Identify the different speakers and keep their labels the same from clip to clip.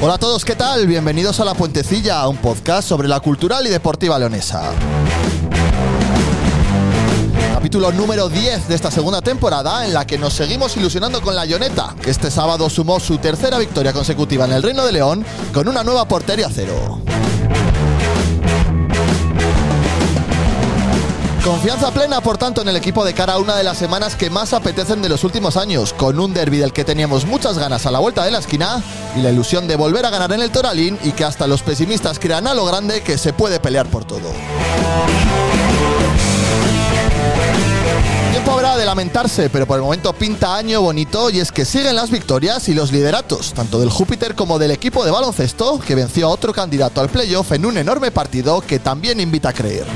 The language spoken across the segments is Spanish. Speaker 1: Hola a todos, ¿qué tal? Bienvenidos a La Puentecilla, un podcast sobre la cultural y deportiva leonesa. Capítulo número 10 de esta segunda temporada en la que nos seguimos ilusionando con la Ioneta, que este sábado sumó su tercera victoria consecutiva en el Reino de León con una nueva portería cero. Confianza plena, por tanto, en el equipo de cara a una de las semanas que más apetecen de los últimos años, con un derby del que teníamos muchas ganas a la vuelta de la esquina y la ilusión de volver a ganar en el Toralín y que hasta los pesimistas crean a lo grande que se puede pelear por todo. Tiempo habrá de lamentarse, pero por el momento pinta año bonito y es que siguen las victorias y los lideratos, tanto del Júpiter como del equipo de baloncesto, que venció a otro candidato al playoff en un enorme partido que también invita a creer.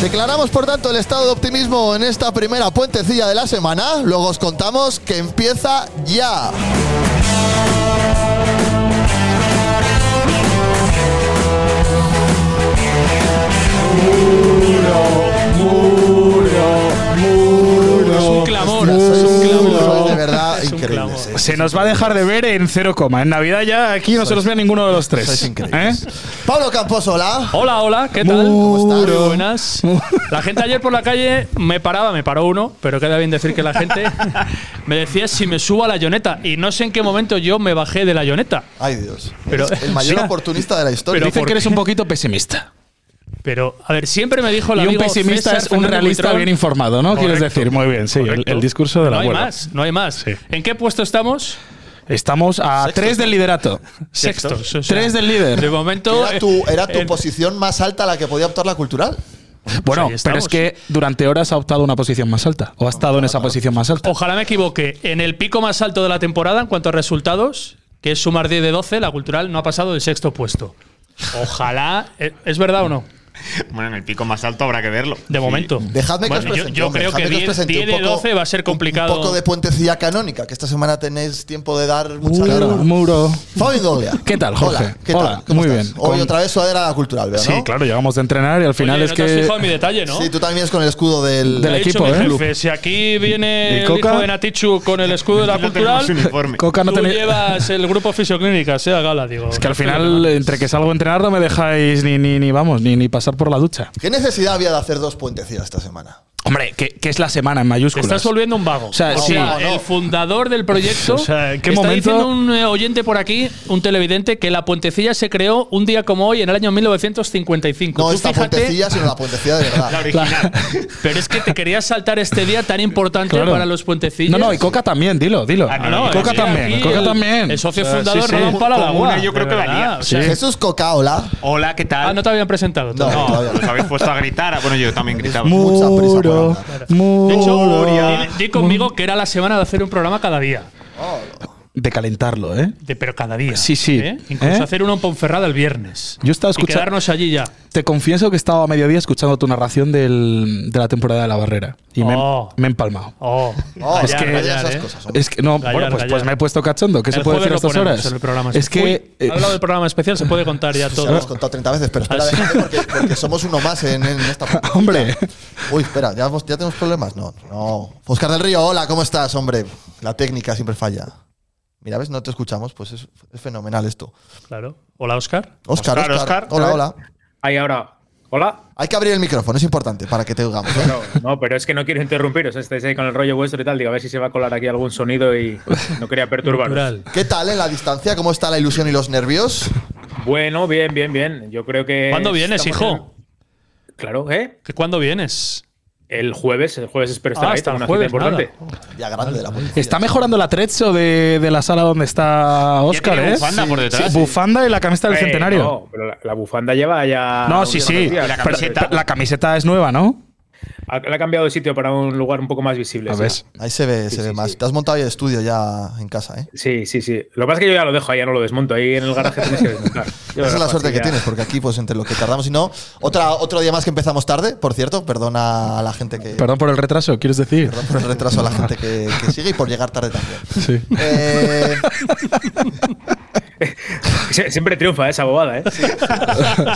Speaker 1: Declaramos por tanto el estado de optimismo en esta primera puentecilla de la semana. Luego os contamos que empieza ya.
Speaker 2: Es un clamor, es un
Speaker 1: Uh. Sois
Speaker 2: clamor.
Speaker 1: de verdad
Speaker 2: Es un
Speaker 1: increíbles,
Speaker 2: clamor.
Speaker 1: eh.
Speaker 3: Se nos va a dejar de ver en cero coma. En Navidad ya aquí no se los ve a ninguno de los tres.
Speaker 1: Sois increíbles.
Speaker 3: ¿Eh?
Speaker 1: Pablo Campos, hola.
Speaker 2: Hola, hola, ¿qué tal?
Speaker 1: ¿Cómo estás?
Speaker 2: Muy buenas. La gente ayer por la calle me paraba, me paró uno, pero queda bien decir que la gente me decía si me subo a la Ioneta. Y no sé en qué momento yo me bajé de la Ioneta.
Speaker 1: Ay Dios.
Speaker 2: Pero-
Speaker 1: Eres el mayor
Speaker 2: Sí.
Speaker 1: oportunista de la historia.
Speaker 2: Pero
Speaker 3: Dicen
Speaker 2: ¿por
Speaker 3: que eres
Speaker 2: qué?
Speaker 3: un poquito pesimista.
Speaker 2: Pero, a ver, siempre me dijo el
Speaker 3: Y un
Speaker 2: amigo
Speaker 3: pesimista
Speaker 2: César
Speaker 3: es un
Speaker 2: Fernández
Speaker 3: realista
Speaker 2: Buitrón-
Speaker 3: bien informado, ¿no? Quieres
Speaker 2: Correcto.
Speaker 3: decir, muy bien, sí. El,
Speaker 2: Correcto.
Speaker 3: el discurso de la
Speaker 2: No hay
Speaker 3: abuela.
Speaker 2: más, no hay más.
Speaker 3: Sí.
Speaker 2: ¿En qué puesto estamos?
Speaker 3: Estamos a tres del liderato.
Speaker 2: Sextos. o sea,
Speaker 3: Tres del
Speaker 2: De
Speaker 3: líder.
Speaker 2: momento.
Speaker 1: Era tu, era tu
Speaker 2: eh,
Speaker 1: posición más alta a la que podía optar la cultural.
Speaker 3: Bueno,
Speaker 2: Pues ahí
Speaker 3: pero
Speaker 2: estamos.
Speaker 3: es que durante horas ha optado a una posición más alta. O ha estado en esa posición más alta.
Speaker 2: Ojalá me equivoque. En el pico más alto de la temporada, en cuanto a resultados, que es sumar 10 de 12, la cultural no ha pasado del sexto puesto. Ojalá. eh, ¿Es verdad o no?
Speaker 4: Bueno, en el pico más alto habrá que verlo.
Speaker 2: De momento.
Speaker 1: Dejadme que
Speaker 2: Bueno,
Speaker 1: os
Speaker 2: yo-
Speaker 1: presente.
Speaker 2: Yo,
Speaker 1: hombre,
Speaker 2: creo
Speaker 1: dejadme
Speaker 2: que
Speaker 1: os
Speaker 2: 10,
Speaker 1: presente.
Speaker 2: 10 de
Speaker 1: Un poco-
Speaker 2: 12 va a ser complicado.
Speaker 1: Un poco de puentecilla canónica, que esta semana tenéis tiempo de dar mucha
Speaker 3: Muro,
Speaker 1: guerra.
Speaker 3: muro.
Speaker 1: Fabio Ingoglia.
Speaker 3: Uh, ¿Qué tal, Jorge?
Speaker 1: Hola, ¿qué
Speaker 3: Hola,
Speaker 1: tal? ¿Cómo
Speaker 3: muy
Speaker 1: estás?
Speaker 3: bien.
Speaker 1: Hoy
Speaker 3: Con-
Speaker 1: otra vez sudadera cultural, ¿verdad?
Speaker 3: Sí, claro, llegamos de entrenar y al final
Speaker 2: Oye,
Speaker 3: es
Speaker 2: no te has
Speaker 3: que.
Speaker 2: fijado en mi detalle, ¿no?
Speaker 1: Sí, tú también es con el escudo del.
Speaker 2: Me
Speaker 3: Del
Speaker 2: ha
Speaker 3: equipo,
Speaker 2: dicho mi
Speaker 3: ¿eh?
Speaker 2: jefe, si aquí viene
Speaker 3: ¿De
Speaker 2: el
Speaker 3: Coca?
Speaker 2: hijo de Natichu con el escudo de la
Speaker 4: No tenemos
Speaker 2: cultural,
Speaker 4: uniforme.
Speaker 3: Coca no
Speaker 2: tú
Speaker 3: tenía.
Speaker 2: llevas el grupo fisioclínica, sea gala, digo.
Speaker 3: Es que al final, entre que salgo a entrenar, no me dejáis ni, ni, ni vamos, ni, ni pasar por la ducha.
Speaker 1: ¿Qué necesidad había de hacer dos puentecillas esta semana?
Speaker 3: Hombre, que, que es la semana en
Speaker 2: Te
Speaker 3: mayúsculas.
Speaker 2: estás volviendo un vago.
Speaker 3: O sea, sí.
Speaker 1: No, no.
Speaker 2: el fundador del proyecto.
Speaker 3: O sea, ¿en qué
Speaker 2: está
Speaker 3: momento?
Speaker 2: diciendo un eh, oyente por aquí, un televidente, que la puentecilla se creó un día como hoy, en el año 1955.
Speaker 1: No
Speaker 2: Tú
Speaker 1: esta
Speaker 2: fíjate,
Speaker 1: puentecilla, sino la puentecilla de
Speaker 4: La
Speaker 1: verdad.
Speaker 2: Ah,
Speaker 4: original.
Speaker 2: Pero es que te querías saltar este día tan importante
Speaker 3: Claro.
Speaker 2: para los puentecillas.
Speaker 3: no, no, y Coca también, dilo, dilo.
Speaker 4: Ah, no, no,
Speaker 3: Coca
Speaker 4: sí,
Speaker 3: también,
Speaker 2: aquí
Speaker 3: Coca
Speaker 2: el-
Speaker 3: también.
Speaker 2: El socio
Speaker 3: O sea,
Speaker 2: fundador
Speaker 3: sí, sí.
Speaker 2: no da un palo al
Speaker 4: Con una
Speaker 2: agua,
Speaker 4: yo creo
Speaker 2: de
Speaker 4: que
Speaker 2: verdad,
Speaker 4: valía.
Speaker 2: o sea-
Speaker 1: Jesús Coca, hola.
Speaker 4: Hola, ¿qué tal?
Speaker 2: Ah, no te habían presentado.
Speaker 1: No,
Speaker 2: todavía.
Speaker 1: todavía
Speaker 4: Os
Speaker 1: no.
Speaker 4: habéis puesto a gritar. Ah, Bueno, yo también gritaba.
Speaker 1: Mucha prisa por
Speaker 3: Muro,
Speaker 1: hablar.
Speaker 2: De hecho,
Speaker 3: muro.
Speaker 2: di, di conmigo que era la semana de hacer un programa cada día.
Speaker 5: de calentarlo, ¿eh?
Speaker 2: De, pero cada día.
Speaker 5: Sí, sí.
Speaker 2: ¿eh? Incluso
Speaker 5: ¿Eh?
Speaker 2: hacer uno en Ponferrada el viernes.
Speaker 5: Yo estaba
Speaker 2: Y
Speaker 5: escucha-
Speaker 2: quedarnos allí ya.
Speaker 5: Te confieso que estaba a mediodía escuchando tu narración del- de la temporada de la barrera y me-
Speaker 2: Oh.
Speaker 5: me, he empalmado.
Speaker 2: Oh,
Speaker 1: Oh,
Speaker 2: rayar,
Speaker 1: es que
Speaker 2: rayar,
Speaker 1: esas
Speaker 2: ¿eh?
Speaker 1: cosas. hombre.
Speaker 5: Es que no,
Speaker 2: Gallar,
Speaker 5: bueno, pues, pues
Speaker 2: gallar.
Speaker 5: me he puesto cachondo. ¿Qué se
Speaker 2: El
Speaker 5: puede
Speaker 2: jueves
Speaker 5: decir a
Speaker 2: lo
Speaker 5: estas
Speaker 2: ponemos
Speaker 5: horas?
Speaker 2: en el programa.
Speaker 5: es que.
Speaker 2: Uy,
Speaker 5: eh,
Speaker 2: al lado del programa especial se puede contar ya
Speaker 1: Ya
Speaker 2: todo.
Speaker 1: lo hemos contado 30 veces, pero espera,
Speaker 2: Ah, sí.
Speaker 1: déjate, porque, porque somos uno más en, en esta puta
Speaker 5: Hombre.
Speaker 1: vida. Uy, espera, ¿ya, hemos- ya tenemos problemas. No, no. Oscar del Río, hola, ¿cómo estás, hombre? La técnica siempre falla. Mira, ¿ves? No te escuchamos, pues es, es fenomenal esto.
Speaker 2: Claro. Hola, Oscar.
Speaker 1: Oscar, Oscar,
Speaker 4: Oscar, Oscar,
Speaker 1: hola,
Speaker 4: ¿eh?
Speaker 1: hola.
Speaker 6: Ahí ahora. Hola.
Speaker 1: Hay que abrir el micrófono, es importante para que te oigamos. ¿eh?
Speaker 6: No, no, pero es que no quiero interrumpiros. Estáis ahí con el rollo vuestro y tal. Digo, a ver si se va a colar aquí algún sonido y no quería perturbaros.
Speaker 2: Natural.
Speaker 1: ¿Qué tal en la distancia? ¿Cómo está la ilusión y los nervios?
Speaker 6: Bueno, bien, bien, bien. Yo creo que.
Speaker 2: ¿Cuándo vienes,
Speaker 6: estamos
Speaker 2: hijo?
Speaker 6: en- Claro, ¿eh?
Speaker 2: ¿Que ¿Cuándo vienes?
Speaker 6: El jueves, el jueves espero estar
Speaker 2: Ah,
Speaker 6: ahí.
Speaker 2: hasta
Speaker 6: tengo
Speaker 2: el
Speaker 6: una
Speaker 2: jueves,
Speaker 6: cita importante.
Speaker 1: Ya grande de la policía.
Speaker 5: Está mejorando el atrecho de, de la sala donde está Oscar,
Speaker 4: tiene
Speaker 5: ¿eh?
Speaker 4: bufanda por detrás, sí.
Speaker 5: Bufanda y la camiseta del
Speaker 6: Eh,
Speaker 5: centenario.
Speaker 6: No, pero la, la bufanda lleva ya.
Speaker 1: Ah,
Speaker 5: No, sí,
Speaker 6: unos
Speaker 5: sí.
Speaker 6: días.
Speaker 4: la
Speaker 5: Pero-
Speaker 4: camiseta.
Speaker 5: pero la camiseta es nueva, ¿no?
Speaker 6: Ha, la ha cambiado de sitio para un lugar un poco más visible.
Speaker 5: A
Speaker 6: sí.
Speaker 5: ver.
Speaker 1: Ahí se ve, se ve más. Te has montado ya el estudio ya en casa, ¿eh?
Speaker 6: Sí, sí, sí. Lo que pasa es que yo ya lo dejo ahí, ya no lo desmonto. Ahí en el garaje tienes que desmontar. Yo lo
Speaker 1: Esa es
Speaker 6: dejo
Speaker 1: la
Speaker 6: así
Speaker 1: suerte que
Speaker 6: ya.
Speaker 1: tienes, porque aquí, pues entre lo que tardamos y no. Otra, otro día más que empezamos tarde, por cierto. Perdona a la gente que.
Speaker 5: Perdón por el retraso, ¿quieres decir?
Speaker 1: Perdón por el retraso a la gente que, que sigue y por llegar tarde también.
Speaker 5: Sí.
Speaker 1: Eh,
Speaker 6: Sie- Siempre triunfa esa bobada, ¿eh?
Speaker 1: es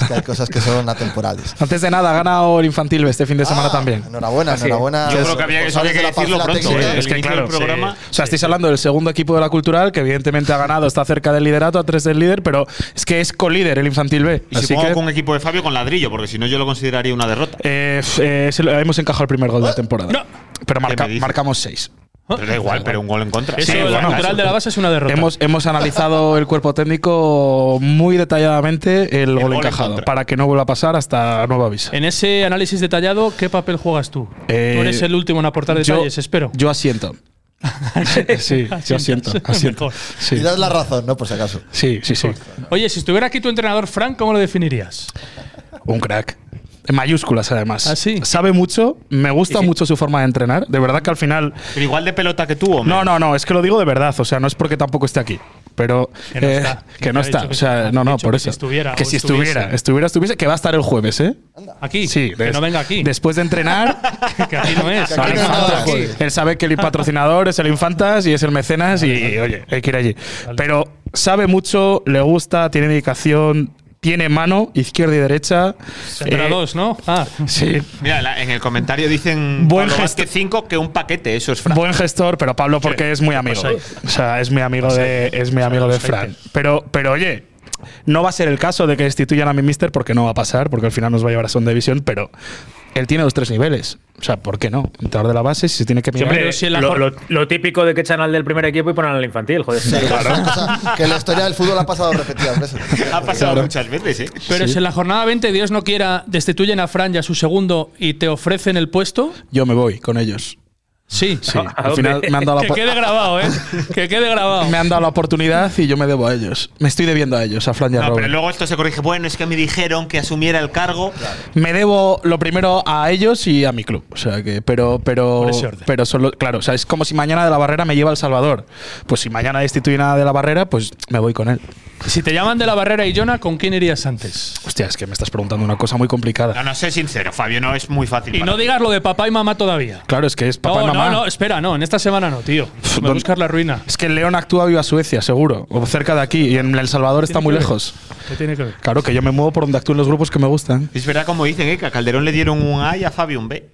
Speaker 1: que hay cosas que son atemporales.
Speaker 5: Antes de nada, ha ganado el Infantil B este fin de semana
Speaker 1: Ah,
Speaker 5: también.
Speaker 1: Enhorabuena,
Speaker 6: Ah, sí.
Speaker 1: enhorabuena.
Speaker 4: Yo creo que había que, eso había que decirlo
Speaker 1: Responsables
Speaker 4: pronto.
Speaker 1: de la parcela técnica.
Speaker 4: ¿eh?
Speaker 5: Es que
Speaker 4: El inicio del
Speaker 5: claro,
Speaker 4: programa.
Speaker 5: O sea, estáis hablando del segundo equipo de la cultural, que evidentemente ha ganado, está cerca del liderato, a tres del líder, pero es que es colíder el Infantil B.
Speaker 4: Y
Speaker 5: Así
Speaker 4: supongo
Speaker 5: que
Speaker 4: que un equipo de Fabio con ladrillo, porque si no yo lo consideraría una derrota.
Speaker 5: eh, f- eh, se lo- hemos encajado el primer gol de la temporada. Pero marca-
Speaker 4: Ah, me dices?
Speaker 5: marcamos seis.
Speaker 4: Pero da igual, pero un gol en contra.
Speaker 2: Eso,
Speaker 4: Sí,
Speaker 2: la
Speaker 4: bueno,
Speaker 2: natural de la base es una derrota.
Speaker 5: Hemos, hemos analizado el cuerpo técnico muy detalladamente el, gol
Speaker 4: gol en
Speaker 5: encajado,
Speaker 4: contra.
Speaker 5: para que no vuelva a pasar hasta nuevo aviso.
Speaker 2: En ese análisis detallado, ¿qué papel juegas tú?
Speaker 5: Eh,
Speaker 2: tú eres el último en aportar
Speaker 5: yo-
Speaker 2: detalles, espero.
Speaker 5: Yo asiento. sí, yo asiento.
Speaker 2: Asientas.
Speaker 5: asiento.
Speaker 2: Mejor.
Speaker 5: Sí,
Speaker 1: Y das la razón, ¿no? Por si acaso.
Speaker 5: sí, sí. sí.
Speaker 2: Oye, si estuviera aquí tu entrenador, Frank, ¿cómo lo definirías?
Speaker 5: Un crack. En mayúsculas, además.
Speaker 2: ¿Ah, sí?
Speaker 5: Sabe mucho, me gusta mucho su forma de entrenar. De verdad que al final.
Speaker 4: Pero igual de pelota que tú, hombre.
Speaker 5: No, no, no, es que lo digo de verdad. O sea, no es porque tampoco esté aquí. Pero. eh,
Speaker 2: Que no está.
Speaker 5: que no
Speaker 2: Ha dicho
Speaker 5: está.
Speaker 2: que
Speaker 5: O sea,
Speaker 2: está.
Speaker 5: no,
Speaker 2: Ha
Speaker 5: no,
Speaker 2: dicho
Speaker 5: por
Speaker 2: que
Speaker 5: eso.
Speaker 2: si estuviera
Speaker 5: Que
Speaker 2: o
Speaker 5: si
Speaker 2: estuviese.
Speaker 5: estuviera, estuviera, estuviese, que va a estar el jueves, ¿eh?
Speaker 2: Aquí. que
Speaker 5: des-
Speaker 2: no venga aquí.
Speaker 5: Después de entrenar.
Speaker 2: que aquí no es.
Speaker 1: Que aquí
Speaker 5: al
Speaker 1: no es
Speaker 5: Infantas.
Speaker 1: nada, joder.
Speaker 5: Él sabe que el patrocinador es el Infantas y es el mecenas y, oye, hay que ir allí. Pero sabe mucho, le gusta, tiene dedicación, tiene mano, izquierda y derecha.
Speaker 2: Entra
Speaker 5: Eh,
Speaker 2: dos, ¿no? Ah,
Speaker 5: Sí,
Speaker 4: Mira, la- en el comentario dicen
Speaker 5: Buen
Speaker 4: Buen
Speaker 5: gesto.
Speaker 4: 5 que un paquete, eso es Fran.
Speaker 5: buen gestor, pero Pablo porque es muy amigo. O sea, es muy amigo de, es muy amigo de Fran. Pero, pero oye, no va a ser el caso de que destituyan a mi mister porque no va a pasar, porque al final nos va a llevar a segunda división, pero él tiene los tres niveles. O sea, ¿por qué no? Entrador de la base, si se tiene que mirar.
Speaker 6: Hombre,
Speaker 2: Pero si en la
Speaker 6: lo,
Speaker 2: jor-
Speaker 6: lo- lo típico de que echan al del primer equipo y ponen al infantil, joder.
Speaker 1: Sí, es una cosa que en la historia del fútbol ha pasado repetidas veces.
Speaker 4: Ha pasado muchas veces, ¿eh?
Speaker 2: pero si en la jornada 20, Dios no quiera, destituyen a Fran y a su segundo y te ofrecen el puesto,
Speaker 5: Yo me voy con ellos.
Speaker 2: sí. Ah,
Speaker 5: Sí, al
Speaker 6: dónde?
Speaker 5: final me han, dado la
Speaker 2: Que
Speaker 5: opor-
Speaker 2: quede grabado, ¿eh? Que quede grabado.
Speaker 5: me han dado la oportunidad y yo me debo a ellos. Me estoy debiendo a ellos, a Fran y a
Speaker 4: No,
Speaker 5: Robert.
Speaker 4: pero luego esto se corrige. Bueno, es que me dijeron que asumiera el cargo.
Speaker 5: Me debo lo primero a ellos y a mi club. O sea que, pero, pero,
Speaker 2: Por ese orden.
Speaker 5: pero solo, claro, o sea, es como si mañana de la barrera me lleva El Salvador. Pues si mañana destituyen a de la barrera, pues me voy con él.
Speaker 2: Si te llaman de la barrera y Jonah, ¿con quién irías antes?
Speaker 5: Hostia, es que me estás preguntando una cosa muy complicada.
Speaker 4: No, no, sé sincero, Fabio, no es muy fácil.
Speaker 2: Y
Speaker 4: para
Speaker 2: no
Speaker 4: ti.
Speaker 2: digas lo de papá y mamá todavía.
Speaker 5: Claro, es que es papá
Speaker 2: no,
Speaker 5: y mamá.
Speaker 2: no, no, espera, no, en esta semana no, tío. Me
Speaker 5: ¿dónde-
Speaker 2: buscar la ruina.
Speaker 5: Es que el León actúa viva Suecia, seguro. O cerca de aquí. Y en El Salvador está
Speaker 2: Tiene
Speaker 5: muy
Speaker 2: que ver.
Speaker 5: lejos.
Speaker 2: ¿Qué tiene que ver?
Speaker 5: Claro, que yo me muevo por donde actúen los grupos que me gustan.
Speaker 4: Es verdad, como dicen, ¿eh? que a Calderón le dieron un A y a Fabio un B.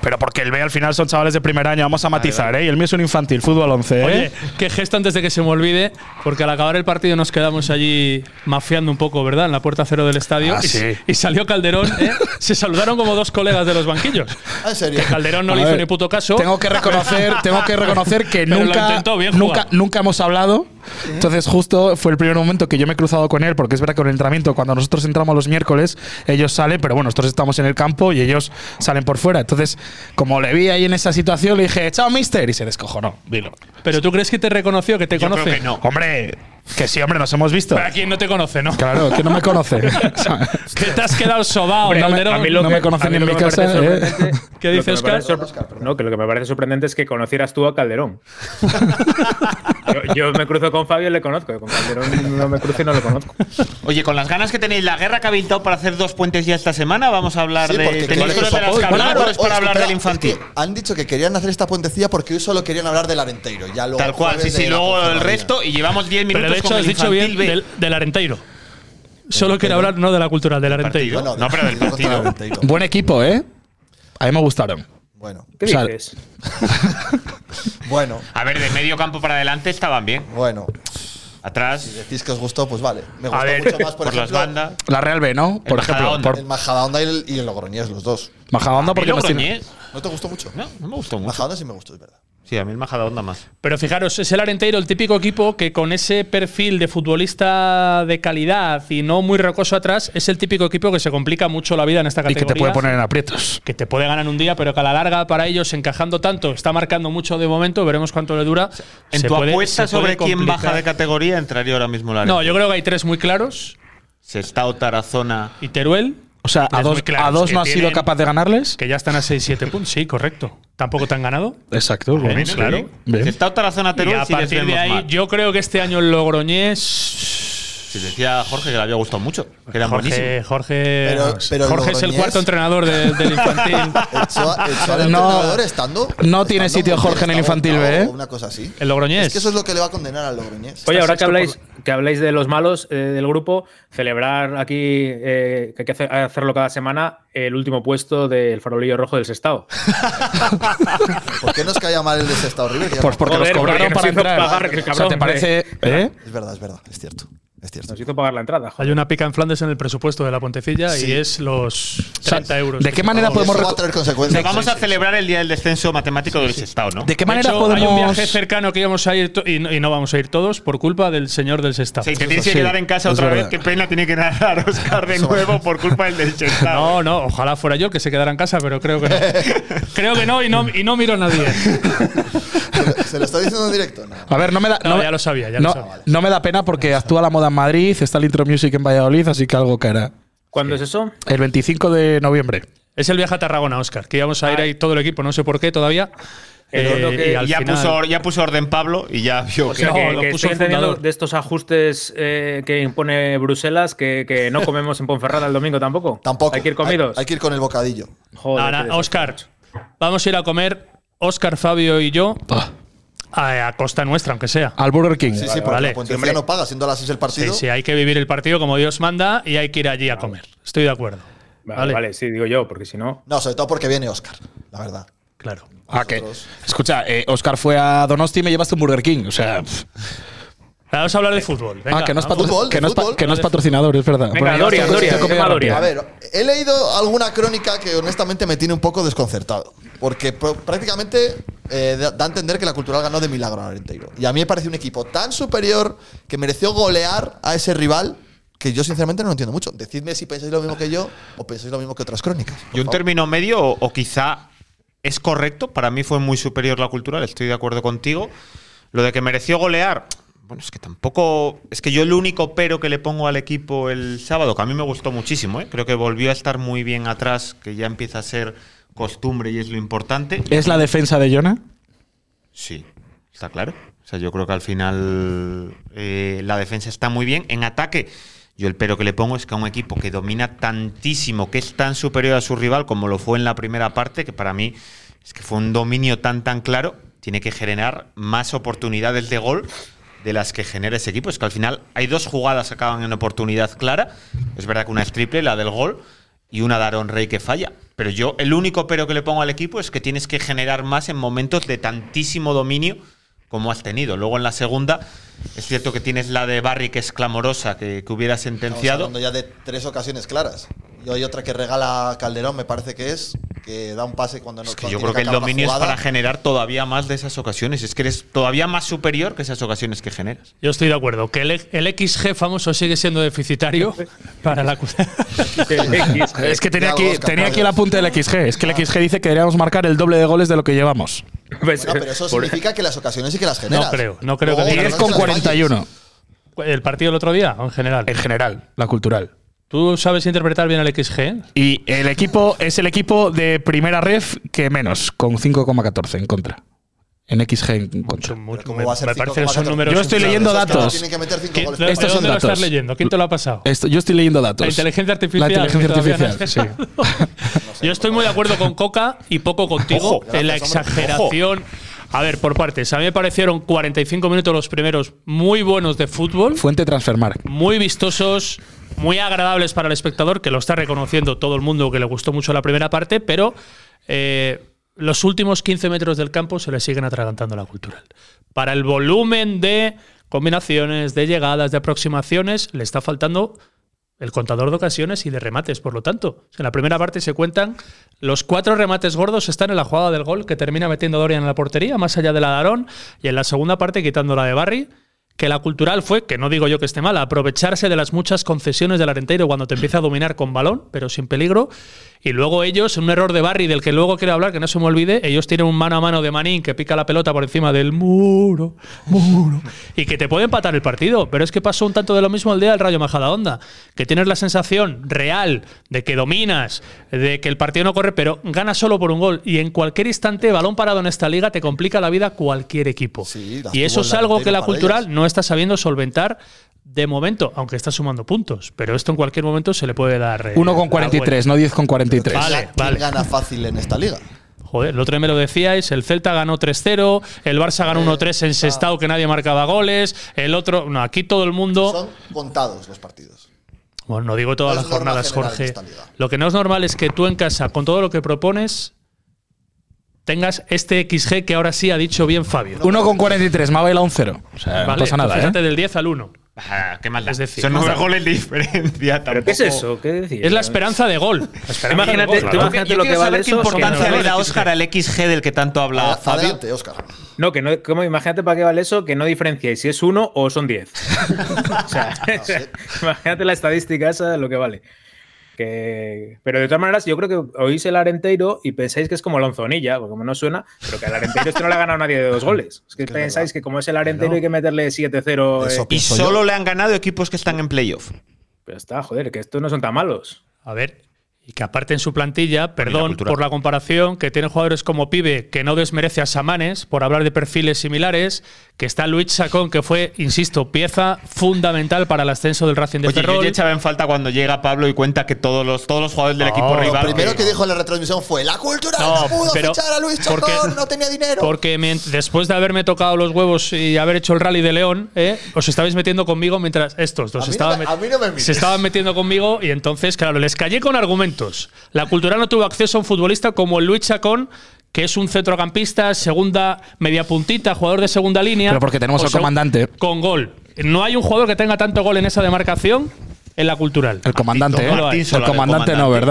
Speaker 5: Pero porque el B al final son chavales de primer año. Vamos a matizar, ¿eh? Y el mío es un infantil, fútbol 11, ¿eh?
Speaker 2: Oye, qué gesto antes de que se me olvide, porque al acabar el partido nos quedamos allí mafiando un poco, ¿verdad? En la puerta cero del estadio.
Speaker 5: Ah,
Speaker 2: y,
Speaker 5: sí.
Speaker 2: y salió Calderón, ¿eh? se saludaron como dos colegas de los banquillos.
Speaker 1: Ah, En serio.
Speaker 2: Que Calderón no le
Speaker 5: A
Speaker 2: hizo
Speaker 5: ver,
Speaker 2: ni puto caso.
Speaker 5: Tengo que reconocer, tengo que reconocer que
Speaker 2: Pero lo
Speaker 5: nunca,
Speaker 2: intentó, bien
Speaker 5: nunca,
Speaker 2: jugado.
Speaker 5: nunca hemos hablado. Entonces, justo fue el primer momento que yo me he cruzado con él, porque es verdad que en el entrenamiento, cuando nosotros entramos los miércoles, ellos salen, pero bueno, nosotros estamos en el campo y ellos salen por fuera. Entonces, como le vi ahí en esa situación, le dije, chao, mister, y se descojonó. Dilo.
Speaker 2: Pero tú crees que te reconoció, que te
Speaker 4: Yo
Speaker 2: conoce.
Speaker 4: creo que no.
Speaker 5: Hombre, que sí, hombre, nos hemos visto.
Speaker 2: Para quien no te conoce, ¿no?
Speaker 5: Claro, que no me conoce.
Speaker 2: que te has quedado sobao,
Speaker 5: Hombre, no me-
Speaker 2: Calderón.
Speaker 5: a mí lo- no me conocen
Speaker 6: a mí lo
Speaker 5: en mi
Speaker 6: que me
Speaker 5: casa,
Speaker 6: parece
Speaker 5: ¿eh?
Speaker 6: sorprendente-
Speaker 2: ¿Qué
Speaker 6: lo que
Speaker 2: dice
Speaker 6: me parece
Speaker 2: Oscar?
Speaker 6: sorpre- No, que lo que me parece sorprendente es que conocieras tú a Calderón.
Speaker 7: Yo, yo me cruzo con Fabio y le conozco. Con Calderón no me cruzo y no lo conozco.
Speaker 4: Oye, con las ganas que tenéis, la guerra que ha habilitado para hacer dos puentes ya esta semana, vamos a hablar
Speaker 1: Sí,
Speaker 4: de.
Speaker 1: porque claro,
Speaker 4: ¿Tenéis cosas de las que
Speaker 1: bueno,
Speaker 4: hablar
Speaker 1: bueno,
Speaker 4: o es para
Speaker 1: oye,
Speaker 4: hablar
Speaker 1: espera,
Speaker 4: del infantil?
Speaker 1: es que han dicho que querían hacer esta puentecilla porque hoy solo querían hablar del Arenteiro. Ya luego
Speaker 4: Tal cual, sí,
Speaker 1: jueves
Speaker 4: sí,
Speaker 1: de la
Speaker 4: luego el
Speaker 1: Ponferradina.
Speaker 4: resto y llevamos
Speaker 2: Pero
Speaker 4: 10 minutos
Speaker 2: de hecho
Speaker 4: con el
Speaker 2: has dicho
Speaker 4: infantil
Speaker 2: bien
Speaker 4: B.
Speaker 2: del, del Arenteiro. Solo quiero hablar no de la cultura, del Arenteiro.
Speaker 4: partido. No, pero del
Speaker 1: contra el
Speaker 4: partido.
Speaker 1: Arenteiro.
Speaker 3: Buen equipo, ¿eh? A mí me gustaron.
Speaker 1: Bueno,
Speaker 7: ¿Qué
Speaker 3: O sea,
Speaker 7: dices?
Speaker 1: bueno,
Speaker 4: pues, A ver, de medio campo para adelante estaban bien.
Speaker 1: bueno.
Speaker 4: Atrás,
Speaker 1: Decís que os gustó, pues vale. Me gustó
Speaker 3: ver,
Speaker 1: mucho más, por,
Speaker 4: por, las
Speaker 1: ejemplo,
Speaker 4: bandas.
Speaker 3: La Real B, ¿no? Por ejemplo.
Speaker 4: Majadahonda.
Speaker 3: Por
Speaker 1: el Majadahonda y el, y el Logroñés, los dos.
Speaker 3: Majadahonda,
Speaker 4: ¿Y
Speaker 3: porque nos tiene-
Speaker 4: Logroñés?
Speaker 1: ¿No te gustó mucho?
Speaker 4: No, no me gustó mucho.
Speaker 1: Majadahonda sí me gustó, es verdad.
Speaker 4: Sí, a mí el Majadahonda más.
Speaker 2: Pero fijaros, es el Arenteiro, el típico equipo que con ese perfil de futbolista de calidad y no muy rocoso atrás, es el típico equipo que se complica mucho la vida en esta
Speaker 3: y
Speaker 2: categoría.
Speaker 3: que te puede poner en aprietos.
Speaker 2: que te puede ganar un día, pero que a la larga para ellos encajando tanto, está marcando mucho de momento, veremos cuánto le dura.
Speaker 4: En
Speaker 2: Se
Speaker 4: tu
Speaker 2: puede-
Speaker 4: apuesta
Speaker 2: se puede
Speaker 4: sobre quién baja
Speaker 2: complicar.
Speaker 4: de categoría entraría ahora mismo la
Speaker 2: No, yo creo que hay tres muy claros.
Speaker 4: Sestao, Tarazona.
Speaker 2: Y Teruel,
Speaker 3: O sea, a
Speaker 2: Es
Speaker 3: dos,
Speaker 2: muy claro,
Speaker 3: a dos
Speaker 2: que
Speaker 3: no has sido
Speaker 2: tienen-
Speaker 3: capaz de ganarles.
Speaker 2: que ya están a 6-7 puntos. Sí, correcto. Tampoco te han ganado.
Speaker 3: Exacto.
Speaker 2: Bien,
Speaker 3: sí.
Speaker 2: claro.
Speaker 3: Bien.
Speaker 4: Sestao, Tarazona,
Speaker 2: Y
Speaker 4: Teruel,
Speaker 2: a
Speaker 4: si les
Speaker 2: partir
Speaker 4: vemos
Speaker 2: de ahí,
Speaker 4: mal.
Speaker 2: yo creo que este año el Logroñés.
Speaker 4: Si decía Jorge que le había gustado mucho, que era buenísimo.
Speaker 2: Jorge, Jorge,
Speaker 1: Pero- pero el
Speaker 2: Jorge es el
Speaker 1: Logroñés-
Speaker 2: cuarto entrenador de- del infantil.
Speaker 1: Echó- echó al
Speaker 3: No.
Speaker 1: entrenador estando.
Speaker 3: No tiene
Speaker 1: estando
Speaker 3: sitio
Speaker 1: muy
Speaker 3: Jorge en
Speaker 1: bien,
Speaker 3: el
Speaker 1: estaba
Speaker 3: infantil
Speaker 1: octavo
Speaker 3: B, ¿eh?
Speaker 1: o Una cosa así.
Speaker 2: El Logroñés.
Speaker 1: Es que eso es lo que le va a condenar al Logroñés.
Speaker 7: Oye, ahora que
Speaker 2: sexto
Speaker 7: habláis, que habláis de los malos eh, del grupo, celebrar aquí, eh, que hay que hacer- hacerlo cada semana, el último puesto del farolillo rojo del Sestao.
Speaker 1: ¿Por qué nos caía mal el de Sestao River? Ya
Speaker 3: Pues
Speaker 1: no-
Speaker 3: porque
Speaker 7: Joder,
Speaker 3: los cobraron
Speaker 7: porque nos
Speaker 3: para
Speaker 7: hizo
Speaker 3: entrar.
Speaker 7: pagar,
Speaker 3: o
Speaker 7: el
Speaker 3: sea, ¿te
Speaker 7: cabrón,
Speaker 3: parece? ¿eh?
Speaker 1: Es verdad, es verdad. Es cierto. Es cierto.
Speaker 7: Nos hizo pagar la entrada. joder.
Speaker 2: Hay una pica en Flandes en el presupuesto de la Pontecilla y es los
Speaker 3: O sea,
Speaker 2: 30 euros.
Speaker 3: ¿De
Speaker 2: que
Speaker 3: qué
Speaker 2: se
Speaker 3: manera
Speaker 2: pagó.
Speaker 3: podemos
Speaker 1: Eso va a
Speaker 3: recu-
Speaker 1: traer
Speaker 4: O sea,
Speaker 1: consecuencias.
Speaker 4: vamos a celebrar el día del descenso matemático del Sestao, ¿no?
Speaker 3: ¿De qué
Speaker 2: De
Speaker 3: manera
Speaker 2: hecho,
Speaker 3: podemos.?
Speaker 2: Hay un viaje cercano que íbamos a ir to- y no, y no vamos a ir todos por culpa del señor del Sestao.
Speaker 4: Sí, te tienes que
Speaker 3: Sí,
Speaker 4: quedar en casa
Speaker 3: es
Speaker 4: otra
Speaker 3: verdad.
Speaker 4: vez. Qué pena tiene que nadar Oscar de nuevo por culpa del del Sestao.
Speaker 2: No, no, ojalá fuera yo el que se quedara en casa, pero creo que no. creo que no y no, y no miro a nadie.
Speaker 1: ¿Se lo está diciendo en directo? No.
Speaker 3: A ver, no me da.
Speaker 2: No,
Speaker 3: me-
Speaker 2: ya lo sabía, ya lo
Speaker 3: no,
Speaker 2: sabía.
Speaker 3: no me da pena porque actúa la moda en Madrid, está el Intro Music en Valladolid, así que algo caerá.
Speaker 7: ¿Cuándo es eso?
Speaker 3: El 25 de noviembre.
Speaker 2: Es el viaje a Tarragona, Oscar, que íbamos a ir ahí todo el equipo, no sé por qué todavía. eh,
Speaker 7: Pero creo que
Speaker 4: Eh, Y ya, puso, ya puso orden Pablo y ya vio
Speaker 7: O
Speaker 4: que.
Speaker 7: sea,
Speaker 2: No,
Speaker 7: que,
Speaker 2: lo
Speaker 7: que
Speaker 2: puso
Speaker 7: estoy
Speaker 2: el
Speaker 7: entendiendo
Speaker 2: fundador.
Speaker 7: de estos ajustes eh, que impone Bruselas que, que no comemos en Ponferrada el domingo tampoco.
Speaker 1: Tampoco.
Speaker 7: Hay que ir comidos.
Speaker 1: Hay, hay que ir con el bocadillo.
Speaker 7: Joder, qué desastre.
Speaker 2: Oscar, vamos a ir a comer, Oscar, Fabio y yo, a, a costa nuestra, aunque sea.
Speaker 3: Al Burger King.
Speaker 1: Sí, sí, porque
Speaker 2: vale.
Speaker 1: la Pontificia no paga, siendo a las 6 el
Speaker 2: Sí,
Speaker 1: partido.
Speaker 2: sí, hay que vivir el partido como Dios manda y hay que ir allí a comer. Estoy de acuerdo.
Speaker 7: Vale,
Speaker 2: Vale.
Speaker 7: vale, sí, digo yo, porque si no.
Speaker 1: No, sobre todo porque viene Oscar, la verdad.
Speaker 2: Claro.
Speaker 3: Ah, que- Escucha, eh, Oscar fue a Donosti y me llevaste un Burger King. O sea, pf.
Speaker 2: Vamos a hablar de fútbol. venga,
Speaker 3: ah, que no es,
Speaker 2: vamos.
Speaker 3: patro-
Speaker 1: Fútbol,
Speaker 3: que no es pa-
Speaker 1: fútbol.
Speaker 3: que no es patrocinador, es verdad.
Speaker 7: Venga,
Speaker 3: Bueno,
Speaker 7: Doria,
Speaker 3: esto-
Speaker 7: Doria,
Speaker 3: esto
Speaker 7: se
Speaker 3: comida
Speaker 7: llama
Speaker 3: rápida.
Speaker 7: Doria.
Speaker 1: A ver, he leído alguna crónica que honestamente me tiene un poco desconcertado. Porque pro- prácticamente eh, da da a entender que la Cultural ganó de milagro al Arenteiro. Y a mí me parece un equipo tan superior que mereció golear a ese rival que yo sinceramente no lo entiendo mucho. Decidme si pensáis lo mismo que yo o pensáis lo mismo que otras crónicas. por
Speaker 4: Y un
Speaker 1: favor.
Speaker 4: término medio, o, o quizá es correcto, para mí fue muy superior la cultural, estoy de acuerdo contigo. Lo de que mereció golear, bueno, es que tampoco. Es que yo el único pero que le pongo al equipo el sábado, que a mí me gustó muchísimo, ¿eh? creo que volvió a estar muy bien atrás, que ya empieza a ser costumbre y es lo importante.
Speaker 3: ¿Es la defensa de Jonah?
Speaker 4: Sí, está claro. O sea, yo creo que al final eh, la defensa está muy bien. En ataque, yo el pero que le pongo es que a un equipo que domina tantísimo, que es tan superior a su rival como lo fue en la primera parte, que para mí es que fue un dominio tan, tan claro, tiene que generar más oportunidades de gol de las que genera ese equipo. Es que al final hay dos jugadas que acaban en oportunidad clara. Es verdad que una es triple, la del gol, y una de Aaron Rey que falla. Pero yo, el único pero que le pongo al equipo es que tienes que generar más en momentos de tantísimo dominio como has tenido. Luego en la segunda, es cierto que tienes la de Barry que es clamorosa, que, que hubiera
Speaker 1: Estamos
Speaker 4: sentenciado.
Speaker 1: hablando ya de tres ocasiones claras. Y hay otra que regala Calderón, me parece que es, que da un pase cuando no
Speaker 4: Es que
Speaker 1: cuando
Speaker 4: yo creo
Speaker 1: tiene
Speaker 4: que el
Speaker 1: acabar la
Speaker 4: dominio es
Speaker 1: jugada.
Speaker 4: para generar todavía más de esas ocasiones. Es que eres todavía más superior que esas ocasiones que generas.
Speaker 2: Yo estoy de acuerdo. Que el, el XG famoso sigue siendo deficitario para la cultura.
Speaker 3: Es que tenía
Speaker 1: Ya,
Speaker 3: aquí,
Speaker 1: Oscar,
Speaker 3: tenía aquí
Speaker 1: adiós.
Speaker 3: el apunte del XG. Es
Speaker 2: Ah.
Speaker 3: que el XG dice que deberíamos marcar el doble de goles de lo que llevamos.
Speaker 7: Pues,
Speaker 1: Bueno, pero eso
Speaker 7: por-
Speaker 1: significa que las ocasiones sí que las generas.
Speaker 2: creo, no creo que
Speaker 1: Luego,
Speaker 2: tenga-
Speaker 1: las
Speaker 3: 10 con
Speaker 1: ocasiones las falles.
Speaker 3: 41
Speaker 2: ¿El partido del otro día o en general?
Speaker 3: en general, la cultural.
Speaker 2: ¿Tú sabes interpretar bien el XG?
Speaker 3: Y el equipo es el equipo de primera ref que menos, con 5,14 en contra. en XG en contra.
Speaker 2: Mucho,
Speaker 1: ¿Cómo
Speaker 2: me,
Speaker 1: va a ser
Speaker 2: me
Speaker 1: cinco?
Speaker 2: parece
Speaker 1: ¿Cómo va
Speaker 2: son
Speaker 1: a ser
Speaker 2: números.
Speaker 3: Yo estoy
Speaker 2: inflados.
Speaker 3: leyendo
Speaker 1: Claro, es que
Speaker 3: datos.
Speaker 1: Tienen que meter cinco Eh,
Speaker 2: ¿Quién-
Speaker 1: goles.
Speaker 2: ¿de
Speaker 3: Estos son
Speaker 2: dónde lo
Speaker 3: datos.
Speaker 2: estás leyendo? ¿Quién te lo ha pasado?
Speaker 3: Esto- yo estoy leyendo datos.
Speaker 2: La inteligencia artificial.
Speaker 3: La inteligencia
Speaker 2: que todavía no
Speaker 3: artificial,
Speaker 2: has
Speaker 3: sí.
Speaker 2: sacado. Yo estoy muy de acuerdo con Coca y poco contigo
Speaker 4: Ojo,
Speaker 2: en la
Speaker 4: gracias, hombre.
Speaker 2: exageración. A ver, por partes. A mí me parecieron 45 minutos los primeros muy buenos de fútbol,
Speaker 3: Fuente Transfermarkt.
Speaker 2: muy vistosos, muy agradables para el espectador, que lo está reconociendo todo el mundo, que le gustó mucho la primera parte, pero eh, los últimos 15 metros del campo se le siguen atragantando a la cultural. Para el volumen de combinaciones, de llegadas, de aproximaciones, le está faltando el contador de ocasiones y de remates, por lo tanto. En la primera parte se cuentan los cuatro remates gordos están en la jugada del gol que termina metiendo Dorian en la portería, más allá de la de Aarón, y en la segunda parte quitando la de Barry. Que la cultural fue, que no digo yo que esté mala, aprovecharse de las muchas concesiones del Arenteiro cuando te empieza a dominar con balón, pero sin peligro. Y luego ellos, un error de Barry del que luego quiero hablar, que no se me olvide, ellos tienen un mano a mano de Manín que pica la pelota por encima del muro, muro, y que te puede empatar el partido. Pero es que pasó un tanto de lo mismo el día del Rayo Majadahonda, que tienes la sensación real de que dominas, de que el partido no corre, pero ganas solo por un gol. Y en cualquier instante, balón parado en esta liga te complica la vida cualquier equipo.
Speaker 1: Sí, las
Speaker 2: y
Speaker 1: tuvo
Speaker 2: eso
Speaker 1: el
Speaker 2: es algo que
Speaker 1: delantero
Speaker 2: la
Speaker 1: para
Speaker 2: cultural
Speaker 1: ellas.
Speaker 2: no está sabiendo solventar. De momento, aunque está sumando puntos, pero esto en cualquier momento se le puede dar. eh,
Speaker 3: 1 con
Speaker 2: la vuelta.
Speaker 3: 43, no 10 con 43.
Speaker 2: Vale,
Speaker 1: ¿Quién
Speaker 2: vale.
Speaker 1: gana fácil en esta liga?
Speaker 2: Joder, el otro día me lo decíais, el Celta ganó 3-0, el Barça ganó 1-3 en Sestao que nadie marcaba goles, el otro, no, aquí todo el mundo,
Speaker 1: Son contados los partidos.
Speaker 2: bueno, no digo todas
Speaker 1: No es
Speaker 2: las
Speaker 1: norma
Speaker 2: jornadas,
Speaker 1: general de
Speaker 2: Jorge.
Speaker 1: esta liga.
Speaker 2: Lo que no es normal es que tú en casa, con todo lo que propones, tengas este XG que ahora sí ha dicho bien Fabio.
Speaker 3: 1 con 43, me ha bailado un 0. O sea, no
Speaker 2: Vale,
Speaker 3: pasa nada,
Speaker 2: tú fíjate
Speaker 3: ¿eh?
Speaker 2: del 10 al 1.
Speaker 4: Ah, qué maldad.
Speaker 2: Es decir,
Speaker 4: Son nueve
Speaker 2: maldad.
Speaker 4: goles de diferencia.
Speaker 7: ¿Pero qué es
Speaker 4: tampoco-
Speaker 7: eso? ¿Qué decís?
Speaker 2: Es la esperanza de gol.
Speaker 7: Imagínate, tú imagínate lo que vale eso. porque
Speaker 4: importancia
Speaker 7: no-
Speaker 4: le da Oscar al XG del que tanto habla Fabio?
Speaker 1: Adelante, Óscar.
Speaker 7: No, que no, como imagínate para qué vale eso, que no diferenciáis si es uno o son diez. o sea, imagínate la estadística esa, eh, lo que vale. Que- pero de todas maneras, yo creo que oís el Arenteiro y pensáis que es como Lonzonilla, porque como no suena, pero que al Arenteiro esto no le ha ganado nadie de dos goles. Es que pensáis que como es el Arenteiro hay que meterle 7-0.
Speaker 5: Pues,
Speaker 1: Eso
Speaker 7: eh,
Speaker 4: Y
Speaker 1: Pienso
Speaker 4: solo
Speaker 1: yo.
Speaker 4: le han ganado equipos que están en playoff.
Speaker 7: pero está, joder, que estos no son tan malos.
Speaker 2: A ver, y que aparte en su plantilla, perdón
Speaker 4: cultural.
Speaker 2: por la comparación, que tiene jugadores como Pibe, que no desmerece a Samanes, por hablar de perfiles similares, que está Luis Sacón, que fue, insisto, pieza fundamental para el ascenso del Racing de
Speaker 4: Oye, yo
Speaker 2: Ferrol.
Speaker 4: ya echaba en falta cuando llega Pablo y cuenta que todos los, todos los jugadores del
Speaker 2: No,
Speaker 4: equipo
Speaker 2: lo
Speaker 4: rival.
Speaker 1: Lo primero que
Speaker 4: que-
Speaker 1: dijo en la retransmisión fue: La cultura
Speaker 2: No,
Speaker 1: no, pudo
Speaker 2: pero-
Speaker 1: fichar a Luis Chacón,
Speaker 2: porque-
Speaker 1: no tenía dinero.
Speaker 2: Porque me- después de haberme tocado los huevos y haber hecho el rally de León, ¿eh? os estabais metiendo conmigo mientras estos
Speaker 1: A
Speaker 2: dos
Speaker 1: mí no
Speaker 2: estaban
Speaker 1: me-
Speaker 2: met-
Speaker 1: a mí no me mires.
Speaker 2: se estaban metiendo conmigo y entonces, claro, les callé con argumentos. La cultural no tuvo acceso a un futbolista como el Luis Chacón, que es un centrocampista, segunda media puntita, jugador de segunda línea.
Speaker 3: Pero porque tenemos
Speaker 2: O
Speaker 3: al
Speaker 2: sea,
Speaker 3: comandante.
Speaker 2: Con gol. No hay un jugador que tenga tanto gol en esa demarcación en la cultural.
Speaker 3: El comandante,
Speaker 4: Martín
Speaker 3: ¿eh? El
Speaker 4: Solano, el
Speaker 3: comandante no,
Speaker 4: comandante.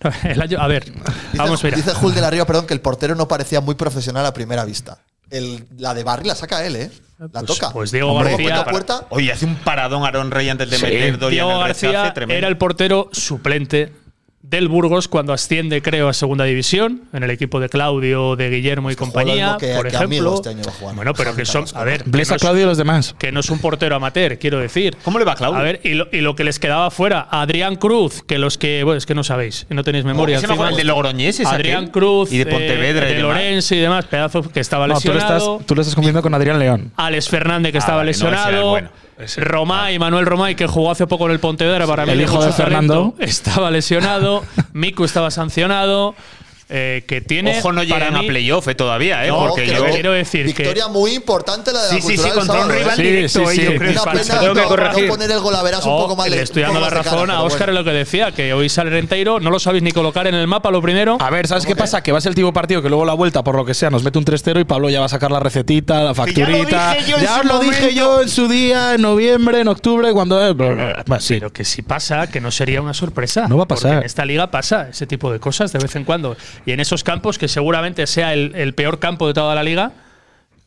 Speaker 3: ¿verdad?
Speaker 2: El año- a ver,
Speaker 1: Dice,
Speaker 2: vamos, mira.
Speaker 1: dice Jul de la Río, perdón, que el portero no parecía muy profesional a primera vista. El- la de Barry la saca él, ¿eh? La
Speaker 2: Pues-
Speaker 1: toca.
Speaker 2: pues Diego
Speaker 1: Luego
Speaker 2: García-
Speaker 1: Puerta a puerta,
Speaker 4: Oye, hace un paradón Aaron Rey antes de
Speaker 3: Sí.
Speaker 4: meter Dorian
Speaker 2: Diego
Speaker 4: en el
Speaker 2: García
Speaker 4: rechace, tremendo.
Speaker 2: era el portero suplente del Burgos cuando asciende, creo, a segunda división, en el equipo de Claudio, de Guillermo y
Speaker 1: que juega
Speaker 2: compañía,
Speaker 1: lo mismo que-
Speaker 2: por
Speaker 1: que
Speaker 2: ejemplo.
Speaker 1: Amigos este año va a jugar.
Speaker 2: bueno, pero que son, a ver, que
Speaker 3: Blesa
Speaker 2: no,
Speaker 3: a
Speaker 2: es,
Speaker 3: Claudio y los demás.
Speaker 2: que no es un portero amateur, quiero decir.
Speaker 4: ¿Cómo le va a Claudio?
Speaker 2: A ver, y lo, y lo que les quedaba fuera, a Adrián Cruz, que los que, bueno, es que no sabéis, no tenéis memoria.
Speaker 4: Ese me acuerdo,
Speaker 2: encima.
Speaker 4: el de Logroñés, ese
Speaker 2: Adrián
Speaker 4: aquel.
Speaker 2: Cruz,
Speaker 4: Y de
Speaker 2: eh,
Speaker 4: Pontevedra. y
Speaker 2: de
Speaker 4: demás.
Speaker 2: Lorenzo y demás, pedazo que estaba
Speaker 3: No, tú lo,
Speaker 2: lesionado.
Speaker 3: estás, tú lo estás confundiendo con Adrián León.
Speaker 2: Alex Fernández, que
Speaker 4: Ah,
Speaker 2: estaba
Speaker 4: vale, no, ese era el
Speaker 2: lesionado.
Speaker 4: bueno. Ese-
Speaker 2: Romay, Manuel Romay, que jugó hace poco en el Pontevedra para mí.
Speaker 3: el
Speaker 2: de
Speaker 3: hijo de
Speaker 2: mucho
Speaker 3: Fernando.
Speaker 2: talento, Estaba lesionado. Miku estaba sancionado. eh, que tiene.
Speaker 4: Ojo, no
Speaker 2: para
Speaker 4: llegan a
Speaker 2: mí-
Speaker 4: playoff eh, todavía, ¿eh?
Speaker 2: No,
Speaker 4: porque
Speaker 2: que
Speaker 4: yo.
Speaker 2: no. quiero decir que-
Speaker 1: victoria muy importante la de la
Speaker 4: Sí, sí, sí,
Speaker 1: cultural del
Speaker 4: contra un
Speaker 1: sábado, ¿eh?
Speaker 4: rival
Speaker 3: Sí,
Speaker 4: directo.
Speaker 3: sí,
Speaker 4: eh,
Speaker 3: sí.
Speaker 4: yo
Speaker 1: Una
Speaker 4: creo que-
Speaker 1: pena no,
Speaker 4: Tengo que
Speaker 1: no
Speaker 4: corregir.
Speaker 1: poner el golaverazo un
Speaker 2: Oh,
Speaker 1: poco más de
Speaker 2: le estoy dando la
Speaker 1: más de cara,
Speaker 2: razón a
Speaker 1: pero
Speaker 2: Óscar en
Speaker 1: bueno.
Speaker 2: lo que decía, que hoy sale Renteiro, no lo sabéis ni colocar en el mapa lo primero.
Speaker 3: A ver, ¿sabes qué pasa? Que va a ser el tipo de partido que luego la vuelta, por lo que sea, nos mete un 3-0 y Pablo ya va a sacar la recetita, la
Speaker 4: Que ya lo dije
Speaker 3: facturita.
Speaker 4: yo en
Speaker 3: Ya
Speaker 4: su
Speaker 3: os lo dije
Speaker 4: momento.
Speaker 3: yo en su día, en noviembre, en octubre, cuando. eh,
Speaker 5: eh,
Speaker 3: Bueno, sí.
Speaker 2: Pero que si pasa, que no sería una sorpresa.
Speaker 3: No va a
Speaker 2: Porque
Speaker 3: pasar.
Speaker 2: en esta liga pasa ese tipo de cosas de vez en cuando. Y en esos campos, que seguramente sea el, el peor campo de toda la liga,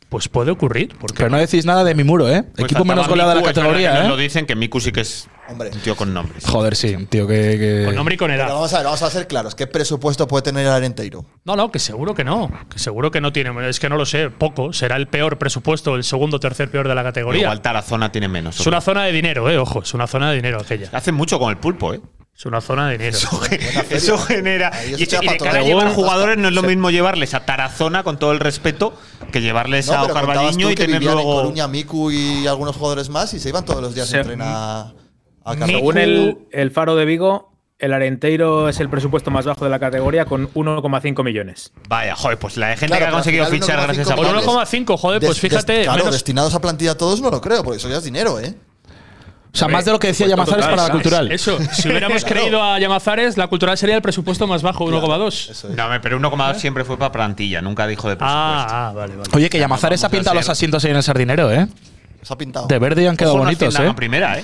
Speaker 2: pues puede ocurrir. Porque
Speaker 3: Pero no decís nada de mi muro, ¿eh?
Speaker 4: Pues
Speaker 3: Equipo menos
Speaker 4: faltaba
Speaker 3: goleado de la
Speaker 4: Miku, es verdad que
Speaker 3: categoría,
Speaker 4: Nos lo
Speaker 3: ¿eh?
Speaker 4: dicen que Miku sí que es
Speaker 1: Hombre.
Speaker 4: un tío con nombres.
Speaker 3: Joder, sí, un tío que. que-
Speaker 4: Pues
Speaker 2: con nombre y con edad.
Speaker 1: Pero vamos a ver, vamos a ser claros. ¿Qué presupuesto puede tener el Arenteiro?
Speaker 2: No, no, que seguro que no. Que seguro que no tiene. Es que no lo sé, poco. Será el peor presupuesto, el segundo tercer peor de la categoría.
Speaker 4: Igual Tarazona tiene menos.
Speaker 2: es una zona de dinero, eh, ojo, es una zona de dinero aquella.
Speaker 4: Hacen mucho con el pulpo, ¿eh?
Speaker 2: Es una zona de dinero.
Speaker 4: Eso genera.
Speaker 1: Ahí eso
Speaker 4: Y, eso-
Speaker 1: te
Speaker 4: y de
Speaker 1: apatona.
Speaker 4: cara a
Speaker 1: Pero
Speaker 4: llevar
Speaker 1: bueno,
Speaker 4: jugadores, no es lo
Speaker 1: se-
Speaker 4: mismo llevarles a Tarazona, con todo el respeto, que llevarles a
Speaker 1: pero contabas
Speaker 4: Ocarvaliño
Speaker 1: tú
Speaker 4: y
Speaker 1: que
Speaker 4: tener
Speaker 1: vivían en
Speaker 4: luego.
Speaker 1: Coruña, Miku y algunos jugadores más y se iban todos los días
Speaker 7: Se-
Speaker 1: en tren a, a Cartagena.
Speaker 2: eh,
Speaker 7: Según el, el Faro de Vigo, el Arenteiro es el presupuesto más bajo de la categoría con 1,5 millones.
Speaker 4: Vaya, joder, pues la de gente
Speaker 1: Claro,
Speaker 4: que ha
Speaker 1: pero al
Speaker 4: conseguido
Speaker 1: final
Speaker 4: fichar
Speaker 1: 1,5
Speaker 4: gracias a
Speaker 2: Por
Speaker 1: millones.
Speaker 2: 1,5, joder,
Speaker 1: Des-
Speaker 2: pues fíjate.
Speaker 1: des- claro,
Speaker 2: menos-
Speaker 1: destinados a plantilla a todos no lo creo, porque eso ya es dinero, ¿eh?
Speaker 5: O sea, más de lo que decía
Speaker 7: Pues
Speaker 5: Llamazares
Speaker 7: total,
Speaker 5: para la
Speaker 7: ¿sabes?
Speaker 5: cultural.
Speaker 2: Eso, si hubiéramos
Speaker 1: Claro.
Speaker 2: creído a Llamazares, la cultural sería el presupuesto más bajo, 1,2.
Speaker 1: Eso es.
Speaker 4: No, pero
Speaker 1: Ah.
Speaker 4: 1,2 siempre fue para plantilla, nunca dijo de presupuesto.
Speaker 2: Ah, ah, vale, vale.
Speaker 5: Oye, que Llamazares
Speaker 4: Vamos
Speaker 5: ha
Speaker 4: a
Speaker 5: pintado
Speaker 4: hacer-
Speaker 5: los asientos ahí en el sardinero, ¿eh?
Speaker 1: Se ha pintado.
Speaker 5: De verde y han quedado
Speaker 4: Ojo, no
Speaker 5: bonitos,
Speaker 4: asciendan
Speaker 5: ¿eh?
Speaker 4: a primera, ¿eh?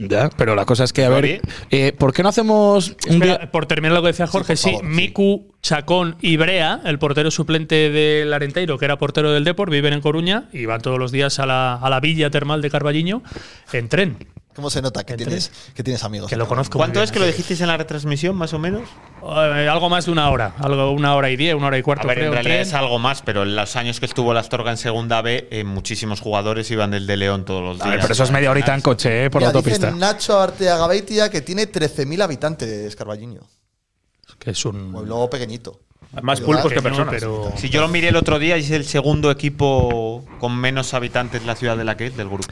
Speaker 5: Ya, pero la cosa es que, a ver,
Speaker 4: Oye.
Speaker 5: eh, ¿por qué no hacemos un
Speaker 2: Espera,
Speaker 5: día?
Speaker 2: por terminar lo que decía Jorge, sí,
Speaker 1: favor, sí.
Speaker 2: Miku, Chacón y Brea, el portero suplente del Arenteiro, que era portero del Deport, viven en Coruña y van todos los días a la, a la villa termal de Carballiño en tren,
Speaker 1: ¿Cómo se nota que tienes, que tienes amigos?
Speaker 2: que lo conozco. muy
Speaker 4: ¿Cuánto
Speaker 2: bien.
Speaker 4: es que lo dijisteis en la retransmisión, más o menos?
Speaker 2: Eh, algo más de una hora, algo una hora y diez, una hora y cuarto.
Speaker 4: A ver,
Speaker 2: creo,
Speaker 4: en realidad
Speaker 2: tren.
Speaker 4: es algo más, pero en los años que estuvo la Astorga en segunda B, eh, muchísimos jugadores iban del de León todos los días.
Speaker 5: Vale, pero eso es media horita en coche, ¿eh? Por la
Speaker 1: Mira,
Speaker 5: autopista.
Speaker 1: dicen Nacho Arteaga Beitia que tiene 13.000 habitantes, Carballiño.
Speaker 2: Que es un.
Speaker 1: Pueblo pequeñito.
Speaker 7: Más
Speaker 1: Cuidado,
Speaker 7: pulpos
Speaker 1: que
Speaker 7: que
Speaker 2: no,
Speaker 7: personas.
Speaker 2: pero-
Speaker 4: Si yo lo miré el otro día, es el segundo equipo con menos habitantes de la ciudad de la que es, del grupo.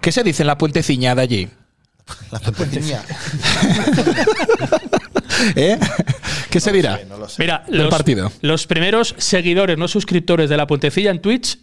Speaker 5: ¿Qué se dice en la puenteciña de allí?
Speaker 1: La pequeña.
Speaker 5: ¿Eh? ¿Qué se dirá?
Speaker 1: No lo sé.
Speaker 2: Mira,
Speaker 5: Del
Speaker 2: los,
Speaker 5: partido.
Speaker 2: los primeros seguidores, no suscriptores de la Puentecilla en Twitch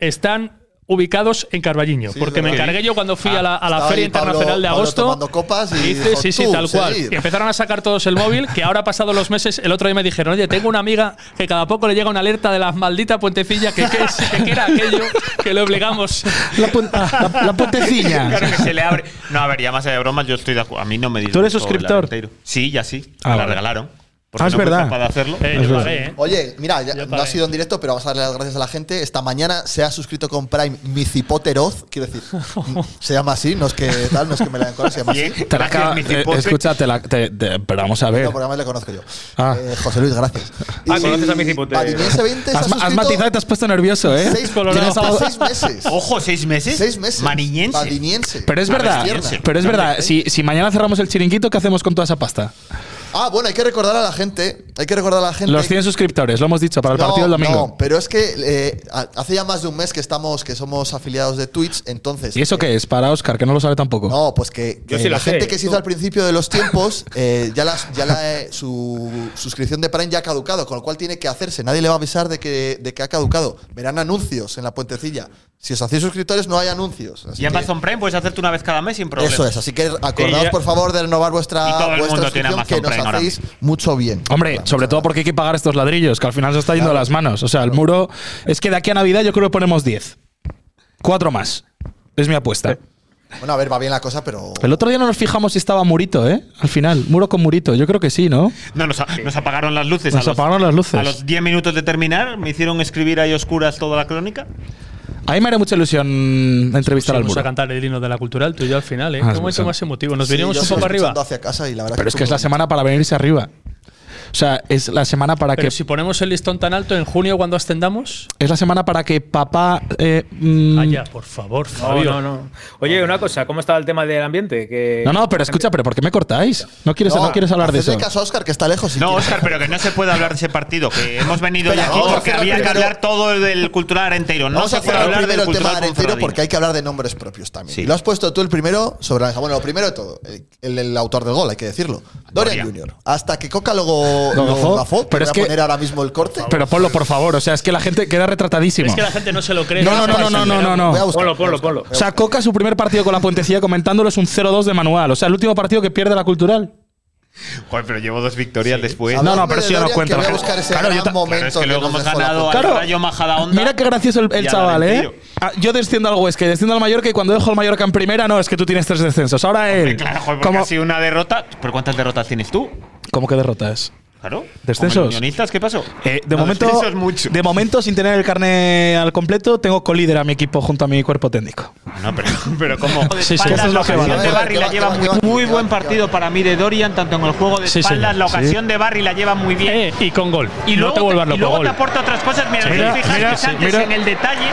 Speaker 2: están ubicados en Carballiño,
Speaker 1: Sí,
Speaker 2: porque
Speaker 1: es
Speaker 2: me
Speaker 1: verdad.
Speaker 2: encargué yo cuando fui a la, a la
Speaker 1: Estaba
Speaker 2: Feria
Speaker 1: ahí Pablo-
Speaker 2: Internacional de
Speaker 1: Pablo
Speaker 2: Agosto.
Speaker 1: tomando copas y
Speaker 2: hice,
Speaker 1: dijo,
Speaker 2: sí, sí,
Speaker 1: "Tú,
Speaker 2: tal cual.
Speaker 1: seguid".
Speaker 2: Y empezaron a sacar todos el móvil, que ahora pasados los meses, el otro día me dijeron, oye, tengo una amiga que cada poco le llega una alerta de la maldita puentecilla, que qué es, que qué era aquello que le obligamos. Eh,
Speaker 5: La, pun- la- la puenteciña.
Speaker 4: Claro que se le abre. No, a ver, ya más allá de bromas, yo estoy de acuerdo. A mí no me disgustó
Speaker 3: eres
Speaker 4: el
Speaker 3: suscriptor?
Speaker 4: Arenteiro. Sí, ya sí.
Speaker 5: Ah,
Speaker 4: me la
Speaker 5: vale.
Speaker 4: regalaron.
Speaker 3: Ah,
Speaker 4: Porque
Speaker 3: es
Speaker 4: no fui
Speaker 3: verdad.
Speaker 4: capaz de hacerlo.
Speaker 2: Eh, yo pagué, ¿eh?
Speaker 1: Oye, mira, ya
Speaker 2: Yo
Speaker 1: no
Speaker 2: pagué.
Speaker 1: ha sido en directo, pero vamos a darle las gracias a la gente. Esta mañana se ha suscrito con Prime mi cipoteroz, quiero decir, m- se llama así, no es que tal, no es que me la den se llama así.
Speaker 4: Bien.
Speaker 5: Te la
Speaker 4: Gracias,
Speaker 5: acaba-
Speaker 4: mi
Speaker 5: eh,
Speaker 4: cipote.
Speaker 5: escucha, te la- te- te- pero vamos a ver.
Speaker 1: No, porque además le conozco yo.
Speaker 5: Ah.
Speaker 1: Eh, José Luis, gracias.
Speaker 7: Ah, conoces a mi cipoteroz.
Speaker 1: Valdiniense 20 se ha
Speaker 5: Has, has
Speaker 1: suscrito
Speaker 5: matizado y te has puesto nervioso, ¿eh?
Speaker 1: seis,
Speaker 5: Tienes
Speaker 1: tienes
Speaker 5: algo-
Speaker 1: seis meses.
Speaker 7: Oh,
Speaker 4: Ojo, seis meses.
Speaker 1: Seis meses.
Speaker 4: Mariñense.
Speaker 1: Valdiniense.
Speaker 5: Pero es
Speaker 4: A ver,
Speaker 5: verdad,
Speaker 4: piense.
Speaker 5: pero es verdad. Si, si mañana cerramos el chiringuito, ¿qué hacemos con toda esa pasta?
Speaker 1: Ah, bueno, hay que recordar a la gente, hay que recordar a la gente.
Speaker 5: Los 100 suscriptores, lo hemos dicho, para el
Speaker 1: No,
Speaker 5: partido del domingo.
Speaker 1: No, pero es que eh, ha- hace ya más de un mes que estamos, que somos afiliados de Twitch, entonces. eh,
Speaker 5: ¿Y eso qué es? Para Oscar, que no lo sabe tampoco.
Speaker 1: No, pues que,
Speaker 7: Yo
Speaker 1: que
Speaker 7: sí
Speaker 1: la
Speaker 7: la sé,
Speaker 1: gente que se hizo
Speaker 7: tú.
Speaker 1: al principio de los tiempos, eh, ya, las, ya la, eh, su suscripción de Prime ya ha caducado, con lo cual tiene que hacerse. Nadie le va a avisar de que, de que ha caducado. Verán anuncios en la puentecilla. Si os hacéis suscriptores, no hay anuncios. Así
Speaker 4: Y
Speaker 1: que-
Speaker 4: Amazon Prime puedes hacerte una vez cada mes sin problema.
Speaker 1: eso es, así que acordaos
Speaker 7: Y ya-
Speaker 1: por favor de renovar vuestra,
Speaker 4: Y todo el
Speaker 1: vuestra
Speaker 4: mundo tiene
Speaker 1: suscripción que nos
Speaker 4: Amazon Prime ahora
Speaker 1: hacéis mucho bien.
Speaker 5: Hombre,
Speaker 1: Claro,
Speaker 5: sobre
Speaker 1: muchas
Speaker 5: todo
Speaker 1: gracias.
Speaker 5: porque hay que pagar estos ladrillos, que al final se está yendo de las manos. O sea, el muro. Es que de aquí a Navidad yo creo que ponemos 10. Cuatro más. Es mi apuesta.
Speaker 1: Bueno, a ver, va bien la cosa, pero.
Speaker 5: El otro día no nos fijamos si estaba murito, ¿eh? Al final, muro con murito. Yo creo que sí, ¿no?
Speaker 4: No, nos, a- nos apagaron las luces.
Speaker 5: Nos
Speaker 4: a los-
Speaker 5: apagaron las luces.
Speaker 4: A los 10 minutos de terminar, me hicieron escribir ahí oscuras toda la crónica.
Speaker 5: A mí me haría mucha ilusión entrevistar al
Speaker 2: Vamos a
Speaker 5: muro.
Speaker 2: cantar el himno de la cultural, tú y yo al final, ¿eh?
Speaker 5: Ah,
Speaker 2: Qué
Speaker 5: es
Speaker 2: momento
Speaker 5: verdad.
Speaker 2: más emotivo. Nos
Speaker 1: Sí,
Speaker 2: venimos
Speaker 1: yo
Speaker 2: un
Speaker 1: sigo
Speaker 2: poco arriba.
Speaker 1: escuchando hacia casa y la verdad
Speaker 5: Pero es que es la
Speaker 1: estuvo
Speaker 5: semana para venirse arriba. O sea, es la semana para
Speaker 2: Pero
Speaker 5: que.
Speaker 2: si ponemos el listón tan alto en junio cuando ascendamos.
Speaker 5: Es la semana para que papá. eh, mm,
Speaker 2: Allá, por favor,
Speaker 7: No,
Speaker 2: Fabio.
Speaker 7: no, no. Oye, una cosa, ¿cómo estaba el tema del ambiente? Que
Speaker 5: no, no, pero escucha, pero ¿por qué me cortáis? No quieres, no, quieres hablar de
Speaker 1: hacedle
Speaker 5: eso.
Speaker 1: caso a Oscar, que está lejos. si
Speaker 4: No,
Speaker 1: quieres.
Speaker 4: Óscar, pero que no se puede hablar de ese partido. Que hemos venido
Speaker 1: Espera,
Speaker 4: ya aquí
Speaker 1: vamos a
Speaker 4: porque
Speaker 1: cerrar
Speaker 4: había que
Speaker 1: primero-
Speaker 4: hablar todo del cultural arenteiro. No
Speaker 1: Vamos
Speaker 4: se
Speaker 1: a
Speaker 4: puede
Speaker 1: cerrar
Speaker 4: hablar
Speaker 1: primero
Speaker 4: del
Speaker 1: el tema
Speaker 4: cultural
Speaker 1: del entero
Speaker 4: Ponferradina.
Speaker 1: porque hay que hablar de nombres propios también.
Speaker 4: Sí.
Speaker 1: Y Lo has puesto tú el primero sobre la mesa. Bueno, lo primero de todo, el, el- el autor del gol, hay que decirlo. Dorian
Speaker 4: Dorian.
Speaker 1: Jr. Hasta que Coca luego
Speaker 5: Lo
Speaker 1: lo
Speaker 5: gafó,
Speaker 1: gafó,
Speaker 5: pero
Speaker 1: pero
Speaker 5: es
Speaker 1: voy
Speaker 5: que-
Speaker 1: a poner ahora mismo el corte.
Speaker 5: Pero ponlo, por favor. O sea, es que la gente queda retratadísimo.
Speaker 2: Es que la gente no se lo cree.
Speaker 5: No, no, no, no, no, no, no, no.
Speaker 1: Voy a buscar,
Speaker 7: Ponlo, ponlo,
Speaker 1: voy a buscar.
Speaker 7: ponlo.
Speaker 5: O sea, Coca su primer partido con la puentecilla comentándolo es un 0-2 de manual. O sea, el último partido que pierde la cultural.
Speaker 4: Joder, pero llevo dos victorias después.
Speaker 5: No, no,
Speaker 1: Habladme
Speaker 5: pero
Speaker 1: de
Speaker 5: eso ya no
Speaker 1: Dorian,
Speaker 5: cuenta.
Speaker 1: que Voy a buscar ese
Speaker 5: Claro, yo
Speaker 1: gran
Speaker 5: ta- claro,
Speaker 4: Claro,
Speaker 1: momento.
Speaker 4: es que luego
Speaker 1: nos
Speaker 4: hemos
Speaker 1: dejó la
Speaker 4: ganado
Speaker 1: Coca.
Speaker 5: Claro.
Speaker 4: al Rayo Majadahonda.
Speaker 5: Mira qué gracioso el, el
Speaker 4: Y al
Speaker 5: chaval,
Speaker 4: Arenteiro.
Speaker 5: ¿eh? Ah, yo desciendo al Huesca y desciendo al Mallorca y cuando dejo al Mallorca en primera, no, es que tú tienes tres descensos. Ahora él.
Speaker 4: Claro, joder, porque
Speaker 5: ¿Cómo,
Speaker 4: ha sido una derrota. ¿Pero cuántas derrotas tienes tú?
Speaker 5: cómo que derrotas?
Speaker 4: Claro. como el
Speaker 5: ¿Descensos?
Speaker 4: Unionistas, ¿qué pasó?
Speaker 5: Eh, de,
Speaker 4: No,
Speaker 5: momento,
Speaker 4: descensos mucho.
Speaker 5: de momento, sin tener el carnet al completo, tengo colíder a mi equipo junto a mi cuerpo técnico.
Speaker 4: No, pero, pero como
Speaker 5: Sí, sí,
Speaker 4: espaldas,
Speaker 5: eso es
Speaker 4: la
Speaker 5: lo que
Speaker 4: ocasión
Speaker 5: vale.
Speaker 4: de Barry
Speaker 1: Que va,
Speaker 4: la
Speaker 1: que
Speaker 4: lleva
Speaker 1: va,
Speaker 4: muy,
Speaker 1: que va,
Speaker 4: muy
Speaker 1: que va,
Speaker 4: buen
Speaker 1: que va.
Speaker 4: partido para mí de Dorian, tanto en el juego de
Speaker 2: Sí,
Speaker 4: espaldas,
Speaker 2: señor.
Speaker 4: la ocasión de Barry la lleva muy bien.
Speaker 2: Eh, y con gol.
Speaker 4: Y luego,
Speaker 2: no te vuelvas
Speaker 4: te, y
Speaker 2: loco,
Speaker 4: luego
Speaker 2: gol.
Speaker 4: te aporta otras cosas. Mira,
Speaker 2: Sí,
Speaker 4: si
Speaker 2: mira,
Speaker 4: os fijáis
Speaker 2: mira,
Speaker 4: que
Speaker 2: sí,
Speaker 4: Sánchez
Speaker 2: mira.
Speaker 4: en el detalle,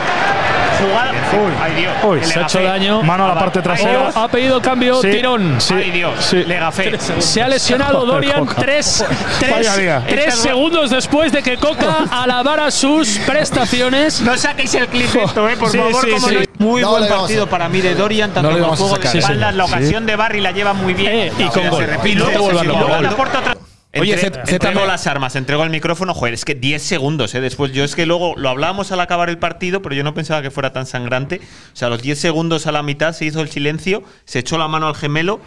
Speaker 4: jugada. Ay, Dios.
Speaker 3: Uy,
Speaker 4: que le
Speaker 2: Se ha hecho
Speaker 4: gafé.
Speaker 2: daño.
Speaker 3: Mano a la parte
Speaker 2: Ay,
Speaker 3: trasera.
Speaker 2: Dios. Ha pedido cambio,
Speaker 3: Sí,
Speaker 2: tirón.
Speaker 3: sí.
Speaker 4: Ay, Dios.
Speaker 3: Sí.
Speaker 4: Le gafé.
Speaker 2: Se ha lesionado
Speaker 3: Joder,
Speaker 2: Dorian
Speaker 3: Coca.
Speaker 2: tres, tres-
Speaker 3: Vaya día.
Speaker 2: tres
Speaker 4: Esta es la-
Speaker 2: segundos después de que Coca alabara sus prestaciones.
Speaker 4: No saquéis el clip de esto, eh, por
Speaker 2: Sí,
Speaker 4: favor.
Speaker 2: sí,
Speaker 4: como
Speaker 2: sí.
Speaker 4: no- Muy
Speaker 1: No,
Speaker 4: buen
Speaker 1: le vamos a-
Speaker 4: partido para mí de Dorian, tanto
Speaker 5: No le
Speaker 4: en el
Speaker 5: vamos a
Speaker 4: juego
Speaker 5: sacar,
Speaker 4: de
Speaker 5: sí,
Speaker 4: espaldas,
Speaker 5: señor.
Speaker 4: la ocasión de Barry la lleva muy bien.
Speaker 2: Eh, y
Speaker 4: La
Speaker 2: con
Speaker 4: ocasión
Speaker 2: gol.
Speaker 4: se repite.
Speaker 2: Y luego te vuelvan
Speaker 4: Y
Speaker 2: loco,
Speaker 4: luego
Speaker 2: gol.
Speaker 4: te aporta otra-
Speaker 5: Oye,
Speaker 4: Entre-
Speaker 5: Z-
Speaker 4: entrego
Speaker 5: ZM.
Speaker 4: las armas, entrego el micrófono. Joder, es que 10 segundos, ¿eh? Después, yo es que luego lo hablábamos al acabar el partido, pero yo no pensaba que fuera tan sangrante. O sea, a los 10 segundos a la mitad se hizo el silencio, se echó la mano al gemelo,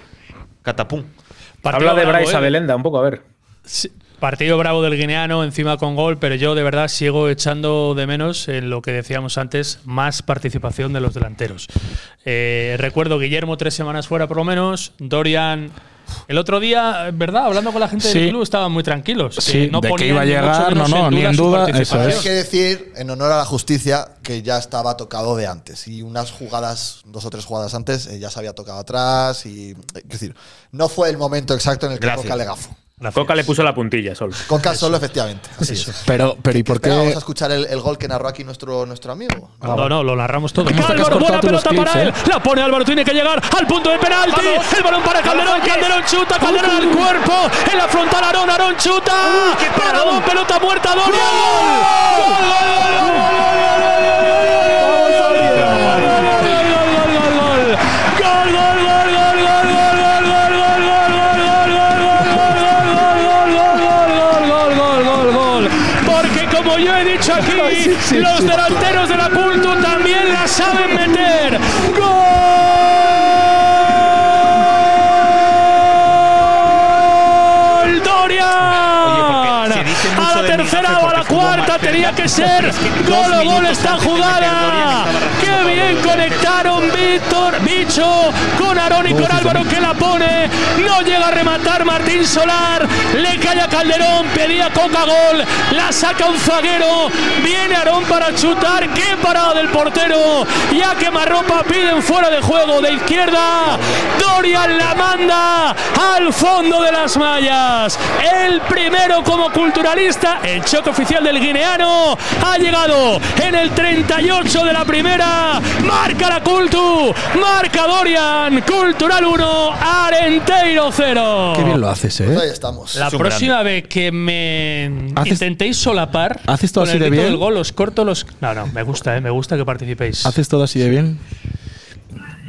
Speaker 4: catapum.
Speaker 7: Habla de
Speaker 2: bravo,
Speaker 7: Bryce
Speaker 2: eh.
Speaker 7: Abelenda un poco, a ver.
Speaker 2: Sí, Partido bravo del guineano, encima con gol, pero yo de verdad sigo echando de menos en lo que decíamos antes, más participación de los delanteros. Eh, recuerdo Guillermo tres semanas fuera por lo menos, Dorian el otro día, eh, ¿verdad? Hablando con la gente del
Speaker 5: Sí.
Speaker 2: club estaban muy tranquilos.
Speaker 5: Sí, de que
Speaker 2: ponían
Speaker 5: iba a
Speaker 2: ni mucho
Speaker 5: llegar,
Speaker 2: menos
Speaker 5: no, no, ni en
Speaker 2: su
Speaker 5: duda,
Speaker 2: participación.
Speaker 5: eso
Speaker 1: Hay que decir, en honor a la justicia, que ya estaba tocado de antes. Y unas jugadas, dos o tres jugadas antes, eh, ya se había tocado atrás. Y, eh, es decir, no fue el momento exacto en el que
Speaker 4: Gracias.
Speaker 1: Coca le gafó.
Speaker 7: Coca le puso la puntilla solo.
Speaker 1: Coca solo, efectivamente. Así es.
Speaker 5: Pero, pero ¿y por
Speaker 1: Espera, vamos
Speaker 5: qué?
Speaker 1: a escuchar el, el gol que narró aquí nuestro, nuestro amigo.
Speaker 2: No, no, lo narramos todo.
Speaker 5: Hemos
Speaker 2: Álvaro,
Speaker 5: cortado
Speaker 2: buena
Speaker 5: todos los
Speaker 2: pelota
Speaker 5: clips,
Speaker 2: para
Speaker 5: ¿eh?
Speaker 2: él. La pone Álvaro, tiene que llegar al punto de penalti.
Speaker 4: Vamos.
Speaker 2: El balón para Calderón,
Speaker 4: Vamos,
Speaker 2: Calderón chuta, Calderón al cuerpo. En la frontal, Arón, Arón chuta.
Speaker 4: qué
Speaker 2: Para
Speaker 4: paradón.
Speaker 2: pelota muerta, Dorian. ¡Gol! ¡Gol, gol, gol, gol! Porque como yo he dicho aquí, los delanteros de la Pultu también la saben meter. ¡Gol! ¡Dorian!
Speaker 4: Oye, porque se dice
Speaker 2: a
Speaker 4: mucho de
Speaker 2: la
Speaker 4: Miguel
Speaker 2: tercera o a
Speaker 4: Ángel
Speaker 2: la
Speaker 4: porque jugó
Speaker 2: cuarta
Speaker 4: mal,
Speaker 2: tenía
Speaker 4: pero
Speaker 2: que
Speaker 4: es
Speaker 2: ser
Speaker 4: que dos
Speaker 2: gol o gol
Speaker 4: minutos
Speaker 2: esta
Speaker 4: antes de meter
Speaker 2: jugada.
Speaker 4: Dorian estaba
Speaker 2: ¡Qué bien
Speaker 4: arrastrando Pablo Dorian.
Speaker 2: conectaron Víctor, Bicho con Arón y con Álvaro que la pone! No llega a rematar Martín Solar, le cae a Calderón, pedía Coca gol, la saca un zaguero, viene Arón para chutar, ¡qué parada del portero! Ya que Marropa piden fuera de juego de izquierda, Dorian la manda al fondo de las mallas. El primero como culturalista, el choque oficial del guineano, ha llegado en el 38 de la primera. Marca la Cultu, marca Dorian, Cultural 1, Arenteiro 0.
Speaker 5: Qué bien lo haces,
Speaker 1: Pues
Speaker 5: ¿eh?
Speaker 1: ahí estamos.
Speaker 2: La
Speaker 4: Es un
Speaker 2: próxima vez que me
Speaker 5: Haces-
Speaker 2: intentéis solapar,
Speaker 5: ¿Haces todo
Speaker 2: con
Speaker 5: así
Speaker 2: el
Speaker 5: de
Speaker 2: grito
Speaker 5: bien?
Speaker 2: del gol, os corto los. No, no, me gusta, eh, me gusta que participéis.
Speaker 5: ¿Haces todo así de bien?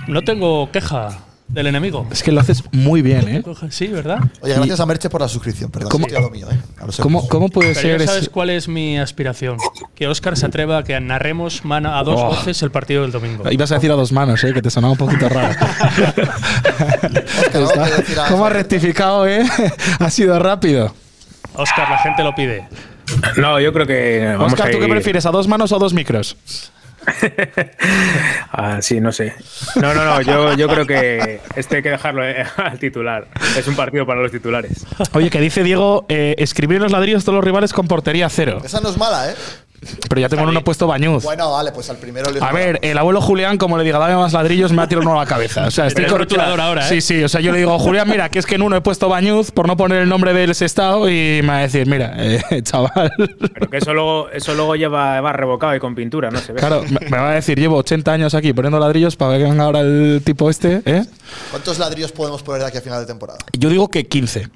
Speaker 2: No tengo queja del enemigo.
Speaker 5: Es que lo haces muy bien, ¿eh?
Speaker 2: Sí, ¿verdad?
Speaker 1: Oye, gracias a Merche por la suscripción. Perdón,
Speaker 5: ¿Cómo-
Speaker 1: estoy a lo mío, ¿eh? A los
Speaker 5: ¿Cómo,
Speaker 1: ojos.
Speaker 5: cómo puede
Speaker 2: Pero
Speaker 5: ser
Speaker 2: ya sabes
Speaker 5: ese-
Speaker 2: cuál es mi aspiración. Que Óscar se atreva a que narremos mano- a dos
Speaker 5: Oh.
Speaker 2: voces el partido del domingo.
Speaker 5: Ibas a decir a dos manos, ¿eh? que te sonaba un poquito raro.
Speaker 1: Óscar, algo que decir a-
Speaker 5: ¿Cómo has rectificado, eh? ha sido rápido.
Speaker 2: Óscar, la gente lo pide.
Speaker 7: No, yo creo que. Eh, Vamos
Speaker 5: Oscar,
Speaker 7: a
Speaker 5: ¿tú qué
Speaker 7: ir-
Speaker 5: prefieres, a dos manos o dos micros?
Speaker 7: Ah, sí, no sé. No, no, no, yo, yo creo que este hay que dejarlo eh, al titular. Es un partido para los titulares.
Speaker 5: Oye, que dice Diego, eh, escribir en los ladrillos todos los rivales con portería cero.
Speaker 1: Esa no es mala, ¿eh?
Speaker 5: Pero ya tengo en uno puesto Bañuz.
Speaker 1: Bueno, vale, pues al primero le.
Speaker 5: A ver, el abuelo Julián, como le diga, dame más ladrillos, me ha tirado uno a la cabeza. O sea, estoy
Speaker 2: eres
Speaker 5: con-
Speaker 2: rotulador ahora, ¿eh?
Speaker 5: Sí, sí. O sea, yo le digo, Julián, mira, que es que en uno he puesto Bañuz por no poner el nombre del estado y me va a decir, mira, eh, chaval.
Speaker 7: Pero que eso luego, eso luego lleva, va revocado y con pintura, no se ve.
Speaker 5: Claro, me me va a decir, llevo 80 años aquí poniendo ladrillos para que venga ahora el tipo este, ¿eh?
Speaker 1: ¿Cuántos ladrillos podemos poner de aquí a final de temporada?
Speaker 5: Yo digo que 15.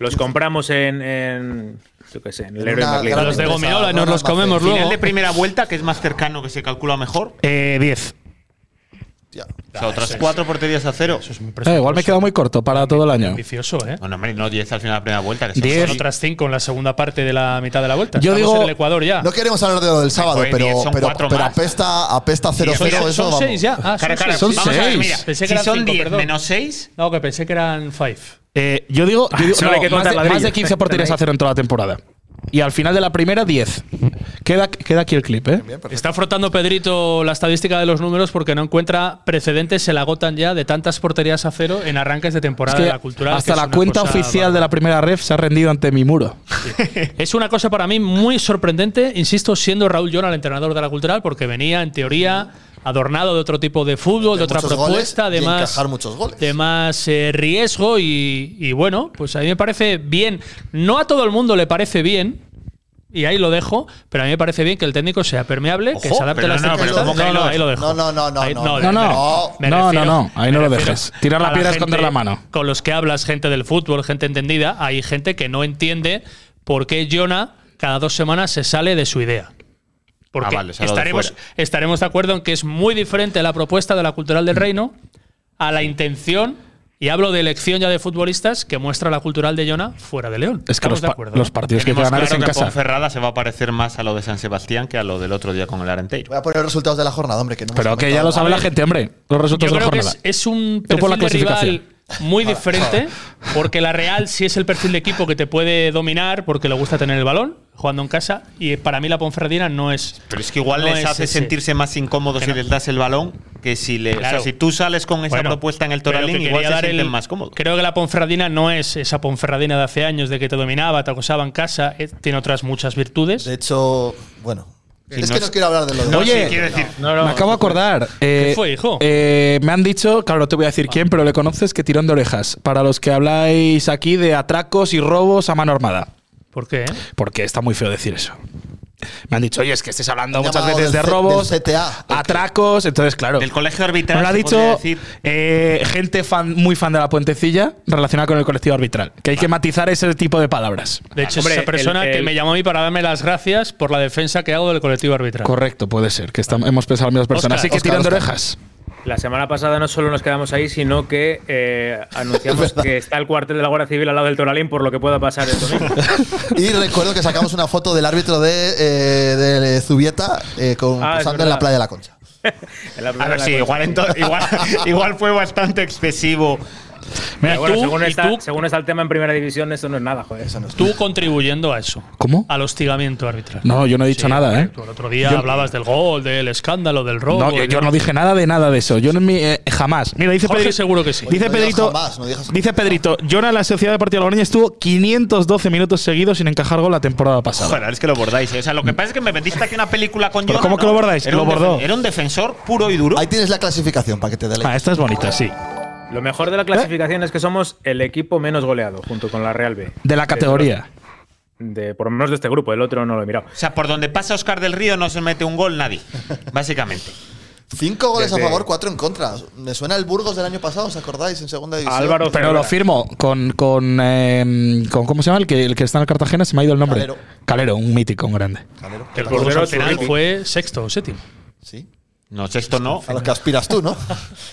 Speaker 7: Los compramos en. en yo qué sé, en el
Speaker 1: En
Speaker 7: Leroy
Speaker 1: una
Speaker 7: Merlin.
Speaker 1: gran
Speaker 2: Los de
Speaker 1: empresa,
Speaker 2: Gomiola y nos
Speaker 1: gran
Speaker 2: los
Speaker 1: almacén.
Speaker 2: comemos
Speaker 4: Final
Speaker 2: luego.
Speaker 4: de primera vuelta, que es más cercano, que se calcula mejor.
Speaker 5: Eh, 10.
Speaker 1: Hostia.
Speaker 4: O sea, otras cuatro porterías a cero.
Speaker 5: Eh, igual me he quedado muy corto para todo el año.
Speaker 2: Ambicioso, ¿eh?
Speaker 4: Bueno, hombre, no 10 al final de la primera vuelta. Que son
Speaker 5: Diez.
Speaker 2: Son otras cinco en la segunda parte de la mitad de la vuelta.
Speaker 5: Yo
Speaker 2: Estamos
Speaker 5: digo-
Speaker 2: en el Ecuador ya.
Speaker 1: No queremos hablar de lo del sábado,
Speaker 4: Joder,
Speaker 1: pero,
Speaker 4: diez, son
Speaker 1: pero,
Speaker 4: cuatro
Speaker 1: pero
Speaker 4: más.
Speaker 1: apesta, apesta 0-0.
Speaker 4: Son-
Speaker 1: eso
Speaker 2: son
Speaker 1: vamos.
Speaker 2: seis ya. Ah, son
Speaker 4: Cara, cara,
Speaker 2: seis.
Speaker 4: vamos a ver,
Speaker 5: seis.
Speaker 4: mira,
Speaker 2: Pensé que
Speaker 4: si
Speaker 2: eran
Speaker 4: son
Speaker 2: cinco,
Speaker 4: 10
Speaker 2: perdón.
Speaker 4: menos 6,
Speaker 2: No, que pensé que eran five.
Speaker 5: Eh, yo digo, yo digo-
Speaker 7: Ah, Solo
Speaker 5: no,
Speaker 7: hay que
Speaker 5: más,
Speaker 7: contar
Speaker 5: de,
Speaker 7: ladrillos.
Speaker 5: más de 15 porterías a cero en toda la temporada. Y al final de la primera, 10. Queda, queda aquí el clip, ¿eh?
Speaker 2: Está frotando Pedrito la estadística de los números porque no encuentra precedentes, se la agotan ya de tantas porterías a cero en arranques de
Speaker 5: Es
Speaker 2: temporada
Speaker 5: que
Speaker 2: de la cultural. que
Speaker 5: hasta
Speaker 2: es
Speaker 5: la
Speaker 2: una
Speaker 5: cuenta
Speaker 2: cosa
Speaker 5: oficial de la primera ref se ha rendido ante mi muro.
Speaker 2: Es una cosa para mí muy sorprendente, insisto, siendo Raúl Llora el entrenador de la Cultural, porque venía en teoría adornado de otro tipo de fútbol, de, otra
Speaker 1: muchos
Speaker 2: propuesta,
Speaker 1: goles
Speaker 2: de
Speaker 1: y
Speaker 2: más,
Speaker 1: encajar muchos goles.
Speaker 2: de más eh, riesgo y, y bueno, pues a mí me parece bien. No a todo el mundo le parece bien. Y ahí lo dejo, pero a mí me parece bien que el técnico sea permeable, que
Speaker 4: Ojo,
Speaker 2: se adapte
Speaker 4: pero
Speaker 2: a las
Speaker 4: no, no, pero
Speaker 2: circunstancias.
Speaker 4: ¿cómo que
Speaker 2: No, no,
Speaker 4: lo-
Speaker 2: ahí lo dejo.
Speaker 1: No, no, no, no,
Speaker 2: Ahí-
Speaker 1: no,
Speaker 2: me-
Speaker 1: no,
Speaker 5: no.
Speaker 2: me
Speaker 5: No, no, no, ahí no
Speaker 2: me
Speaker 5: lo
Speaker 2: refiero
Speaker 5: dejes. Tirar la
Speaker 2: a
Speaker 5: piedra es esconder
Speaker 2: gente
Speaker 5: la mano.
Speaker 2: Con los que hablas, gente del fútbol, gente entendida, hay gente que no entiende por qué Jonah cada dos semanas se sale de su idea. Porque
Speaker 4: Ah, vale, se ha dado de
Speaker 2: estaremos,
Speaker 4: fuera.
Speaker 2: estaremos de acuerdo en que es muy diferente la propuesta de la cultural del reino a la intención, y hablo de elección ya de futbolistas, que muestra la cultural de Jonah fuera de León.
Speaker 5: Es que
Speaker 2: Estamos
Speaker 5: los,
Speaker 2: de
Speaker 5: pa-
Speaker 2: acuerdo,
Speaker 5: los
Speaker 2: ¿no?
Speaker 5: partidos que hay que
Speaker 4: Tenemos
Speaker 5: ganar es
Speaker 4: claro
Speaker 5: en
Speaker 4: que
Speaker 5: casa.
Speaker 4: Ponferrada se va a parecer más a lo de San Sebastián que a lo del otro día con el Arenteiro.
Speaker 1: Voy a poner resultados de la jornada, hombre, que no hemos
Speaker 5: Pero que ya
Speaker 1: comentado.
Speaker 5: lo sabe la gente, hombre.
Speaker 2: Yo
Speaker 5: Los resultados de
Speaker 2: creo
Speaker 5: la
Speaker 2: que
Speaker 5: jornada.
Speaker 2: es, es un
Speaker 5: Tú
Speaker 2: perfil
Speaker 5: pon la
Speaker 2: de rival
Speaker 4: Ah,
Speaker 2: muy diferente,
Speaker 1: ahora.
Speaker 2: porque la Real sí es el perfil de equipo que te puede dominar porque le gusta tener el balón jugando en casa, y para mí la Ponferradina no es.
Speaker 4: Pero es que igual
Speaker 2: no
Speaker 4: les
Speaker 2: es
Speaker 4: hace
Speaker 2: ese.
Speaker 4: sentirse más incómodos si
Speaker 2: no.
Speaker 4: les das el balón que si le. O
Speaker 2: Claro.
Speaker 4: sea, si tú sales con esa
Speaker 2: Bueno,
Speaker 4: propuesta en el
Speaker 2: pero
Speaker 4: Toralín,
Speaker 2: que
Speaker 4: igual
Speaker 2: quería
Speaker 4: se
Speaker 2: dar
Speaker 4: sienten
Speaker 2: el-
Speaker 4: más cómodos.
Speaker 2: Creo que la Ponferradina no es esa Ponferradina de hace años de que te dominaba, te acosaba en casa, eh, tiene otras muchas virtudes.
Speaker 1: De hecho, bueno.
Speaker 4: Sí,
Speaker 1: es
Speaker 4: no
Speaker 1: que no
Speaker 4: es-
Speaker 1: quiero hablar de lo de
Speaker 4: No,
Speaker 5: Oye,
Speaker 4: sí, quiero decir,
Speaker 5: me acabo de acordar. eh,
Speaker 2: fue, hijo?
Speaker 5: eh, me han dicho, claro, no te voy a decir quién, pero le conoces que tirón de orejas. Para los que habláis aquí de atracos y robos a mano armada.
Speaker 2: ¿Por qué? eh?
Speaker 5: Porque está muy feo decir eso. Me han dicho, oye, es que estés hablando
Speaker 1: Han
Speaker 5: muchas
Speaker 1: llamado
Speaker 5: veces de
Speaker 1: del C-
Speaker 5: robos,
Speaker 1: del CTA, ¿o qué?
Speaker 5: atracos, entonces, claro.
Speaker 4: del colegio arbitral.
Speaker 5: Me lo ha
Speaker 4: se podría
Speaker 5: dicho
Speaker 4: decir-
Speaker 5: eh, gente fan, muy fan de la puentecilla relacionada con el colectivo arbitral. Que hay
Speaker 4: Ah.
Speaker 5: que matizar ese tipo de palabras.
Speaker 2: De hecho,
Speaker 7: Hombre,
Speaker 2: es esa persona
Speaker 7: el- el-
Speaker 2: que me llamó a mí para darme las gracias por la defensa que hago del colectivo arbitral.
Speaker 5: Correcto, puede ser, que estamos, hemos pensado en las mismas personas.
Speaker 2: Óscar,
Speaker 5: Así que
Speaker 1: Óscar,
Speaker 5: tirando
Speaker 1: Óscar.
Speaker 5: orejas.
Speaker 7: La semana pasada no solo nos quedamos ahí, sino que eh, anunciamos que está el cuartel de la Guardia Civil al lado del Toralín por lo que pueda pasar ¿eh? el domingo.
Speaker 1: Y recuerdo que sacamos una foto del árbitro de, eh, de Zubieta eh, con,
Speaker 7: Ah, es
Speaker 1: posando en la
Speaker 7: verdad.
Speaker 1: playa de la Concha.
Speaker 7: En la primera
Speaker 4: A ver,
Speaker 7: de la
Speaker 4: sí,
Speaker 7: cosa.
Speaker 4: igual, ento- igual, igual fue bastante excesivo.
Speaker 7: Pero bueno,
Speaker 2: tú-
Speaker 7: según,
Speaker 2: y
Speaker 7: está,
Speaker 2: tú-
Speaker 7: según está el tema en primera división, esto no es nada, joder.
Speaker 2: Tú contribuyendo a eso.
Speaker 5: ¿Cómo?
Speaker 2: Al hostigamiento arbitral.
Speaker 5: No, yo no he dicho
Speaker 2: Sí,
Speaker 5: nada, ¿eh?
Speaker 2: correcto. El otro día hablabas del gol, del escándalo, del robo.
Speaker 5: No, yo,
Speaker 2: de-
Speaker 5: yo no dije nada de nada de eso. Yo no, mi- eh, jamás. Mira, dice
Speaker 2: Jorge
Speaker 5: Pedrito.
Speaker 2: seguro que sí.
Speaker 5: Dice
Speaker 1: No digas
Speaker 5: Pedrito.
Speaker 1: jamás, no digas-
Speaker 5: dice Pedrito. Jonah en la Sociedad Deportiva Logroño estuvo 512 minutos seguidos sin encajar gol la temporada pasada.
Speaker 4: Joder, es que lo bordáis. eh. O sea, lo que pasa es que me metiste aquí una película con
Speaker 5: ¿Pero
Speaker 4: Jonah,
Speaker 5: cómo que lo bordáis?
Speaker 4: Era
Speaker 5: Lo
Speaker 4: un defen-
Speaker 5: bordó.
Speaker 4: Era un defensor puro y duro.
Speaker 1: Ahí tienes la clasificación para que te dé la
Speaker 5: Ah, esta es bonita, sí.
Speaker 7: Lo mejor de la clasificación es que somos el equipo menos goleado, junto con la Real B.
Speaker 5: De la categoría.
Speaker 7: De, por lo menos de este grupo, el otro no lo he mirado.
Speaker 4: O sea, por donde pasa Oscar del Río no se mete un gol nadie, básicamente.
Speaker 1: Cinco goles
Speaker 7: Desde-
Speaker 1: a favor, cuatro en contra. Me suena el Burgos del año pasado, ¿os acordáis? En segunda división.
Speaker 7: Álvaro
Speaker 5: Pero lo
Speaker 7: Cervera.
Speaker 5: firmo con. con, eh, con- ¿Cómo se llama? El que, el que está en el Cartagena, se me ha ido el nombre.
Speaker 1: Calero.
Speaker 5: Calero, un mítico, un grande.
Speaker 1: Calero.
Speaker 2: Que el
Speaker 7: Por
Speaker 2: Burgos
Speaker 7: cero,
Speaker 2: al final
Speaker 7: Zurriqui.
Speaker 2: fue sexto o séptimo.
Speaker 1: Sí.
Speaker 4: No, esto no.
Speaker 1: A los que aspiras tú, ¿no?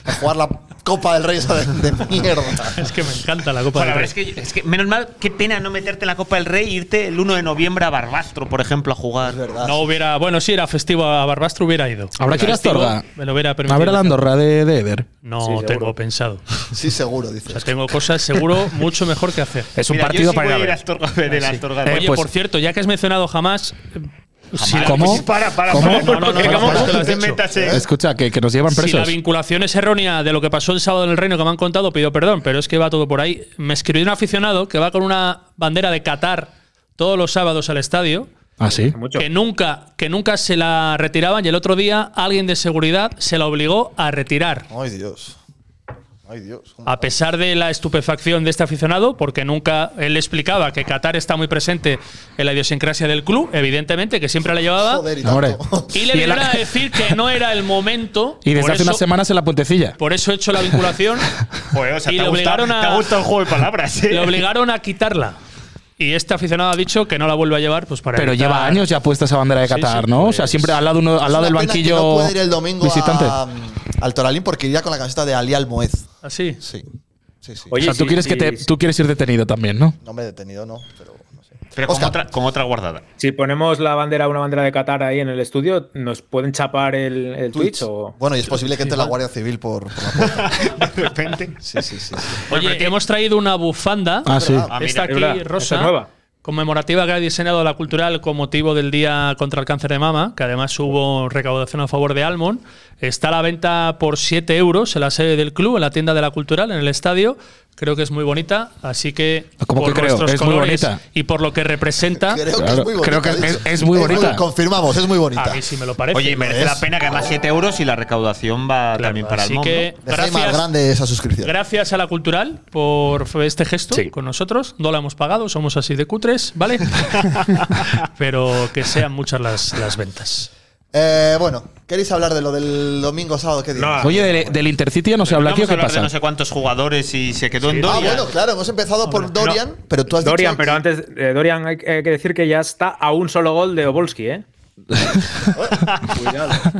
Speaker 1: A jugar la Copa del Rey esa de, de mierda.
Speaker 2: Es que me encanta la Copa
Speaker 4: Bueno,
Speaker 2: del
Speaker 4: a ver,
Speaker 2: Rey.
Speaker 4: es que, es que menos mal, qué pena no meterte en la Copa del Rey e irte el 1 de noviembre a Barbastro, por ejemplo, a jugar.
Speaker 1: Es verdad.
Speaker 2: No hubiera. Bueno, si era festivo a Barbastro, hubiera ido.
Speaker 5: Habrá que ir a
Speaker 2: Festivo,
Speaker 5: Astorga.
Speaker 2: Me lo hubiera permitido.
Speaker 5: A ver a la Andorra de, de Eder.
Speaker 2: No
Speaker 7: seguro.
Speaker 2: tengo pensado.
Speaker 1: Sí, seguro,
Speaker 2: O
Speaker 1: dice.
Speaker 2: sea, tengo cosas seguro mucho mejor que hacer. Ah,
Speaker 5: Es un
Speaker 4: Mira, yo
Speaker 5: partido
Speaker 4: sí
Speaker 5: para ir a
Speaker 4: voy a ir a
Speaker 5: ver.
Speaker 4: Astorga, a ver el Astorga.
Speaker 5: Eh,
Speaker 2: Oye,
Speaker 5: pues-
Speaker 2: por cierto, ya que has mencionado jamás. eh, si la-
Speaker 5: ¿Cómo?
Speaker 4: Para, para,
Speaker 5: ¿Cómo?
Speaker 4: para,
Speaker 2: No, no, no,
Speaker 4: Digamos,
Speaker 2: no, no, no,
Speaker 4: te
Speaker 2: no, no,
Speaker 4: metas en-
Speaker 5: Escucha, que, que nos llevan
Speaker 2: Si la
Speaker 5: presos.
Speaker 2: vinculación es errónea de lo que pasó el sábado en el reino que me han contado, pido perdón, pero es que va todo por ahí. Me escribió un aficionado que va con una bandera de Qatar todos los sábados al estadio,
Speaker 5: Ah, sí.
Speaker 7: Mucho.
Speaker 2: que nunca, que nunca se la retiraban y el otro día alguien de seguridad se la obligó a retirar.
Speaker 1: Ay, Dios. Ay, Dios. ¿Cómo?
Speaker 2: A pesar de la estupefacción de este aficionado, porque nunca él le explicaba que Qatar está muy presente en la idiosincrasia del club, evidentemente, que siempre la llevaba.
Speaker 1: Joder, y
Speaker 5: Hombre.
Speaker 1: tanto.
Speaker 2: Y le
Speaker 5: Y el-
Speaker 2: vinieron a decir que no era el momento.
Speaker 5: Y desde
Speaker 2: por
Speaker 5: hace
Speaker 2: eso-
Speaker 5: unas semanas en la puentecilla.
Speaker 2: Por eso he hecho la vinculación.
Speaker 4: Joder, o sea,
Speaker 2: Y
Speaker 4: te,
Speaker 2: le
Speaker 4: ha gustado,
Speaker 2: obligaron a-
Speaker 4: te ha gustado el juego de palabras. ¿eh?
Speaker 2: Le obligaron a quitarla. Y este aficionado ha dicho que no la vuelve a llevar, pues para.
Speaker 5: Pero
Speaker 2: evitar-
Speaker 5: lleva años ya puesta esa bandera de
Speaker 2: Sí, sí,
Speaker 5: Qatar, ¿no? O sea,
Speaker 2: pues-
Speaker 5: siempre al lado, uno, al lado
Speaker 1: Es
Speaker 5: del
Speaker 1: una pena que
Speaker 5: banquillo
Speaker 1: no puede ir el domingo
Speaker 5: visitante.
Speaker 1: a- al Toralín porque iría con la camiseta de Ali Almoez.
Speaker 2: Así.
Speaker 1: Sí. Sí, sí.
Speaker 5: o sea, tú,
Speaker 7: sí,
Speaker 5: quieres que
Speaker 7: sí,
Speaker 5: te,
Speaker 7: sí.
Speaker 5: tú quieres ir detenido también, ¿no?
Speaker 1: No me he detenido, no, pero no sé.
Speaker 4: Pero con
Speaker 1: Oscar.
Speaker 4: otra, con otra guardada.
Speaker 7: Si ponemos la bandera, una bandera de Qatar ahí en el estudio, ¿nos pueden chapar el, el Twitch? o-
Speaker 1: Bueno, y es posible que entre la Guardia Civil por, por la puerta.
Speaker 4: De repente.
Speaker 1: Sí, sí, sí. sí.
Speaker 2: Oye, hemos traído una bufanda.
Speaker 5: Ah, sí.
Speaker 4: Ah, mira,
Speaker 2: Está
Speaker 4: es
Speaker 2: aquí
Speaker 7: verdad.
Speaker 2: rosa.
Speaker 7: Esta es nueva.
Speaker 2: Conmemorativa que ha diseñado la cultural con motivo del Día contra el Cáncer de Mama, que además hubo recaudación a favor de Almon. Está a la venta por 7 euros en la sede del club, en la tienda de la cultural, en el estadio. Creo que es muy bonita, así que
Speaker 5: Ah, ¿Cómo que creo?
Speaker 2: nuestros
Speaker 5: Es muy
Speaker 2: colores
Speaker 5: bonita.
Speaker 2: y por lo que representa,
Speaker 1: Ah, Creo que
Speaker 5: Claro,
Speaker 1: es muy bonita.
Speaker 5: creo que es-
Speaker 1: dice.
Speaker 5: es muy bonita.
Speaker 1: confirmamos, es muy bonita.
Speaker 2: a mí sí me lo parece.
Speaker 4: Oye, y merece la pena que además 7 euros y la recaudación va
Speaker 2: Claro,
Speaker 4: también para
Speaker 2: así
Speaker 4: el mundo.
Speaker 2: que
Speaker 1: Dejad más
Speaker 2: gracias,
Speaker 1: grande esa suscripción.
Speaker 2: gracias a la cultural por este gesto
Speaker 5: Sí.
Speaker 2: con nosotros. No la hemos pagado, somos así de cutres, ¿vale? Pero que sean muchas las, las ventas.
Speaker 1: Eh, bueno, ¿queréis hablar de lo del domingo sábado? ¿Qué dices?
Speaker 5: Oye, de- del, Intercity no se habla,
Speaker 4: Vamos
Speaker 5: tío,
Speaker 4: a
Speaker 5: ¿qué
Speaker 4: hablar de
Speaker 5: pasa?
Speaker 4: no sé cuántos jugadores y se quedó en
Speaker 1: ah,
Speaker 4: Doria.
Speaker 1: bueno, claro, hemos empezado por Dorian, pero tú has dicho
Speaker 7: Dorian,
Speaker 1: que-
Speaker 7: pero antes, eh, Dorian, hay que hay que decir que ya está a un solo gol de Obolski, ¿eh?
Speaker 1: Cuidado.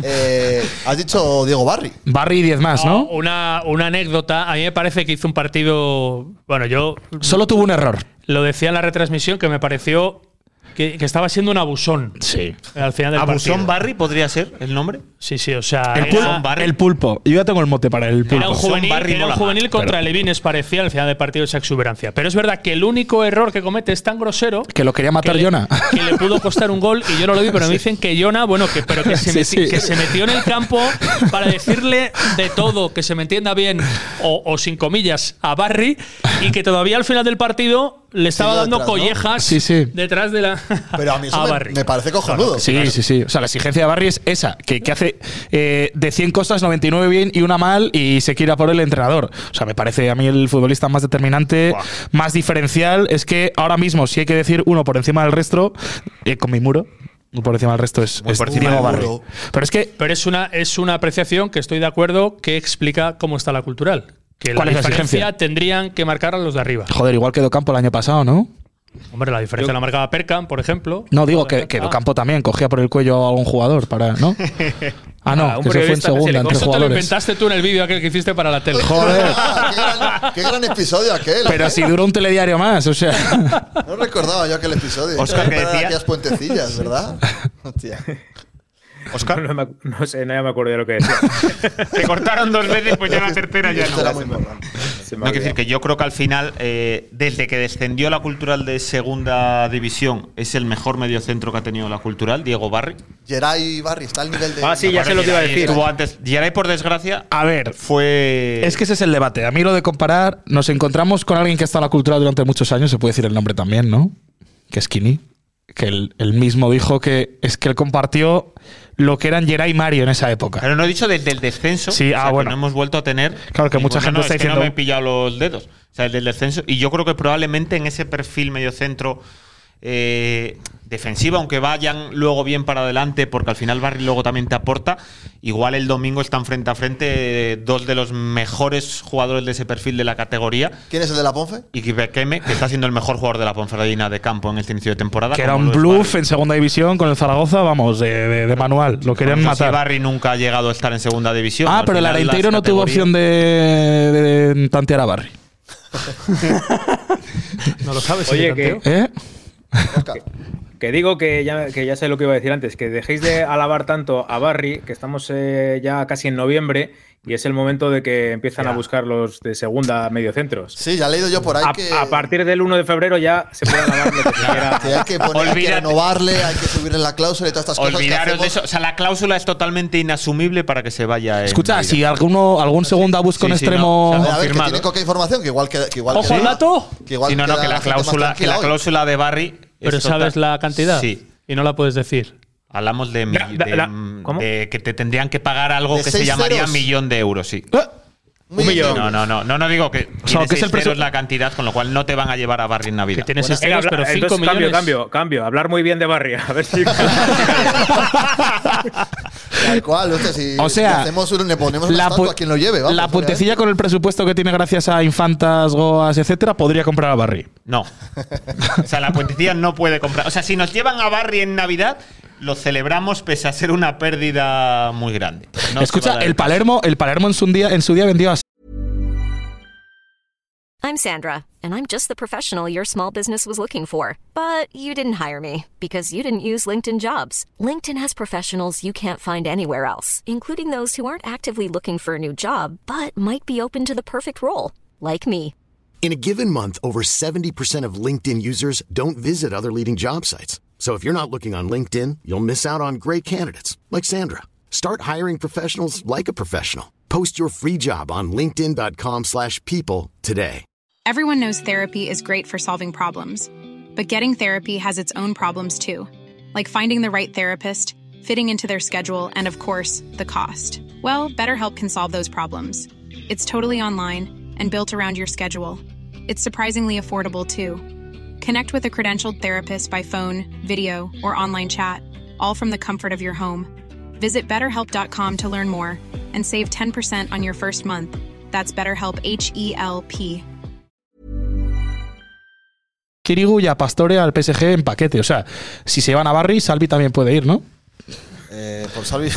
Speaker 1: Eh, has dicho Diego Barry.
Speaker 5: Barry y 10 más, ¿no?
Speaker 2: Una, una anécdota, a mí me parece que hizo un partido, bueno, yo
Speaker 5: Solo tuvo un error.
Speaker 2: lo decía en la retransmisión que me pareció que, que estaba siendo un abusón
Speaker 5: Sí.
Speaker 2: al final del
Speaker 4: Abusón
Speaker 2: partido.
Speaker 4: Barry podría ser el nombre.
Speaker 2: Sí, sí, o sea,
Speaker 5: El,
Speaker 2: era-
Speaker 5: pul-
Speaker 4: Abusón Barry.
Speaker 5: Ah, el pulpo. Yo ya tengo el mote para el
Speaker 2: Era
Speaker 5: pulpo.
Speaker 2: un
Speaker 4: Abusón
Speaker 2: juvenil,
Speaker 4: Barry
Speaker 2: era un
Speaker 4: mola
Speaker 2: juvenil
Speaker 4: más,
Speaker 2: contra Levines, parecía al final del partido esa exuberancia. Pero es verdad que el único error que comete es tan grosero.
Speaker 5: Que lo quería matar
Speaker 2: que le-
Speaker 5: Jonah.
Speaker 2: Que le pudo costar un gol y yo no lo vi, pero me dicen que Jonah, bueno, que, pero que se,
Speaker 5: Sí,
Speaker 2: meti-
Speaker 5: sí.
Speaker 2: que se metió en el campo para decirle de todo, que se me entienda bien, o, o sin comillas, a Barry, y que todavía al final del partido le estaba
Speaker 1: Siguió
Speaker 2: dando
Speaker 1: detrás, ¿no?
Speaker 2: collejas
Speaker 5: Sí, sí.
Speaker 2: detrás de la.
Speaker 1: Pero a mí eso me,
Speaker 2: Ah, Barry.
Speaker 1: me parece cojonudo.
Speaker 5: Sí, sí, sí. O sea, la exigencia de Barry es esa, que, que hace eh, de 100 cosas 99 bien y una mal y se quiere a por el entrenador. O sea, me parece a mí el futbolista más determinante, más diferencial. Es que ahora mismo, si hay que decir uno por encima del resto, eh, con mi muro, por encima del resto es,
Speaker 4: Muy
Speaker 5: es
Speaker 4: por encima
Speaker 5: Diego
Speaker 4: del
Speaker 5: Barry.
Speaker 1: muro.
Speaker 5: Pero es que
Speaker 2: Pero es una, es una apreciación que estoy de acuerdo que explica cómo está la cultural. Que
Speaker 5: ¿Cuál
Speaker 2: la
Speaker 5: es la
Speaker 2: diferencia
Speaker 5: exigencia?
Speaker 2: tendrían que marcar a los de arriba.
Speaker 5: Joder, igual quedó campo el año pasado, ¿no?
Speaker 2: Hombre, la diferencia la marcaba Perkan, por ejemplo.
Speaker 5: No, digo que, que
Speaker 2: Ah.
Speaker 5: Do Campo también cogía por el cuello a algún jugador para. ¿No? Ah, no,
Speaker 7: Ah, un
Speaker 5: que eso fue en
Speaker 7: periodista que se le coge.
Speaker 5: segunda, entre
Speaker 2: Eso te lo
Speaker 5: jugadores.
Speaker 2: inventaste tú en el vídeo aquel que hiciste para la tele.
Speaker 5: Joder.
Speaker 1: Ah, qué, gran, qué gran episodio aquel.
Speaker 5: Pero si duró un telediario más, o sea.
Speaker 1: No recordaba yo aquel episodio.
Speaker 4: Óscar, ¿qué
Speaker 1: Eran
Speaker 4: decías?
Speaker 1: aquellas puentecillas, ¿verdad? Hostia.
Speaker 7: No, me ac- no sé, no ya me acuerdo de lo que decía.
Speaker 4: Te cortaron dos veces, pues ya la tercera ya
Speaker 1: Esto era muy
Speaker 4: no.
Speaker 1: importante.
Speaker 7: Se me
Speaker 4: No,
Speaker 7: ha
Speaker 4: quiero
Speaker 7: olvidado.
Speaker 4: decir que yo creo que al final, eh, desde que descendió la cultural de segunda división, es el mejor mediocentro que ha tenido la cultural, Diego Barry.
Speaker 1: Geray Barry está al nivel de.
Speaker 7: Ah, sí, ya sé lo que iba a
Speaker 4: Geray
Speaker 7: decir.
Speaker 4: Estuvo antes. Geray, por desgracia,
Speaker 5: A ver,
Speaker 4: fue.
Speaker 5: Es que ese es el debate. A mí lo de comparar, nos encontramos con alguien que ha estado en la cultura durante muchos años, se puede decir el nombre también, ¿no? Que es Skinny. Que él, él mismo dijo que es que él compartió lo que eran Geray y Mario en esa época.
Speaker 4: Pero no he dicho desde el descenso.
Speaker 5: Sí,
Speaker 4: o sea,
Speaker 5: ah,
Speaker 4: que
Speaker 5: bueno.
Speaker 4: no hemos vuelto a tener.
Speaker 5: Claro, que mucha gente
Speaker 4: no,
Speaker 5: está
Speaker 4: es
Speaker 5: diciendo-
Speaker 4: Que no me he pillado los dedos. O sea, desde el descenso. Y yo creo que probablemente en ese perfil mediocentro. Eh, defensiva, aunque vayan luego bien para adelante, porque al final Barry luego también te aporta. Igual el domingo están frente a frente eh, dos de los mejores jugadores de ese perfil de la categoría.
Speaker 1: ¿Quién es el de la Ponfe?
Speaker 4: Y Kibekeme, que está siendo el mejor jugador de la Ponferradina de campo en este inicio de temporada.
Speaker 5: Que era
Speaker 4: como
Speaker 5: un
Speaker 4: lo es
Speaker 5: bluff
Speaker 4: Barry.
Speaker 5: en segunda división con el Zaragoza, vamos, de, de- de manual. Lo querían
Speaker 4: No sé si
Speaker 5: matar.
Speaker 4: Barry nunca ha llegado a estar en segunda división.
Speaker 5: Ah,
Speaker 4: Al
Speaker 5: pero el
Speaker 4: final las
Speaker 5: Arenteiro no tuvo
Speaker 4: categorías-
Speaker 5: opción de, de tantear a Barry.
Speaker 2: No lo sabes.
Speaker 7: Oye,
Speaker 2: el
Speaker 7: que,
Speaker 5: ¿Eh?
Speaker 1: Óscar.
Speaker 7: que digo que ya, que ya sé lo que iba a decir antes, que dejéis de alabar tanto a Barry, que estamos eh, ya casi en noviembre y es el momento de que empiezan a buscar los de segunda mediocentros.
Speaker 1: Sí, ya he leído yo por ahí
Speaker 7: A,
Speaker 1: que.
Speaker 7: a partir del 1 de febrero ya se puede alabar lo que se quiera.
Speaker 1: que hay que, poner, hay que
Speaker 4: Olvídate.
Speaker 1: renovarle, hay que subirle la cláusula y todas estas cosas. que
Speaker 4: Olvidaros
Speaker 1: hacemos.
Speaker 4: de eso. O sea, la cláusula es totalmente inasumible para que se vaya. en
Speaker 5: Escucha,
Speaker 4: Navidad.
Speaker 5: si alguno, algún segunda busca un
Speaker 4: Sí, sí, no.
Speaker 5: extremo.
Speaker 4: O sea,
Speaker 1: A ver, a ver, que
Speaker 4: Confirmado.
Speaker 1: tiene coca información, que igual queda. Que igual
Speaker 2: Ojo
Speaker 1: queda-
Speaker 2: al dato.
Speaker 1: Que igual
Speaker 4: Sí, no, no,
Speaker 1: queda
Speaker 4: que la
Speaker 1: gente más
Speaker 4: cláusula, que
Speaker 1: tranquila
Speaker 4: la
Speaker 1: hoy.
Speaker 4: cláusula de Barry. es
Speaker 2: Pero
Speaker 4: total-
Speaker 2: sabes la cantidad.
Speaker 4: Sí.
Speaker 2: Y no la puedes decir.
Speaker 4: Hablamos de, mi-
Speaker 7: Da- da-
Speaker 4: de-
Speaker 7: da- ¿cómo?
Speaker 4: de que te tendrían que pagar algo
Speaker 1: De
Speaker 4: que se
Speaker 1: seis
Speaker 4: llamaría
Speaker 1: ceros.
Speaker 4: millón de euros, sí.
Speaker 5: ¡Eh!
Speaker 1: Muy
Speaker 7: Un millón.
Speaker 1: bien.
Speaker 4: No, no, no, no, no digo que,
Speaker 5: O sea,
Speaker 4: tiene
Speaker 5: que es
Speaker 4: seis
Speaker 5: el presu-
Speaker 4: ceros la cantidad, con lo cual no te van a llevar a Barry en
Speaker 2: Que
Speaker 4: Navidad.
Speaker 2: tienes
Speaker 7: Bueno,
Speaker 2: esteros,
Speaker 7: habla-
Speaker 2: pero 5
Speaker 7: entonces,
Speaker 2: millones.
Speaker 7: cambio, cambio, cambio. Hablar muy bien de Barry. A ver si.
Speaker 1: Tal cual, hostia, si
Speaker 5: O sea,
Speaker 1: le hacemos un- le ponemos la
Speaker 5: pu-
Speaker 1: a quien lo lleve. vamos, eh.
Speaker 5: la
Speaker 1: obviamente.
Speaker 5: puentecilla con el presupuesto que tiene gracias a Infantas, Goas, etcétera, podría comprar a Barry.
Speaker 4: No. O sea, la puentecilla no puede comprar. O sea, si nos llevan a Barry en Navidad, lo celebramos pese a ser una pérdida muy grande. No se va a
Speaker 5: Escucha,
Speaker 4: dar
Speaker 5: el Palermo, el Palermo en su día, en su día vendió a
Speaker 8: I'm Sandra, and I'm just the professional your small business was looking for. But you didn't hire me because you didn't use LinkedIn jobs. LinkedIn has professionals you can't find anywhere else, including those who aren't actively looking for a new job but might be open to the perfect role, like me.
Speaker 9: In a given month, over 70% of LinkedIn users don't visit other leading job sites. So if you're not looking on LinkedIn, you'll miss out on great candidates like Sandra. Start hiring professionals like a professional. Post your free job on linkedin.com/people slash people today.
Speaker 10: Everyone knows therapy is great for solving problems, but getting therapy has its own problems too, like finding the right therapist, fitting into their schedule, and of course, the cost. Well, BetterHelp can solve those problems. It's totally online and built around your schedule. It's surprisingly affordable too. Connect with a credentialed therapist by phone, video, or online chat, all from the comfort of your home. Visit betterhelp.com to learn more and save 10% on your first month. That's BetterHelp H E L P.
Speaker 5: Kirigu y a Pastore al PSG en paquete. O sea, si se van a Barry, Salvi también puede ir, ¿no?
Speaker 1: Eh, por Salvi.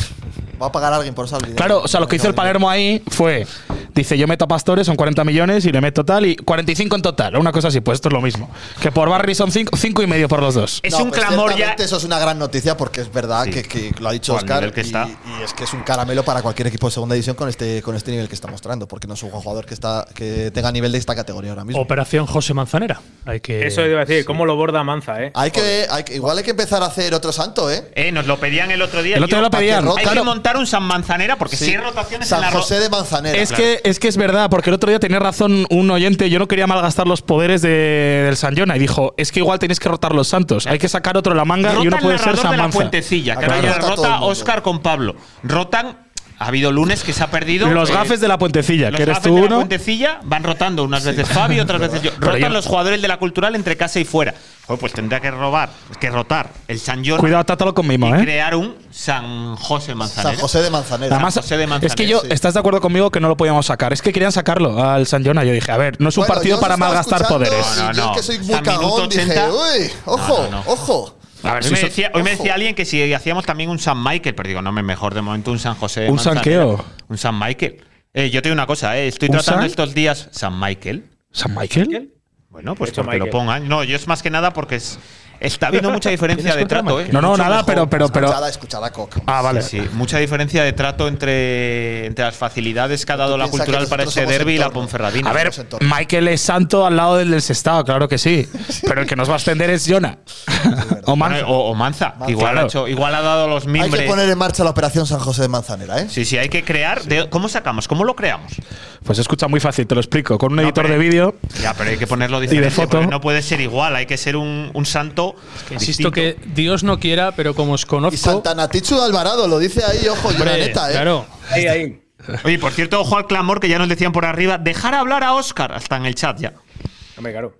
Speaker 1: Va a pagar alguien por Salvi. ¿eh?
Speaker 5: Claro, o sea, lo que hizo el Palermo ahí fue. Dice, yo meto a Pastore, son 40 millones y le meto tal y 45 en total, una cosa así, pues esto es lo mismo. Que por Barry son 5 y medio por los dos.
Speaker 1: No, pues ciertamente Eso es una gran noticia porque es verdad que, que lo ha dicho
Speaker 4: O al
Speaker 1: Oscar.
Speaker 4: nivel que
Speaker 1: y,
Speaker 4: está.
Speaker 1: y es que es un caramelo para cualquier equipo de segunda división con este, con este nivel que está mostrando. Porque no es un jugador que, está, que tenga nivel de esta categoría ahora mismo.
Speaker 2: Operación José Manzanera. Hay que.
Speaker 7: Eso iba a decir, cómo lo borda Manza, ¿eh?
Speaker 1: Hay que, hay que- igual hay que empezar a hacer otro santo, ¿eh?
Speaker 4: Eh, nos lo pedían el otro día.
Speaker 5: El otro
Speaker 4: tío.
Speaker 5: día lo pedían.
Speaker 4: Hay
Speaker 1: Claro.
Speaker 4: que montar un San Manzanera porque
Speaker 1: Sí.
Speaker 4: si hay rotaciones en
Speaker 1: San
Speaker 4: la ro-
Speaker 1: José de Manzanera.
Speaker 5: Es que, es que es verdad, porque el otro día tenía razón un oyente, yo no quería malgastar los poderes de- del San Jona y dijo, es que igual tenéis que rotar los santos, hay que sacar otro de la manga
Speaker 4: Rotan
Speaker 5: y uno puede
Speaker 4: narrador
Speaker 5: ser San
Speaker 4: de la
Speaker 5: Manza.
Speaker 4: puentecilla. Que
Speaker 1: Claro.
Speaker 4: ahora ya
Speaker 1: Rota todo el
Speaker 4: rota
Speaker 1: mundo.
Speaker 4: Oscar con Pablo. Rotan. Ha habido lunes que se ha perdido.
Speaker 5: Los
Speaker 4: eh,
Speaker 5: gafes de la puentecilla,
Speaker 4: los
Speaker 5: que eres
Speaker 4: gafes
Speaker 5: tú
Speaker 4: de la
Speaker 5: uno.
Speaker 4: puentecilla van rotando. Unas veces Fabi, otras veces yo.
Speaker 5: yo-
Speaker 4: Rotan los jugadores de la cultural entre casa y fuera. Joder, pues tendrá que robar, que rotar el San Jordi
Speaker 5: Cuidado, trátalo con
Speaker 4: y
Speaker 5: mimo, ¿eh?
Speaker 4: crear un San José Manzanera.
Speaker 1: San José de Manzanera.
Speaker 5: Además,
Speaker 4: José de Manzanera,
Speaker 5: es que yo,
Speaker 1: sí.
Speaker 5: ¿estás de acuerdo conmigo que no lo podíamos sacar? Es que querían sacarlo al San Jona. Yo dije, a ver, no es un
Speaker 1: Bueno,
Speaker 5: partido
Speaker 1: yo
Speaker 5: para
Speaker 1: os estaba
Speaker 5: malgastar
Speaker 1: escuchando
Speaker 5: poderes.
Speaker 1: y
Speaker 4: No, no,
Speaker 1: Yo
Speaker 4: no.
Speaker 1: que soy muy
Speaker 4: Hasta minuto
Speaker 1: cagón dije,
Speaker 4: 80.
Speaker 1: uy, ojo,
Speaker 4: No, no, no.
Speaker 1: ojo.
Speaker 4: A ver,
Speaker 5: Sí,
Speaker 4: hoy, me
Speaker 5: sí.
Speaker 4: decía, hoy me
Speaker 1: Ojo.
Speaker 4: decía alguien que si hacíamos también un San Michael, pero digo, no, me mejor de momento un San José. de
Speaker 5: ¿Un
Speaker 4: Manzanera.
Speaker 5: sanqueo?
Speaker 4: Un San Michael. Eh, yo te digo una cosa, eh, estoy
Speaker 5: ¿Un
Speaker 4: tratando
Speaker 5: San?
Speaker 4: estos días San Michael.
Speaker 5: ¿San Michael?
Speaker 4: Bueno, pues
Speaker 7: Hecho
Speaker 4: porque lo
Speaker 7: Michael.
Speaker 4: pongan. No, yo es más que nada porque es, está habiendo mucha diferencia de trato, ¿eh?
Speaker 5: No, no, nada, pero, pero, pero.
Speaker 1: Escuchada, escuchada, Cock.
Speaker 5: Ah, vale.
Speaker 4: Sí, sí, mucha diferencia de trato entre, entre las facilidades que ha dado la
Speaker 1: piensas que
Speaker 4: cultural para
Speaker 1: nosotros
Speaker 4: ese
Speaker 1: somos
Speaker 4: derby y la
Speaker 1: entorno.
Speaker 4: Ponferradina.
Speaker 5: A ver,
Speaker 1: Estamos en torno.
Speaker 5: Michael es santo al lado del del Sestao, claro que sí. Pero el que nos va a extender es Jona. o
Speaker 4: Bueno,
Speaker 5: Manza.
Speaker 4: o, o Manza, que Igual,
Speaker 5: Claro.
Speaker 4: ha hecho- igual ha dado los
Speaker 1: Hay que
Speaker 4: mimbres.
Speaker 1: poner en marcha la operación San José de Manzanera, ¿eh?
Speaker 4: Sí, sí, hay que crear. de- ¿Cómo sacamos? ¿Cómo lo creamos?
Speaker 5: Pues escucha muy fácil, te lo explico. Con un
Speaker 4: No,
Speaker 5: editor de
Speaker 4: pero-
Speaker 5: vídeo.
Speaker 4: Ya, pero hay que ponerlo diferente.
Speaker 5: foto.
Speaker 4: porque No puede ser igual, hay que ser un, un santo.
Speaker 2: Insisto
Speaker 4: distinto.
Speaker 2: que Dios no quiera, pero como os
Speaker 1: Y
Speaker 2: conozco.
Speaker 1: Santanatichu de Alvarado lo dice ahí, ojo, yo la
Speaker 2: Hombre,
Speaker 1: neta, ¿eh?
Speaker 2: Claro.
Speaker 7: Ahí, ahí.
Speaker 4: Oye, por cierto, ojo al clamor que ya nos decían por arriba. Dejar hablar a Oscar, hasta en el chat ya.
Speaker 7: Hombre, claro.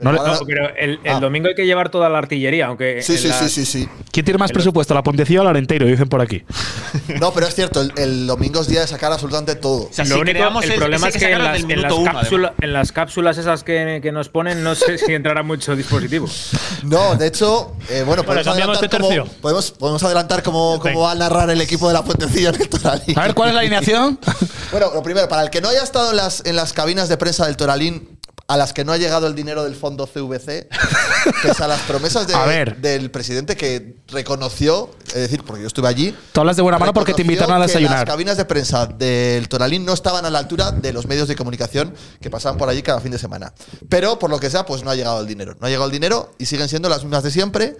Speaker 5: No le-
Speaker 1: Ahora-
Speaker 7: No, pero el, el
Speaker 1: Ah.
Speaker 7: domingo hay que llevar toda la artillería, aunque.
Speaker 1: Sí,
Speaker 7: en
Speaker 1: sí,
Speaker 7: la-
Speaker 1: sí, sí, sí.
Speaker 5: ¿Quién tiene más presupuesto, la Pontecilla o la Arenteiro? Dicen por aquí.
Speaker 1: No, pero es cierto, el, el domingo es día de sacar absolutamente todo.
Speaker 4: O sea,
Speaker 7: Lo
Speaker 4: si
Speaker 7: único,
Speaker 4: creamos
Speaker 7: el
Speaker 4: es-
Speaker 7: problema
Speaker 4: ese
Speaker 7: es que en
Speaker 4: sacaron
Speaker 7: las,
Speaker 4: del
Speaker 7: en las
Speaker 4: minuto uno,
Speaker 7: cápsula- en las cápsulas esas que, que nos ponen, no sé si entrará mucho dispositivo.
Speaker 1: No, de hecho, eh, bueno, podemos
Speaker 2: cambiamos de
Speaker 1: adelantar, cómo,
Speaker 2: tercio.
Speaker 1: podemos, podemos adelantar cómo, cómo va a narrar el equipo de la Puentecilla en el Toralín.
Speaker 5: A ver, ¿cuál es la alineación?
Speaker 1: Bueno, lo primero, para el que no haya estado en las, en las cabinas de prensa del Toralín, a las que no ha llegado el dinero del fondo CVC, pese a las promesas de-
Speaker 5: A ver.
Speaker 1: del presidente que reconoció, es decir, porque yo estuve allí.
Speaker 5: Tú hablas de buena mano porque te
Speaker 1: reconoció
Speaker 5: invitaron a
Speaker 1: que Las
Speaker 5: desayunar.
Speaker 1: cabinas de prensa del Toralín no estaban a la altura de los medios de comunicación que pasaban por allí cada fin de semana. Pero por lo que sea, pues no ha llegado el dinero. No ha llegado el dinero y siguen siendo las mismas de siempre.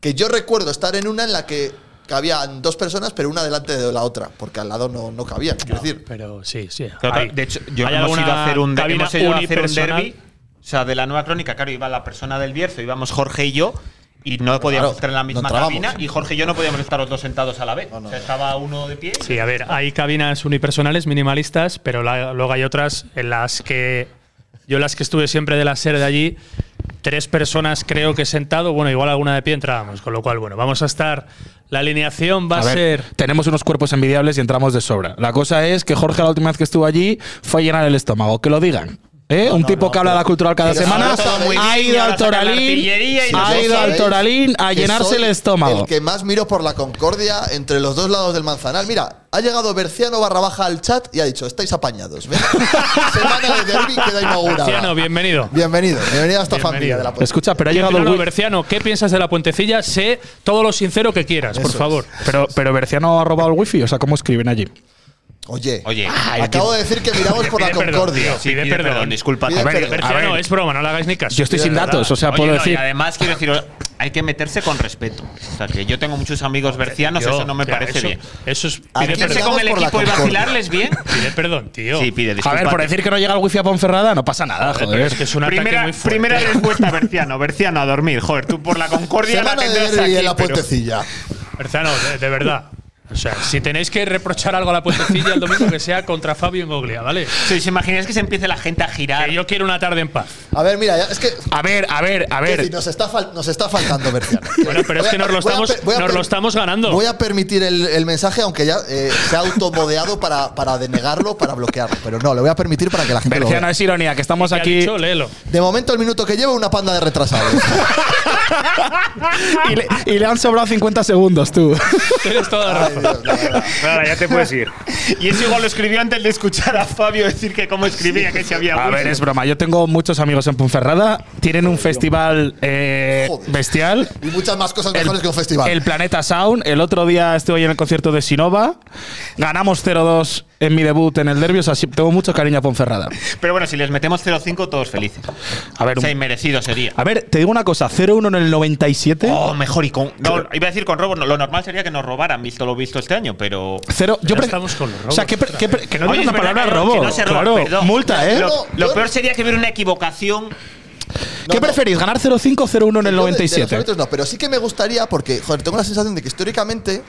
Speaker 1: Que yo recuerdo estar en una en la que cabían dos personas, pero una delante de la otra, porque al lado no, no cabían. Quiero decir,
Speaker 2: Pero sí, sí.
Speaker 4: Claro,
Speaker 2: hay.
Speaker 4: claro, de hecho, yo
Speaker 2: ¿Hay
Speaker 4: hemos
Speaker 2: alguna
Speaker 4: ido a hacer un,
Speaker 2: cabina
Speaker 4: hemos ido a hacer un
Speaker 2: unipersonal?
Speaker 4: derby. O sea, de la nueva crónica, claro, iba la persona del Bierzo, íbamos Jorge y yo, y no podíamos
Speaker 1: Claro,
Speaker 4: estar en la misma
Speaker 1: no entrábamos.
Speaker 4: cabina, y Jorge y yo no podíamos estar los dos sentados a la vez. O sea, estaba uno de pie.
Speaker 2: Sí, a ver, hay cabinas unipersonales, minimalistas, pero la- luego hay otras en las que yo en las que estuve siempre de la SER de allí, tres personas creo que sentado, bueno, igual alguna de pie entrábamos, con lo cual, bueno, vamos a estar, la alineación va a,
Speaker 5: A ver,
Speaker 2: ser...
Speaker 5: tenemos unos cuerpos envidiables y entramos de sobra. La cosa es que Jorge la última vez que estuvo allí fue a llenar el estómago, que lo digan. ¿Eh? un tipo que habla de la cultural cada
Speaker 1: pero
Speaker 5: semana
Speaker 1: ahora está muy
Speaker 5: ha
Speaker 4: bien, y
Speaker 5: ido
Speaker 4: ahora
Speaker 5: al
Speaker 4: saca la
Speaker 5: Toralín,
Speaker 4: artillería y
Speaker 5: ha
Speaker 4: nos
Speaker 5: ido al
Speaker 1: sabéis
Speaker 5: Toralín a
Speaker 1: que
Speaker 5: llenarse
Speaker 1: soy
Speaker 5: el estómago.
Speaker 1: El que más miro por la concordia entre los dos lados del manzanal. Mira, ha llegado Berciano barra baja al chat y ha dicho: Estáis apañados. Semana de derbi queda inaugurada.
Speaker 2: Berciano, bienvenido.
Speaker 1: Bienvenido, bienvenido a esta familia de la Puente.
Speaker 5: Escucha, pero ha llegado el
Speaker 2: Berciano,
Speaker 5: Wi-
Speaker 2: Berciano, ¿qué piensas de la puentecilla? Sé todo lo sincero que quieras, por
Speaker 1: Eso
Speaker 2: favor.
Speaker 5: Pero, pero Berciano ha robado el wifi, o sea, ¿cómo escriben allí?
Speaker 1: Oye,
Speaker 4: Oye,
Speaker 1: acabo de decir que miramos por la
Speaker 2: pide perdón,
Speaker 1: concordia.
Speaker 2: tío. Pide perdón.
Speaker 4: disculpa.
Speaker 1: Pide
Speaker 4: A ver,
Speaker 1: perdón.
Speaker 4: a
Speaker 2: Berciano,
Speaker 4: ver.
Speaker 2: es broma, no le hagáis ni caso.
Speaker 5: Yo estoy sin datos, o sea,
Speaker 4: Oye,
Speaker 5: puedo
Speaker 4: no, Y
Speaker 5: decir.
Speaker 4: además, quiero decir, hay que meterse con respeto. O sea, que yo tengo muchos amigos bercianos,
Speaker 2: Yo,
Speaker 4: eso no me
Speaker 2: o sea,
Speaker 4: parece
Speaker 2: eso-
Speaker 4: bien.
Speaker 2: Eso es.
Speaker 4: Meterse con el equipo y vacilarles bien.
Speaker 2: Pide perdón, tío.
Speaker 4: Sí, pide disculpas.
Speaker 5: A ver, por decir que no llega el wifi a Ponferrada, no pasa nada,
Speaker 2: Joder,
Speaker 5: joder.
Speaker 2: pero es que es un ataque
Speaker 4: primera,
Speaker 2: muy fuerte.
Speaker 4: primera respuesta, Berciano. Berciano, a dormir. Joder, tú por la concordia la
Speaker 1: Semana de
Speaker 4: tendrás
Speaker 1: derbi
Speaker 4: aquí,
Speaker 1: en la
Speaker 4: pero-
Speaker 1: puentecilla.
Speaker 2: Berzano, de, de verdad. O sea, si tenéis que reprochar algo a la puentecilla el domingo, que sea contra Fabio Ingoglia, ¿vale?
Speaker 4: Si os imagináis que se empiece la gente a girar.
Speaker 2: Que yo quiero una tarde en paz.
Speaker 1: A ver, mira, ya- es que
Speaker 5: A ver, a ver, a ver.
Speaker 1: Decir, nos, está fal- nos está faltando Berciano.
Speaker 2: Bueno, pero es
Speaker 1: Voy a-
Speaker 2: que nos lo
Speaker 1: voy a
Speaker 2: estamos,
Speaker 1: per- voy a
Speaker 2: nos
Speaker 1: per-
Speaker 2: lo estamos ganando.
Speaker 1: Voy a permitir el, el mensaje, aunque ya eh, se ha automodeado para, para denegarlo, para bloquearlo. Pero no, lo voy a permitir para que la gente lo
Speaker 5: Berciano,
Speaker 1: vea.
Speaker 5: es ironía, que estamos
Speaker 2: ¿Qué ha
Speaker 5: aquí.
Speaker 2: dicho? Léelo.
Speaker 1: De momento, el minuto que lleva una panda de retrasados.
Speaker 5: Y le, y le han sobrado 50 segundos, tú.
Speaker 2: Tienes toda la
Speaker 1: Ay,
Speaker 2: razón.
Speaker 1: Dios, la verdad.
Speaker 7: Clara, ya te puedes ir.
Speaker 4: Y eso igual lo escribió antes de escuchar a Fabio decir que cómo escribía, que se había
Speaker 5: A ver,
Speaker 4: vuelto.
Speaker 5: es broma. Yo tengo muchos amigos en Ponferrada. Tienen un festival eh,
Speaker 1: Joder.
Speaker 5: bestial.
Speaker 1: y muchas más cosas mejores que un festival.
Speaker 5: el Planeta Sound. El otro día estuve en el concierto de Sinova. Ganamos 0-2 en mi debut en el derbi. O sea, sí, tengo mucho cariño a Ponferrada.
Speaker 4: Pero bueno, si les metemos 0-5, todos felices.
Speaker 5: A ver,
Speaker 4: O sea,
Speaker 5: un- ¿Ah,
Speaker 4: inmerecido sería.
Speaker 5: a ver, te digo una cosa. 0-1 en el 97.
Speaker 4: Oh, mejor y con. No, iba a decir con robos. no, lo normal sería que nos robaran, visto lo visto este año, pero.
Speaker 5: Cero. Yo
Speaker 2: Ya
Speaker 5: pre-
Speaker 2: estamos con los
Speaker 5: O sea,
Speaker 2: robos
Speaker 5: que, pre-
Speaker 2: otra
Speaker 5: que pre- que no
Speaker 4: Oye,
Speaker 5: digas la
Speaker 4: es verdad
Speaker 5: palabra
Speaker 4: que no-
Speaker 5: robo.
Speaker 4: que no se roba,
Speaker 5: claro,
Speaker 4: perdón.
Speaker 5: multa, ¿eh?
Speaker 4: Lo, lo
Speaker 1: yo-
Speaker 4: peor sería que hubiera una equivocación.
Speaker 5: ¿Qué prefieres, ganar 0-5 o 0-1 en
Speaker 1: Yo de-
Speaker 5: el
Speaker 1: de los
Speaker 5: 97?
Speaker 1: árbitros no, pero sí que me gustaría, porque, joder, tengo la sensación de que históricamente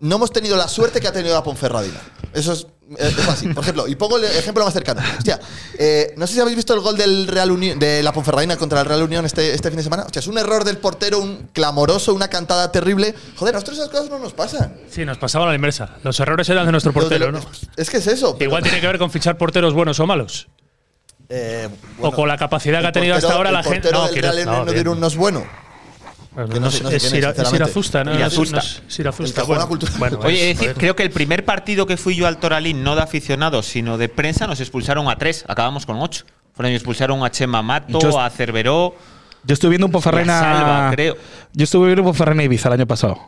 Speaker 1: no hemos tenido la suerte que ha tenido la Ponferradina. Eso es, eh, es así. Por ejemplo, y pongo el ejemplo más cercano. Hostia, eh, no sé si habéis visto el gol del Real Uni- de la Ponferradina contra el Real Unión este, este fin de semana. Hostia, es un error del portero, un clamoroso, una cantada terrible. Joder, a nosotros esas cosas no nos pasan.
Speaker 2: Sí, nos pasaba a la inversa. Los errores eran de nuestro
Speaker 1: Lo de
Speaker 2: portero,
Speaker 1: lo-
Speaker 2: ¿no?
Speaker 1: Es que es eso. pero,
Speaker 2: Igual tiene que ver con fichar porteros buenos o malos.
Speaker 1: eh,
Speaker 2: O con la capacidad que
Speaker 1: el
Speaker 2: ha tenido
Speaker 1: portero-
Speaker 2: hasta ahora
Speaker 1: el
Speaker 2: la gente.
Speaker 1: portero del
Speaker 2: que
Speaker 1: Real Unión no
Speaker 2: bien.
Speaker 1: tiene un no es bueno. que no sé- no sé quién es,
Speaker 2: es Sira- es
Speaker 1: sinceramente.
Speaker 2: Irazusta, ¿no?
Speaker 4: Irazusta.
Speaker 2: No es- es Irazusta,
Speaker 1: El que juega
Speaker 2: bueno.
Speaker 1: la cultura.
Speaker 2: Bueno,
Speaker 4: Oye, he de
Speaker 2: es-
Speaker 4: decir,
Speaker 2: joder.
Speaker 4: creo que el primer partido que fui yo al Toralín, no de aficionados, sino de prensa, nos expulsaron a tres. Acabamos con ocho. Fueron y expulsaron a Chema Mato,
Speaker 5: Yo-
Speaker 4: a Cerveró.
Speaker 5: Yo estuve viendo un Ponferrena.
Speaker 4: La Salva, creo.
Speaker 5: Yo estuve viendo un Ponferrena Ibiza el año pasado.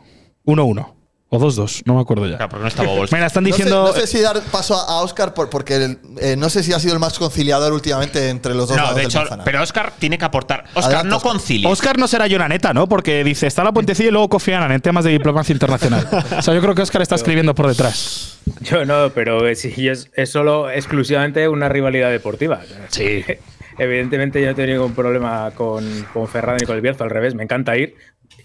Speaker 5: 1-1. O 2-2, no me acuerdo ya.
Speaker 4: Claro, porque no estaba Bols.
Speaker 5: Mira, están
Speaker 1: No sé-
Speaker 5: diciendo. eh,
Speaker 1: No sé, si dar paso a, a Oscar por- porque eh, no sé si ha sido el más conciliador últimamente entre los dos.
Speaker 4: No,
Speaker 1: lados
Speaker 4: de
Speaker 1: del
Speaker 4: hecho,
Speaker 1: Manzana.
Speaker 4: pero Oscar tiene que aportar. Oscar,
Speaker 1: Adelante,
Speaker 4: no
Speaker 1: Óscar.
Speaker 4: concilia.
Speaker 5: Oscar no será Yonaneta, ¿no? Porque dice, está la puentecilla y luego confían en temas de diplomacia internacional. o sea, yo creo que Oscar está escribiendo por detrás.
Speaker 7: Yo no, pero eh, sí, es, es solo exclusivamente una rivalidad deportiva.
Speaker 5: Sí.
Speaker 7: Evidentemente yo no he tenido ningún problema con, con Ferrada ni con el Bierzo, al revés, me encanta ir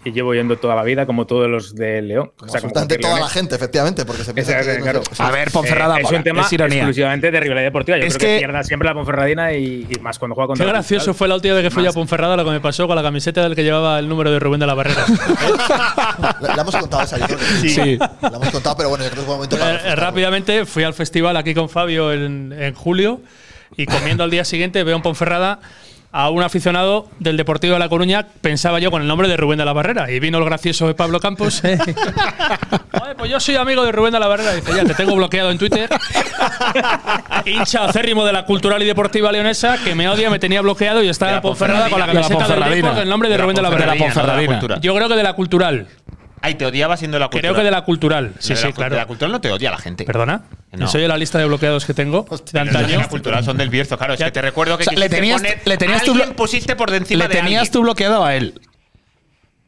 Speaker 7: y llevo yendo toda la vida como todos los de León.
Speaker 1: Como
Speaker 7: o sea, como
Speaker 1: absolutamente
Speaker 7: cualquier
Speaker 1: toda la
Speaker 7: leonés.
Speaker 1: gente, efectivamente, porque se empieza
Speaker 7: Exacto,
Speaker 1: a- no
Speaker 7: claro.
Speaker 1: sé.
Speaker 5: A ver, Ponferrada,
Speaker 7: Eh, es
Speaker 5: mola,
Speaker 7: un tema
Speaker 5: es ironía.
Speaker 7: exclusivamente de rivalidad deportiva. Yo
Speaker 5: Es
Speaker 7: creo que,
Speaker 5: que-
Speaker 7: pierda siempre la Ponferradina y, y más cuando juega
Speaker 2: Qué
Speaker 7: contra la
Speaker 2: gracioso
Speaker 7: Cultural.
Speaker 2: fue la última vez que fui
Speaker 7: Más.
Speaker 2: a Ponferrada lo que me pasó con la camiseta del que llevaba el número de Rubén de la Barrera.
Speaker 1: La, la hemos contado esa, yo creo que
Speaker 5: Sí. Ah. Sí.
Speaker 1: La hemos contado, pero bueno, yo creo que es un momento para.
Speaker 2: Eh, eh,
Speaker 1: refrescarlo.
Speaker 2: rápidamente fui al festival aquí con Fabio en, en julio y comiendo al día siguiente veo en Ponferrada a un aficionado del Deportivo de La Coruña, pensaba yo con el nombre de Rubén de la Barrera. Y vino el gracioso de Pablo Campos. Joder, pues yo soy amigo de Rubén de la Barrera. Dice, ya, te tengo bloqueado en Twitter. Hincha acérrimo de la cultural y deportiva leonesa que me odia, me tenía bloqueado y estaba
Speaker 4: De la
Speaker 2: en Ponferrada con la
Speaker 4: Ponferradina. De la
Speaker 2: camiseta del
Speaker 5: Ponferradina.
Speaker 2: equipo con el nombre de,
Speaker 4: De la
Speaker 2: Rubén de la Barrera.
Speaker 4: Ponferradina, no de la cultural.
Speaker 2: Yo creo que de la cultural.
Speaker 4: Ay, te odiaba siendo de la cultura.
Speaker 2: Creo que de la cultural.
Speaker 4: De
Speaker 2: Sí,
Speaker 4: la
Speaker 2: sí,
Speaker 4: cu-
Speaker 2: claro.
Speaker 4: De la cultura no te odia la gente.
Speaker 2: ¿Perdona?
Speaker 4: No.
Speaker 2: Eso yo la lista de bloqueados que tengo de
Speaker 4: Los de
Speaker 2: antaño.
Speaker 4: la cultural son del Bierzo, claro. Es
Speaker 2: Ya-
Speaker 4: que te recuerdo que
Speaker 5: O sea, le
Speaker 4: quisiste
Speaker 5: tenías-
Speaker 4: poner-
Speaker 5: le tenías tu
Speaker 4: alguien
Speaker 5: blo-
Speaker 4: pusiste por encima
Speaker 5: Le
Speaker 4: de
Speaker 5: tenías
Speaker 4: alguien.
Speaker 5: tú bloqueado a él.